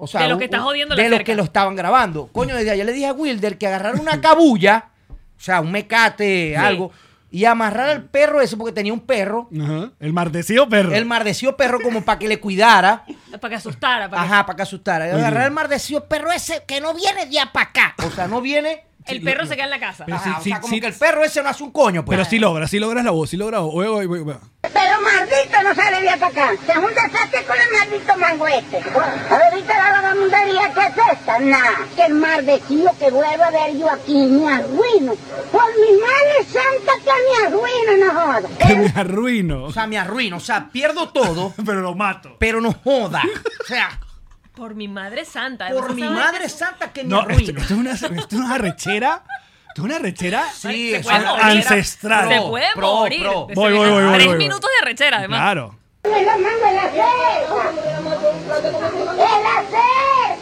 Speaker 4: O sea,
Speaker 5: De los
Speaker 4: un-
Speaker 5: que está
Speaker 4: un-
Speaker 5: jodiendo la
Speaker 4: De los
Speaker 5: cerca.
Speaker 4: que lo estaban grabando. Coño, desde ayer le dije a Wilder que agarrar una cabulla, o sea, un mecate, algo, y amarrar al perro ese, porque tenía un perro,
Speaker 3: Ajá. El mardecido perro.
Speaker 4: el mardecido perro como para que le
Speaker 3: (laughs)
Speaker 4: cuidara,
Speaker 5: Para que asustara. Para
Speaker 4: ajá, para que asustara. Y agarrar al mardecido perro ese que no viene de para acá. O sea, no viene.
Speaker 5: que el perro se queda en la casa.
Speaker 3: Pero
Speaker 4: ajá,
Speaker 3: sí,
Speaker 4: o
Speaker 3: sí,
Speaker 4: sea, como
Speaker 3: sí.
Speaker 4: que el perro ese no hace un coño, pues.
Speaker 3: Pero sí logra, sí logras la voz, sí logra. Oye, oye, oye, oye.
Speaker 6: Pero maldito no sale bien para acá. Se es un desastre con el maldito mango este. A ver, ahorita la vagabundería que es esta. Nah, que el maldecido que vuelvo a ver yo aquí me arruino. Por mi madre santa que me arruino, no joda.
Speaker 3: Que (laughs) me arruino.
Speaker 4: O sea, me arruino, o sea, pierdo
Speaker 3: (laughs)
Speaker 4: todo,
Speaker 3: Pero lo mato.
Speaker 4: pero no joda. O sea,
Speaker 5: Por mi madre santa.
Speaker 4: por
Speaker 5: Esa
Speaker 4: mi
Speaker 5: vaina
Speaker 4: madre
Speaker 5: es-
Speaker 4: santa que me
Speaker 3: No, esto,
Speaker 4: arruino.
Speaker 3: esto es una, esto es una rechera. Esto es una rechera.
Speaker 4: Sí,
Speaker 5: Se
Speaker 4: o
Speaker 5: puede
Speaker 4: sea,
Speaker 5: morir.
Speaker 3: ancestral.
Speaker 5: Se
Speaker 3: Pro,
Speaker 5: puede morir. Se
Speaker 3: Voy,
Speaker 5: le-
Speaker 3: voy, voy, voy,
Speaker 5: Tres
Speaker 3: voy.
Speaker 5: minutos de rechera, además.
Speaker 3: Claro.
Speaker 6: Me lo mando en la cerca. El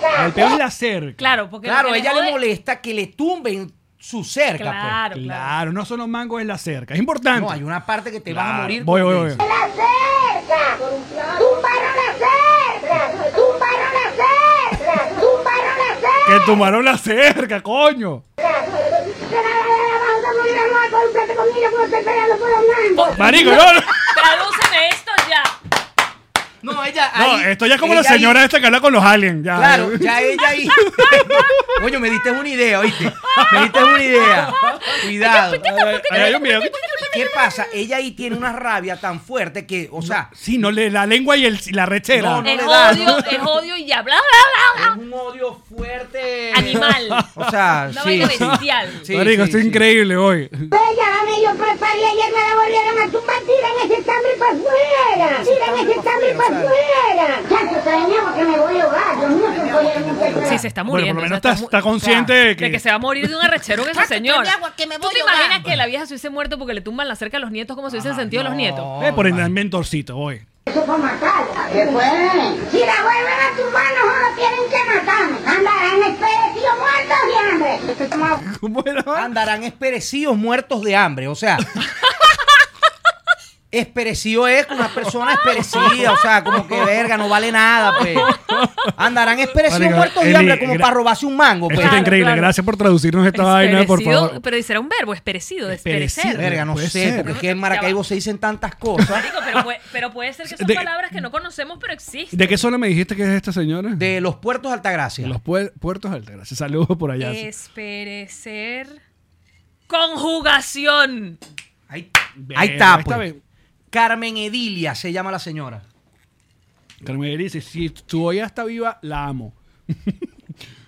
Speaker 6: cerca.
Speaker 3: El peor es la cerca.
Speaker 5: Claro, porque. lo
Speaker 4: Claro,
Speaker 5: que
Speaker 4: a ella le
Speaker 5: jode-
Speaker 4: molesta que le tumben su cerca. pues.
Speaker 5: Claro,
Speaker 3: Claro,
Speaker 5: claro.
Speaker 3: no son los mangos, es la cerca. Es importante.
Speaker 4: No, hay una parte que te vas a
Speaker 3: Claro,
Speaker 4: morir.
Speaker 3: Voy,
Speaker 4: con
Speaker 3: voy, voy.
Speaker 4: eso.
Speaker 6: ¡La cerca! ¡Tumbaron la cerca! ¡Tumbaron la cerca! ¡Tumbaron la cerca!
Speaker 3: Que tomaron la cerca, coño. Marico, no. no.
Speaker 5: Tradúceme esto ya.
Speaker 4: No, ella.
Speaker 3: No,
Speaker 4: ahí-
Speaker 3: esto ya es como la
Speaker 4: ella ahí-
Speaker 3: señora esta que habla con los aliens. Ya.
Speaker 4: Claro, ya ella
Speaker 5: (laughs)
Speaker 4: ahí. Coño, me diste una idea, ¿oíste? Me diste una idea. Cuidado.
Speaker 3: Ahí- ahí hay un video.
Speaker 4: ¿Qué pasa? Ella ahí tiene una rabia tan fuerte que, o sea,
Speaker 3: Sí, no le la lengua y el, la rechera.
Speaker 4: No, no.
Speaker 5: Es
Speaker 4: le da.
Speaker 5: odio, es odio y ya. Bla, bla,
Speaker 4: es un odio fuerte.
Speaker 5: bla. Ah, Animal.
Speaker 4: O sea,
Speaker 5: Una
Speaker 4: sí,
Speaker 5: vaina
Speaker 4: sí.
Speaker 5: bestial.
Speaker 4: Sí,
Speaker 3: Marico,
Speaker 4: sí,
Speaker 3: esto es
Speaker 4: sí.
Speaker 3: increíble hoy.
Speaker 6: Bella, mami, yo preparé ayer, me la volvieron a tumbar, tiran ese estambre para afuera, tiran ese estambre para afuera. Chacho, extrañamos que me voy a ahogar, Dios mío, que voy a meter
Speaker 5: Sí, se está
Speaker 3: Bueno,
Speaker 5: muriendo.
Speaker 3: por lo menos
Speaker 5: o sea,
Speaker 3: está,
Speaker 5: mu-
Speaker 3: está consciente
Speaker 5: o sea,
Speaker 3: de que.
Speaker 5: se va a morir de un arrechero ese señor. ¿Tú te imaginas que la vieja se hubiese muerto porque le tumban la cerca a los nietos como se
Speaker 3: Ah,
Speaker 5: hubiesen sentido los nietos?
Speaker 3: Eh, por el mentorcito, voy.
Speaker 6: eso para matarla. ¿Qué fue? Si la vuelven a tumbar, no joda, tienen que matarme. Andarán especios muertos de hambre.
Speaker 3: ¿Cómo era?
Speaker 4: Andarán esperecidos muertos de hambre. O sea. Esperecido es una persona esperecida, o sea, como que verga, no vale nada, pues. Andarán esperecidos
Speaker 3: Marico,
Speaker 4: muertos de
Speaker 3: Eli,
Speaker 4: hambre como
Speaker 3: gra- Este,
Speaker 4: para robarse un mango,
Speaker 3: Esto
Speaker 4: pues.
Speaker 3: está increíble.
Speaker 5: claro.
Speaker 3: Gracias por traducirnos esta vaina, por
Speaker 5: Esperecido,
Speaker 3: favor.
Speaker 5: Pero será un verbo, esperecido,
Speaker 3: Esperecido.
Speaker 5: desperecer.
Speaker 4: Verga, no
Speaker 3: Puede
Speaker 4: sé,
Speaker 3: ser.
Speaker 4: porque es que en Maracaibo se dicen tantas cosas.
Speaker 5: Marico, pero puede, pero puede ser que son
Speaker 3: De-
Speaker 5: palabras que no conocemos, pero existen.
Speaker 3: ¿De qué zona me dijiste que es esta señora?
Speaker 4: De los puertos de Altagracia.
Speaker 3: los puer- puertos altagracias. Saludos por allá.
Speaker 5: Esperecer. Conjugación.
Speaker 4: Ahí,
Speaker 3: Bien,
Speaker 4: ahí está,
Speaker 3: esta
Speaker 4: pues.
Speaker 3: vez.
Speaker 4: Carmen Edilia se llama la señora.
Speaker 3: Carmen dice, si tu olla está viva, la amo.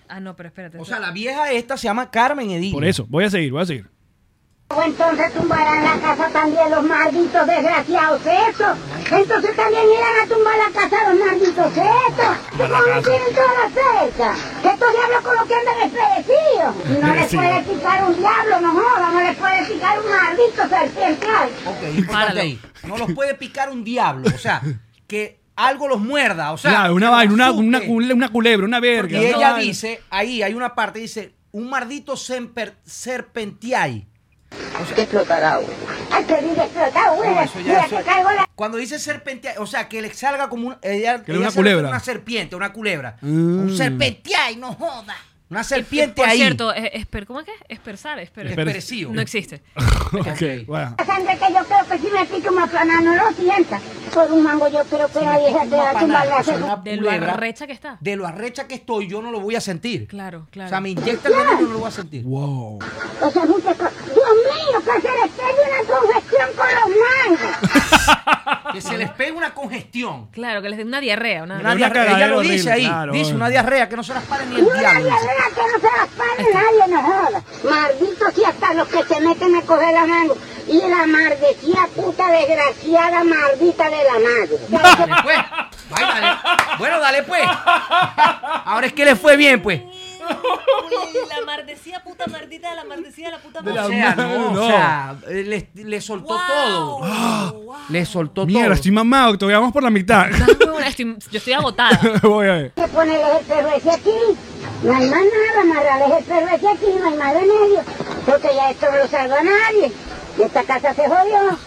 Speaker 5: Ah, no, pero espérate.
Speaker 4: O sea, la vieja esta se llama Carmen Edilia.
Speaker 3: Por eso, voy a seguir, voy a seguir.
Speaker 6: O entonces tumbarán la casa también los malditos desgraciados esos. Entonces también irán a tumbar la casa de los malditos esos. Que como tienen toda la cerca. Que estos diablos con los que andan despedecidos. Y no les
Speaker 3: Sí.
Speaker 6: puede picar un diablo, no joda, no les puede picar un maldito serpiental.
Speaker 4: Ok, importante
Speaker 5: (laughs) Páralo.
Speaker 4: ahí. No los puede picar un diablo. O sea, que algo los muerda. O sea,
Speaker 3: Claro, una
Speaker 4: que los
Speaker 3: vaina, una, una,
Speaker 4: asuste.
Speaker 3: cule- una culebra, una
Speaker 4: Y
Speaker 3: verga. una
Speaker 4: ella
Speaker 3: vaina.
Speaker 4: dice, ahí hay una parte, dice, un mardito semper, serpentiai.
Speaker 6: Ay, que diga explotado, güey.
Speaker 4: No, eso ya-
Speaker 6: Mira,
Speaker 4: eso-
Speaker 6: te caigo la
Speaker 4: Cuando dice serpentiai, o sea, que le salga como una, ella,
Speaker 3: Que le
Speaker 4: ella
Speaker 3: una
Speaker 4: se refiere a
Speaker 3: culebra.
Speaker 4: una serpiente, una culebra.
Speaker 3: Mm.
Speaker 4: Un serpentiai, no joda. Una serpiente
Speaker 5: Por
Speaker 4: ahí.
Speaker 5: cierto, eh, esper, ¿cómo es que? es? Espersar,
Speaker 3: Esper-
Speaker 5: esper-
Speaker 4: Esperecido.
Speaker 5: No existe.
Speaker 3: (laughs) Ok, bueno.
Speaker 6: sangre que yo creo que si me pica un maplana no lo sienta. Por un mango yo creo que
Speaker 4: Si
Speaker 6: la
Speaker 4: me
Speaker 6: vieja
Speaker 4: pica
Speaker 6: te va a
Speaker 4: un
Speaker 6: tumbar la
Speaker 4: mapanazo,
Speaker 6: cerca.
Speaker 4: una
Speaker 5: De lo
Speaker 4: culebra,
Speaker 5: arrecha que está.
Speaker 4: De lo arrecha que estoy, yo no lo voy a sentir.
Speaker 5: Claro, claro.
Speaker 4: O sea, me inyecta el veneno y no lo voy a sentir. (laughs)
Speaker 3: Wow.
Speaker 6: O sea, muchas cosas. Dios mío, que se les pegue una congestión con los mangos.
Speaker 4: Que se les pegue una congestión.
Speaker 5: Claro, que les dé una diarrea. Una,
Speaker 4: Una
Speaker 3: Una
Speaker 4: diarrea, ella
Speaker 3: cagadera
Speaker 4: lo dice
Speaker 3: horrible,
Speaker 4: ahí.
Speaker 3: claro,
Speaker 4: dice
Speaker 3: bueno.
Speaker 4: una diarrea que no se las pare ni el
Speaker 6: Y una
Speaker 4: diablo. Este-
Speaker 6: diarrea que no se las pare nadie, no joda. Malditos y hasta los que se meten a coger la mango. Y la maldecía puta desgraciada maldita de la
Speaker 4: (laughs)
Speaker 6: madre.
Speaker 4: Dale, pues. Ay, dale. Bueno, dale pues. Ahora es que le fue bien, pues.
Speaker 5: la mardecía, puta mardita, la mardecía, la puta
Speaker 3: De
Speaker 4: O
Speaker 3: la
Speaker 4: sea,
Speaker 3: madre,
Speaker 4: no,
Speaker 3: no.
Speaker 4: o sea, eh, le, le soltó todo. Le soltó
Speaker 3: Mierda,
Speaker 4: todo.
Speaker 3: estoy mamado, todavía vamos por la
Speaker 4: (laughs)
Speaker 3: mitad.
Speaker 5: yo (laughs) estoy agotada.
Speaker 3: (laughs) voy a ver.
Speaker 6: que ponerles el perro ese aquí. No hay más nada, amarrarles el perro ese aquí, no hay más remedio. Porque ya esto no lo salva nadie. Y esta casa se jodió.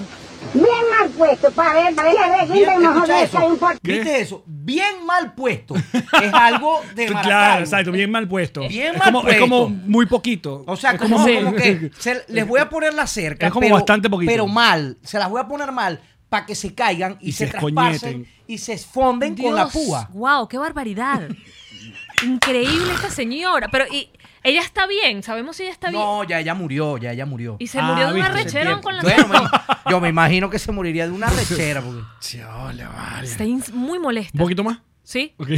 Speaker 6: Bien mal puesto, para ver, para ver la
Speaker 4: Bien,
Speaker 6: regla y mejor
Speaker 4: escucha
Speaker 6: de
Speaker 4: eso.
Speaker 6: hay un por...
Speaker 4: ¿Viste eso? Bien mal puesto. Es algo
Speaker 3: (laughs)
Speaker 4: de
Speaker 3: Claro,
Speaker 4: Maracaibo.
Speaker 3: exacto, bien mal puesto.
Speaker 4: Bien
Speaker 3: es
Speaker 4: mal
Speaker 3: como,
Speaker 4: puesto.
Speaker 3: Es como muy poquito.
Speaker 4: O sea,
Speaker 3: Es
Speaker 4: como,
Speaker 5: como-
Speaker 4: como que
Speaker 3: (laughs)
Speaker 4: se- les voy a poner la cerca.
Speaker 3: Es como
Speaker 4: pero,
Speaker 3: bastante poquito.
Speaker 4: Pero mal. Se las voy a poner mal para que se caigan y,
Speaker 3: Y
Speaker 4: se,
Speaker 3: se
Speaker 4: traspasen
Speaker 3: escoñeten.
Speaker 4: y se esfonden con la púa.
Speaker 5: Wow, qué barbaridad. Increíble esta señora. Pero y, ella está bien, sabemos si ella está bien.
Speaker 4: No, ya ella murió, ya ella murió.
Speaker 5: Y se
Speaker 3: Ah,
Speaker 5: murió de un
Speaker 3: viste,
Speaker 5: arrechero con la
Speaker 4: Bueno,
Speaker 5: mano.
Speaker 4: me- yo me imagino que se moriría de una
Speaker 3: (laughs)
Speaker 4: rechera. porque-
Speaker 3: Chole, vale.
Speaker 5: Está ins- muy molesta.
Speaker 3: Un poquito más.
Speaker 5: ¿Sí?
Speaker 3: Ok.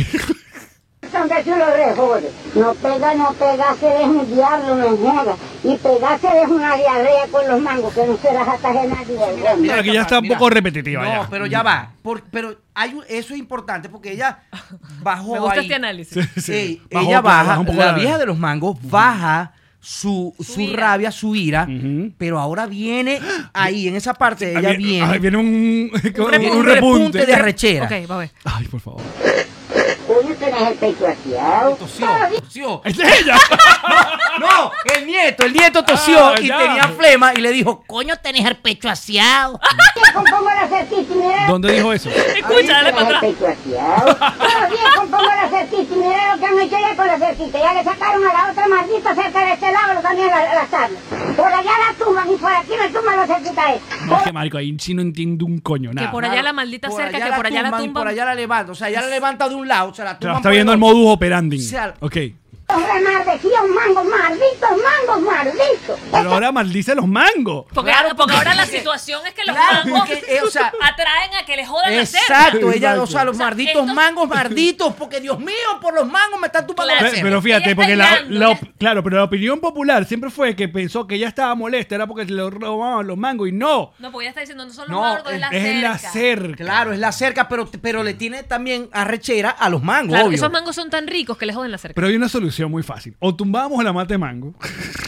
Speaker 6: Donde yo los rejode. No pega, no pegarse es un diablo, no joda. Y pegarse es una diarrea con los mangos, que no se las ataje nadie.
Speaker 4: Mira, mira
Speaker 3: Claro, que
Speaker 4: esta
Speaker 3: ya está un
Speaker 4: parte,
Speaker 3: poco
Speaker 4: mira.
Speaker 3: repetitiva,
Speaker 4: No,
Speaker 3: ya.
Speaker 4: pero ya va. Por- pero hay un- eso es importante porque ella bajó
Speaker 5: (laughs) Me gusta
Speaker 4: ahí.
Speaker 5: este análisis.
Speaker 3: (laughs) Sí,
Speaker 4: Sí,
Speaker 3: bajó,
Speaker 4: ella baja,
Speaker 3: un poco
Speaker 4: la vieja de los mangos baja su, su
Speaker 5: ira.
Speaker 4: rabia, su ira,
Speaker 3: Ujú.
Speaker 4: pero ahora viene ahí, en esa parte,
Speaker 3: Ah,
Speaker 4: ella viene,
Speaker 3: ah, viene (laughs) un,
Speaker 4: un repunte de arrechera.
Speaker 5: Ok, va a ver.
Speaker 3: Ay, por favor.
Speaker 6: Un coño tenés el pecho aseado?
Speaker 4: Tosió,
Speaker 3: (laughs)
Speaker 4: tosió.
Speaker 3: ¡Esta es
Speaker 4: (laughs)
Speaker 3: ella!
Speaker 4: No, el nieto, el nieto tosió
Speaker 3: Ah,
Speaker 4: y
Speaker 3: ya.
Speaker 4: tenía flema y le dijo, coño,
Speaker 7: Tenés el pecho aseado.
Speaker 6: Viejo, pongo la cerquita y mira.
Speaker 3: ¿Dónde dijo eso?
Speaker 5: Escucha, dale para
Speaker 6: Tenés el
Speaker 5: atrás.
Speaker 6: pecho aseado. No, viejo, pongo la cerquita y mira lo que han hecho ya con la cerquita. Ya le sacaron a la otra maldita cerca de este lado, también la, la tabla. Por allá la tuman y por aquí me tuman la cerquita esa.
Speaker 3: No, es que marico, ahí sí no entiendo un coño,
Speaker 5: Que
Speaker 3: nada.
Speaker 5: por allá la maldita cerca, que por allá la
Speaker 4: tumban y
Speaker 5: tumba.
Speaker 4: Por allá la levanta. O sea, ya la levanta de un lado, o sea, la
Speaker 3: Te la
Speaker 4: tumba.
Speaker 3: está viendo el modus operandi.
Speaker 4: sea-
Speaker 3: Ok.
Speaker 6: Ojalá maldecía un mango, maldito, mango, maldito.
Speaker 3: Pero ahora maldice los mangos.
Speaker 5: Porque,
Speaker 4: Claro,
Speaker 5: ahora- porque
Speaker 4: porque-
Speaker 5: ahora la situación es que los
Speaker 4: Claro,
Speaker 5: mangos
Speaker 4: porque, eh, o
Speaker 5: (laughs)
Speaker 4: sea-
Speaker 5: atraen a que le jodan la cerca.
Speaker 4: Exacto, ella,
Speaker 3: Exacto.
Speaker 4: o sea, los
Speaker 5: O sea,
Speaker 4: malditos
Speaker 5: estos-
Speaker 4: mangos, malditos, porque Dios mío, por los mangos me están tumbando
Speaker 5: Claro.
Speaker 4: la
Speaker 3: Pe-
Speaker 4: cerca.
Speaker 3: Pero
Speaker 5: Ella
Speaker 3: fíjate,
Speaker 5: está
Speaker 3: porque la,
Speaker 5: hilando,
Speaker 3: la
Speaker 5: ella-
Speaker 3: op- claro, pero la opinión popular siempre fue que pensó que ella estaba molesta, era porque se le robaban los mangos y no,
Speaker 5: No, porque ella está diciendo, no son los
Speaker 4: No,
Speaker 5: mangos, es la
Speaker 3: es en la
Speaker 5: cerca.
Speaker 3: cerca.
Speaker 4: Claro, es la cerca, pero, pero le tiene también arrechera a los mangos,
Speaker 5: Claro,
Speaker 4: obvio.
Speaker 5: esos mangos son tan ricos que le joden la cerca.
Speaker 3: Pero hay una solución muy fácil. O tumbamos la mata de mango.
Speaker 5: (laughs)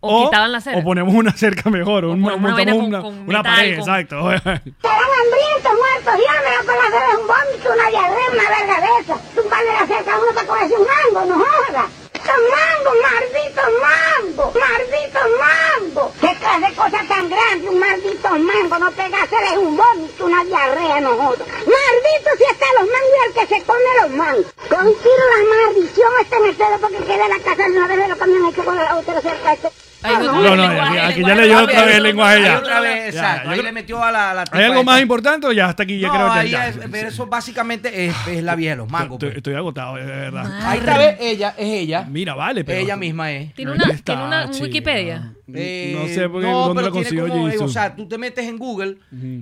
Speaker 5: O quitaban la cera.
Speaker 3: O ponemos una cerca mejor. O un-
Speaker 5: ponemos una
Speaker 3: montamos
Speaker 5: vaina con-
Speaker 3: una,
Speaker 5: con
Speaker 3: una
Speaker 5: metal,
Speaker 3: pared,
Speaker 5: con-
Speaker 3: exacto. (laughs)
Speaker 6: Serán hambrientos, muertos, de hambre, con las de un vómito, una diarrea, una verga de esa. Tumbarle la cerca a uno para comerse un mango, no joda. Son mango, maldito mango, maldito mango. ¿Qué clase de cosa tan grande un maldito mango? No pegásele un vómito, una diarrea, no joda. Maldito si está los mangos y el que se come los mangos. Con un tiro la maldición está en el dedo porque queda en la casa de una vez de los camiones que con la otra cerca. Este.
Speaker 5: Ay, no,
Speaker 3: No, no,
Speaker 5: el lenguaje,
Speaker 3: aquí-
Speaker 5: el
Speaker 3: aquí
Speaker 5: lenguaje,
Speaker 3: ya le dio
Speaker 5: papi,
Speaker 3: otra vez el
Speaker 5: eso-
Speaker 3: lenguaje ya.
Speaker 5: Ay,
Speaker 4: Otra vez,
Speaker 3: Ya,
Speaker 4: exacto.
Speaker 3: yo
Speaker 4: ahí
Speaker 3: creo-
Speaker 4: le metió a la, la tipa
Speaker 3: ¿Hay algo
Speaker 4: esta.
Speaker 3: más importante o ya hasta aquí? Ya
Speaker 4: no,
Speaker 3: creo que
Speaker 4: ahí
Speaker 3: ya- Ah,
Speaker 4: es- pero eso básicamente es, es la vieja de los mangos.
Speaker 3: Estoy,
Speaker 4: pues.
Speaker 3: estoy agotado, de verdad.
Speaker 4: Ahí está, ve, ella, es ella.
Speaker 3: Mira, vale, pero.
Speaker 4: ella misma es.
Speaker 5: Tiene
Speaker 3: Ahí
Speaker 5: una,
Speaker 3: está,
Speaker 5: tiene una un
Speaker 3: chica.
Speaker 5: Wikipedia.
Speaker 4: Eh,
Speaker 3: no sé por qué-
Speaker 4: no,
Speaker 3: dónde
Speaker 4: pero
Speaker 3: la
Speaker 4: tiene
Speaker 3: consiguió
Speaker 4: como- eh,
Speaker 3: Jisoo.
Speaker 4: O sea, tú te metes en Google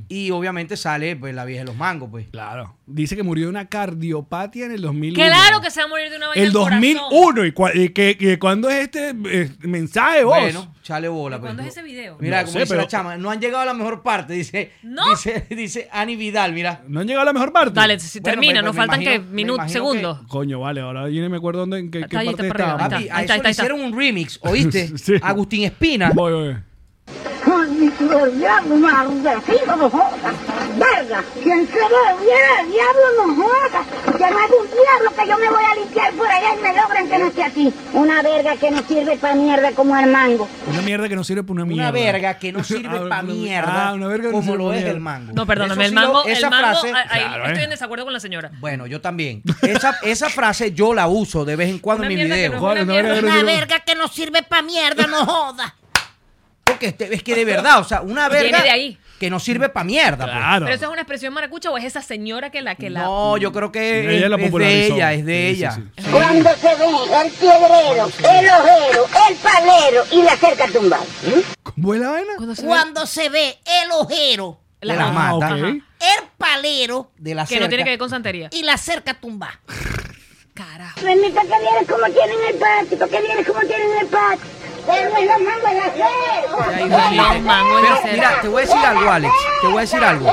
Speaker 4: y obviamente sale pues, la vieja de los mangos, pues.
Speaker 3: Claro. Dice que murió de una cardiopatía en el 2001.
Speaker 5: Claro que se va a morir de una vaina
Speaker 3: El
Speaker 5: al corazón.
Speaker 3: 2001. ¿Y, cua- y que, que cuándo es este eh, mensaje vos?
Speaker 4: Bueno, chale bola.
Speaker 5: ¿Cuándo
Speaker 4: pues.
Speaker 5: es ese video?
Speaker 4: Mira,
Speaker 3: No
Speaker 4: como
Speaker 3: sé,
Speaker 4: dice
Speaker 3: pero-
Speaker 4: la chama, no han llegado a la mejor parte, dice.
Speaker 5: ¿No?
Speaker 4: Dice, (laughs) dice Ani Vidal, mira.
Speaker 3: ¿No han llegado a la mejor parte?
Speaker 5: Dale, si
Speaker 4: Bueno,
Speaker 5: termina,
Speaker 4: me-
Speaker 5: nos
Speaker 4: me
Speaker 5: faltan
Speaker 4: imagino-
Speaker 5: que
Speaker 4: me
Speaker 5: minutos,
Speaker 4: imagino que-
Speaker 5: segundos.
Speaker 3: Coño, vale, ahora yo no me acuerdo dónde, en qué, qué
Speaker 5: Está ahí, está
Speaker 3: parte
Speaker 5: para arriba,
Speaker 3: estábamos.
Speaker 5: está.
Speaker 4: Papi,
Speaker 5: ahí
Speaker 4: a eso
Speaker 5: ahí
Speaker 4: le
Speaker 5: está.
Speaker 4: hicieron un remix, ¿oíste?
Speaker 3: (laughs) Sí.
Speaker 4: Agustín Espina.
Speaker 3: Voy, voy.
Speaker 6: Ay, el diablo, maldecido, no jodas. Verga, si en serio hubiera el diablo, no jodas. Llamad un diablo que yo me voy a limpiar por allá y me logran que no esté aquí. Una verga que no sirve para mierda como el mango.
Speaker 3: Una mierda que no sirve para una mierda.
Speaker 4: Una
Speaker 3: (laughs)
Speaker 4: verga que no sirve
Speaker 3: Ah,
Speaker 4: para
Speaker 3: una-
Speaker 4: mierda.
Speaker 3: ah, una verga que no
Speaker 4: como
Speaker 3: sirve
Speaker 4: lo
Speaker 3: pa'
Speaker 4: es
Speaker 3: mierda.
Speaker 4: el mango.
Speaker 5: No, perdóname,
Speaker 4: Eso
Speaker 5: el
Speaker 4: sí lo-
Speaker 5: mango,
Speaker 4: esa
Speaker 5: el mango,
Speaker 4: frase.
Speaker 5: ah, ahí
Speaker 3: Claro,
Speaker 5: estoy
Speaker 3: eh.
Speaker 5: en desacuerdo con la señora.
Speaker 4: Bueno, yo también. Esa, esa frase yo la uso de vez en cuando
Speaker 5: Una
Speaker 4: en mis
Speaker 5: mierda que
Speaker 4: videos.
Speaker 5: no-
Speaker 3: Joder,
Speaker 5: Una
Speaker 3: una verga que no
Speaker 7: Una
Speaker 3: sirve-
Speaker 7: verga que no sirve pa' mierda, no joda.
Speaker 4: Porque este- es que de verdad, o sea, una
Speaker 5: Viene
Speaker 4: verga
Speaker 5: de ahí.
Speaker 4: que no sirve para mierda. pues.
Speaker 3: Claro.
Speaker 5: Pero eso es una expresión maracucha o es esa señora que la que la
Speaker 4: No, yo creo que es,
Speaker 3: Ella la
Speaker 4: es de
Speaker 3: popularizó.
Speaker 4: ella, es de
Speaker 3: Sí, sí,
Speaker 4: ella.
Speaker 3: sí.
Speaker 6: Cuando se venga el piedrero, el ojero, el palero y la cerca tumbada.
Speaker 3: ¿Cómo es la vaina?
Speaker 5: cuando se ve
Speaker 7: Cuando se ve el ojero,
Speaker 4: De la
Speaker 3: Ah,
Speaker 4: mata.
Speaker 3: ok.
Speaker 5: Ajá.
Speaker 7: el palero
Speaker 4: De la
Speaker 5: que no tiene
Speaker 4: cerca.
Speaker 5: que ver con santería.
Speaker 7: y la cerca tumba.
Speaker 5: Carajo.
Speaker 6: Permita que vienes como tienen el patio, que vienes como tienen el patio. Pero es la mango, es la cerca.
Speaker 4: Ahí
Speaker 6: Es
Speaker 4: va,
Speaker 6: la
Speaker 4: mira.
Speaker 5: mango, es la
Speaker 4: Pero
Speaker 5: cerca.
Speaker 4: mira, te voy a decir algo, Alex. Te voy a decir algo.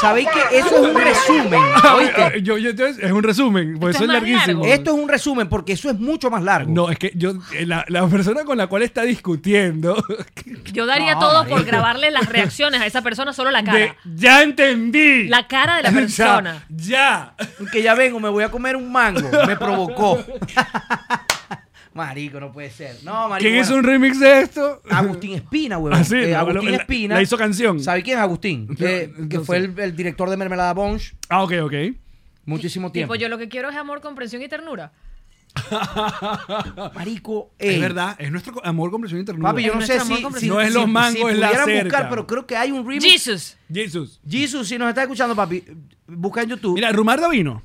Speaker 4: Sabéis que eso es
Speaker 3: (laughs)
Speaker 4: un resumen,
Speaker 5: (laughs)
Speaker 3: Ah,
Speaker 4: ¿oíste?
Speaker 3: yo- yo- entonces, es un resumen, por eso
Speaker 5: Esto es
Speaker 3: es
Speaker 5: más
Speaker 3: larguísimo.
Speaker 5: largo.
Speaker 4: Esto es un resumen porque eso es mucho más largo.
Speaker 3: No, es que yo, eh, la, la persona con la cual está discutiendo, (laughs)
Speaker 5: Yo daría
Speaker 4: No,
Speaker 5: todo por
Speaker 4: marico.
Speaker 5: grabarle las reacciones a esa persona, solo la
Speaker 3: de,
Speaker 5: cara.
Speaker 3: ya entendí.
Speaker 5: La
Speaker 4: (laughs)
Speaker 5: cara de la
Speaker 3: O (laughs) sea,
Speaker 5: persona.
Speaker 3: Ya.
Speaker 4: Que ya vengo, me voy a comer un mango. Me provocó. (laughs) marico, no puede ser. No, marico.
Speaker 3: ¿Quién hizo
Speaker 4: bueno.
Speaker 3: un remix de esto?
Speaker 4: Agustín Espina, huevón.
Speaker 3: Ah, sí,
Speaker 4: Eh,
Speaker 3: la-
Speaker 4: Agustín
Speaker 3: la-
Speaker 4: Espina.
Speaker 3: la hizo canción.
Speaker 4: ¿Sabes quién es Agustín?
Speaker 3: Yo-
Speaker 4: Eh, que
Speaker 3: no
Speaker 4: fue
Speaker 3: sé.
Speaker 4: el, el director de Mermelada Bunch
Speaker 3: Ah, ok, ok.
Speaker 4: muchísimo tiempo.
Speaker 5: Tipo, yo lo que quiero es amor, comprensión y ternura.
Speaker 4: Marico,
Speaker 3: Es
Speaker 4: ey,
Speaker 3: verdad, es nuestro co- amor, comprensión y ternura.
Speaker 4: Papi, yo no
Speaker 5: Es
Speaker 4: sé
Speaker 5: nuestro amor
Speaker 4: si, si-
Speaker 5: comprensivo.
Speaker 3: No es
Speaker 4: si-
Speaker 3: los mangos,
Speaker 4: si
Speaker 3: es la
Speaker 4: pudieran
Speaker 3: cerca.
Speaker 4: buscar, pero creo que hay un remix.
Speaker 5: Jesus.
Speaker 3: Jesus.
Speaker 4: Jesus, si nos está escuchando, papi, busca en YouTube.
Speaker 3: Mira, Rumarda vino.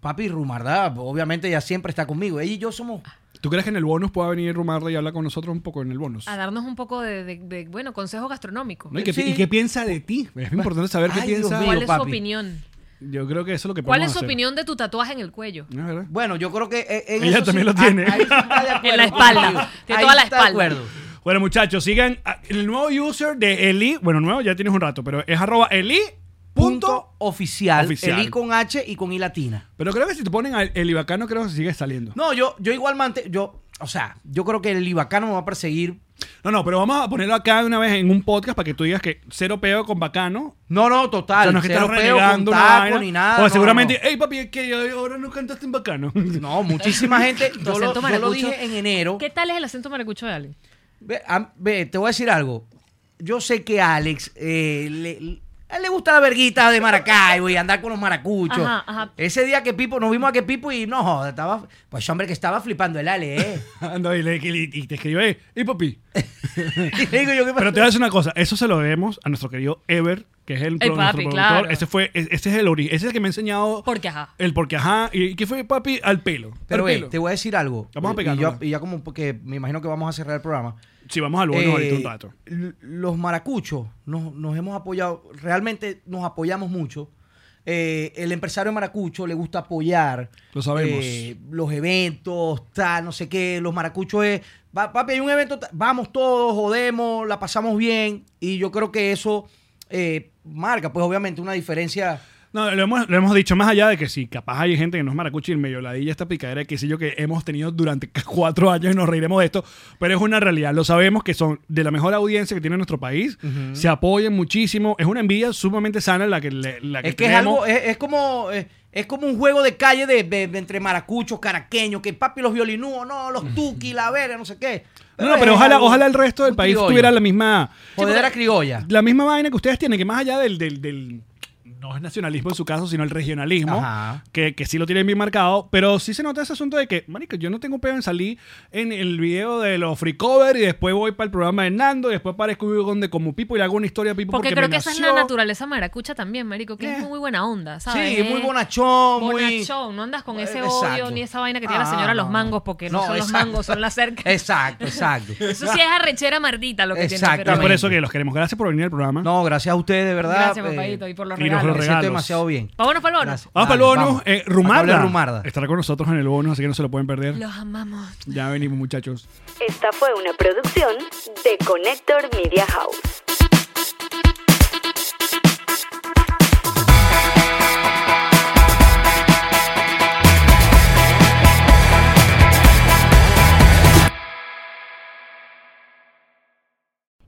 Speaker 4: Papi, Rumarda, obviamente ella siempre está conmigo. Ella y yo somos.
Speaker 5: Ah,
Speaker 3: ¿Tú crees que en el bonus pueda venir Rumarda y hablar con nosotros un poco en el bonus?
Speaker 5: A darnos un poco de, de- de, bueno, consejo gastronómico.
Speaker 3: ¿No? ¿Y, qué,
Speaker 4: Sí.
Speaker 3: y qué piensa de ti? Es importante saber qué
Speaker 4: Ay, Dios
Speaker 3: piensa.
Speaker 4: mío.
Speaker 5: ¿Cuál es su
Speaker 4: papi.
Speaker 5: opinión?
Speaker 3: Yo creo que eso es lo que
Speaker 5: ¿Cuál
Speaker 3: podemos
Speaker 5: es su
Speaker 3: hacer.
Speaker 5: opinión de tu tatuaje en el cuello?
Speaker 3: Es verdad.
Speaker 4: Bueno, yo creo que. eh, en
Speaker 3: Ella
Speaker 4: eso
Speaker 3: también lo
Speaker 4: ah,
Speaker 3: tiene.
Speaker 4: ahí sí está de acuerdo
Speaker 5: (laughs) En la espalda.
Speaker 4: contigo.
Speaker 5: Tiene
Speaker 4: Ahí
Speaker 5: toda la
Speaker 4: está de
Speaker 5: espalda.
Speaker 4: acuerdo.
Speaker 3: Bueno, muchachos, sigan a- el nuevo user de Eli. Bueno, nuevo, ya tienes un rato, pero es arroba Eli.
Speaker 4: Punto
Speaker 3: Punto.
Speaker 4: oficial.
Speaker 3: Oficial.
Speaker 4: El I con H y con I latina.
Speaker 3: Pero creo que si te ponen a Eli Bacano, creo que sigue saliendo.
Speaker 4: No, yo, yo igualmente, yo, o sea, yo creo que el Ibacano me va a perseguir.
Speaker 3: No, no, pero vamos a ponerlo acá de una vez en un podcast para que tú digas que cero peo con bacano.
Speaker 4: No, no,
Speaker 3: O
Speaker 4: total.
Speaker 3: sea, no es que estás
Speaker 4: cero peo
Speaker 3: renegando
Speaker 4: con
Speaker 3: una
Speaker 4: taco
Speaker 3: vaina.
Speaker 4: ni nada.
Speaker 3: O
Speaker 4: no,
Speaker 3: seguramente,
Speaker 4: no,
Speaker 3: hey papi, que ahora no cantaste en bacano. (laughs)
Speaker 4: No, No, muchísima
Speaker 5: (laughs)
Speaker 4: gente. yo, lo,
Speaker 5: acento
Speaker 4: yo lo
Speaker 5: maracucho.
Speaker 4: dije en enero.
Speaker 5: ¿Qué tal es el acento maracucho de Ale?
Speaker 4: Ve, a- ve, te voy a decir algo. Yo sé que a Alex eh, le, a él le gusta la verguita de Maracaibo y andar con los maracuchos.
Speaker 5: Ajá, ajá.
Speaker 4: Ese día que Pipo, nos vimos a que Pipo y no, joda, estaba. Pues hombre, que estaba flipando el
Speaker 3: (laughs)
Speaker 4: Ale, ¿eh? (laughs)
Speaker 3: Anda, y, le- y- y te escribió, hey, hey papi.
Speaker 4: y le digo yo, ¿qué
Speaker 3: Pero
Speaker 4: pasó?
Speaker 3: te voy a decir una cosa, eso se lo debemos a nuestro querido Ever, que es el, pro- nuestro
Speaker 5: papi,
Speaker 3: productor.
Speaker 5: claro.
Speaker 3: Ese fue, e- ese es el origen, ese es el que me ha enseñado.
Speaker 5: Porque ajá.
Speaker 3: El porque ajá. ¿Y qué fue papi? Al pelo.
Speaker 4: Pero
Speaker 3: Al
Speaker 4: ve,
Speaker 3: pelo.
Speaker 4: te voy a decir algo.
Speaker 3: Vamos a
Speaker 4: Y-
Speaker 3: pegar
Speaker 4: y, yo-
Speaker 3: nomás.
Speaker 4: y ya como porque me imagino que vamos a cerrar el programa.
Speaker 3: Sí, vamos a lo bueno
Speaker 4: Eh,
Speaker 3: ahorita un rato.
Speaker 4: l- Los maracuchos nos, nos hemos apoyado, realmente nos apoyamos mucho. Eh, el empresario maracucho le gusta apoyar.
Speaker 3: Lo sabemos.
Speaker 4: eh, los eventos, tal, no sé qué. Los maracuchos es, "Va- papi, hay un evento, ta- vamos todos, jodemos, la pasamos bien. Y yo creo que eso eh, marca, pues obviamente, una diferencia.
Speaker 3: No, lo hemos, lo hemos dicho más allá de que sí, capaz hay gente que no es maracuchi y medio ladilla esta picadera que sé yo que hemos tenido durante (laughs) cuatro años y nos reiremos de esto, pero es una realidad. Lo sabemos que son de la mejor audiencia que tiene nuestro país, se apoyan muchísimo, es una envidia sumamente sana la que, le- la que
Speaker 4: es que es
Speaker 3: tenemos.
Speaker 4: algo, es, es como eh, es como un juego de calle de, de- de entre maracuchos, caraqueños, que papi los violinúos, no, los tuqui, la verga, no sé qué.
Speaker 3: Mm. No, no,
Speaker 4: es
Speaker 3: pero ojalá,
Speaker 4: algo-
Speaker 3: ojalá el resto del
Speaker 4: un
Speaker 3: país
Speaker 4: criollo.
Speaker 3: tuviera la misma,
Speaker 4: Jodedera criolla.
Speaker 3: la misma vaina que ustedes tienen, que más allá del, del- del- no es nacionalismo en su caso, sino el regionalismo,
Speaker 4: Ajá.
Speaker 3: que, que sí lo tienen bien marcado, pero sí se nota ese asunto de que, marico, yo no tengo pedo en salir en el video de los free cover y después voy para el programa de Nando y después aparezco y donde como Pipo y le hago una historia a Pipo porque,
Speaker 5: Porque, creo
Speaker 3: me
Speaker 5: que esa es
Speaker 3: nació.
Speaker 5: la naturaleza maracucha también, marico, que
Speaker 3: Eh.
Speaker 5: es muy buena onda, ¿sabes?
Speaker 4: Sí, muy bonachón, muy.
Speaker 5: Bonachón, no andas con ese
Speaker 4: Eh,
Speaker 5: odio
Speaker 4: exacto.
Speaker 5: ni esa vaina que tiene la
Speaker 4: Ah,
Speaker 5: señora a los
Speaker 4: no.
Speaker 5: mangos, porque no,
Speaker 4: No,
Speaker 5: son los
Speaker 4: exacto.
Speaker 5: mangos, son las
Speaker 4: (laughs)
Speaker 5: cercas.
Speaker 4: Exacto,
Speaker 3: (laughs)
Speaker 4: exacto.
Speaker 5: Eso sí es arrechera mardita lo que tiene.
Speaker 4: Exactamente.
Speaker 3: Y
Speaker 5: pero
Speaker 3: es por eso que los queremos. Gracias por venir al programa.
Speaker 4: No, gracias a ustedes, de verdad.
Speaker 5: Gracias,
Speaker 4: eh,
Speaker 5: papadito, y por los
Speaker 3: y los
Speaker 5: regalos.
Speaker 4: Me siento
Speaker 3: regalos.
Speaker 4: demasiado bien.
Speaker 5: Vámonos para el bono.
Speaker 4: Gracias.
Speaker 3: Vamos para el
Speaker 4: Dale,
Speaker 3: bonus.
Speaker 4: vamos.
Speaker 3: Eh,
Speaker 4: Para que hable
Speaker 3: Rumarda.
Speaker 4: Rumarda.
Speaker 3: Estará con nosotros en el bonus, así que no se lo pueden perder.
Speaker 5: Los amamos.
Speaker 3: Ya venimos, muchachos.
Speaker 8: Esta fue una producción de Connector Media House.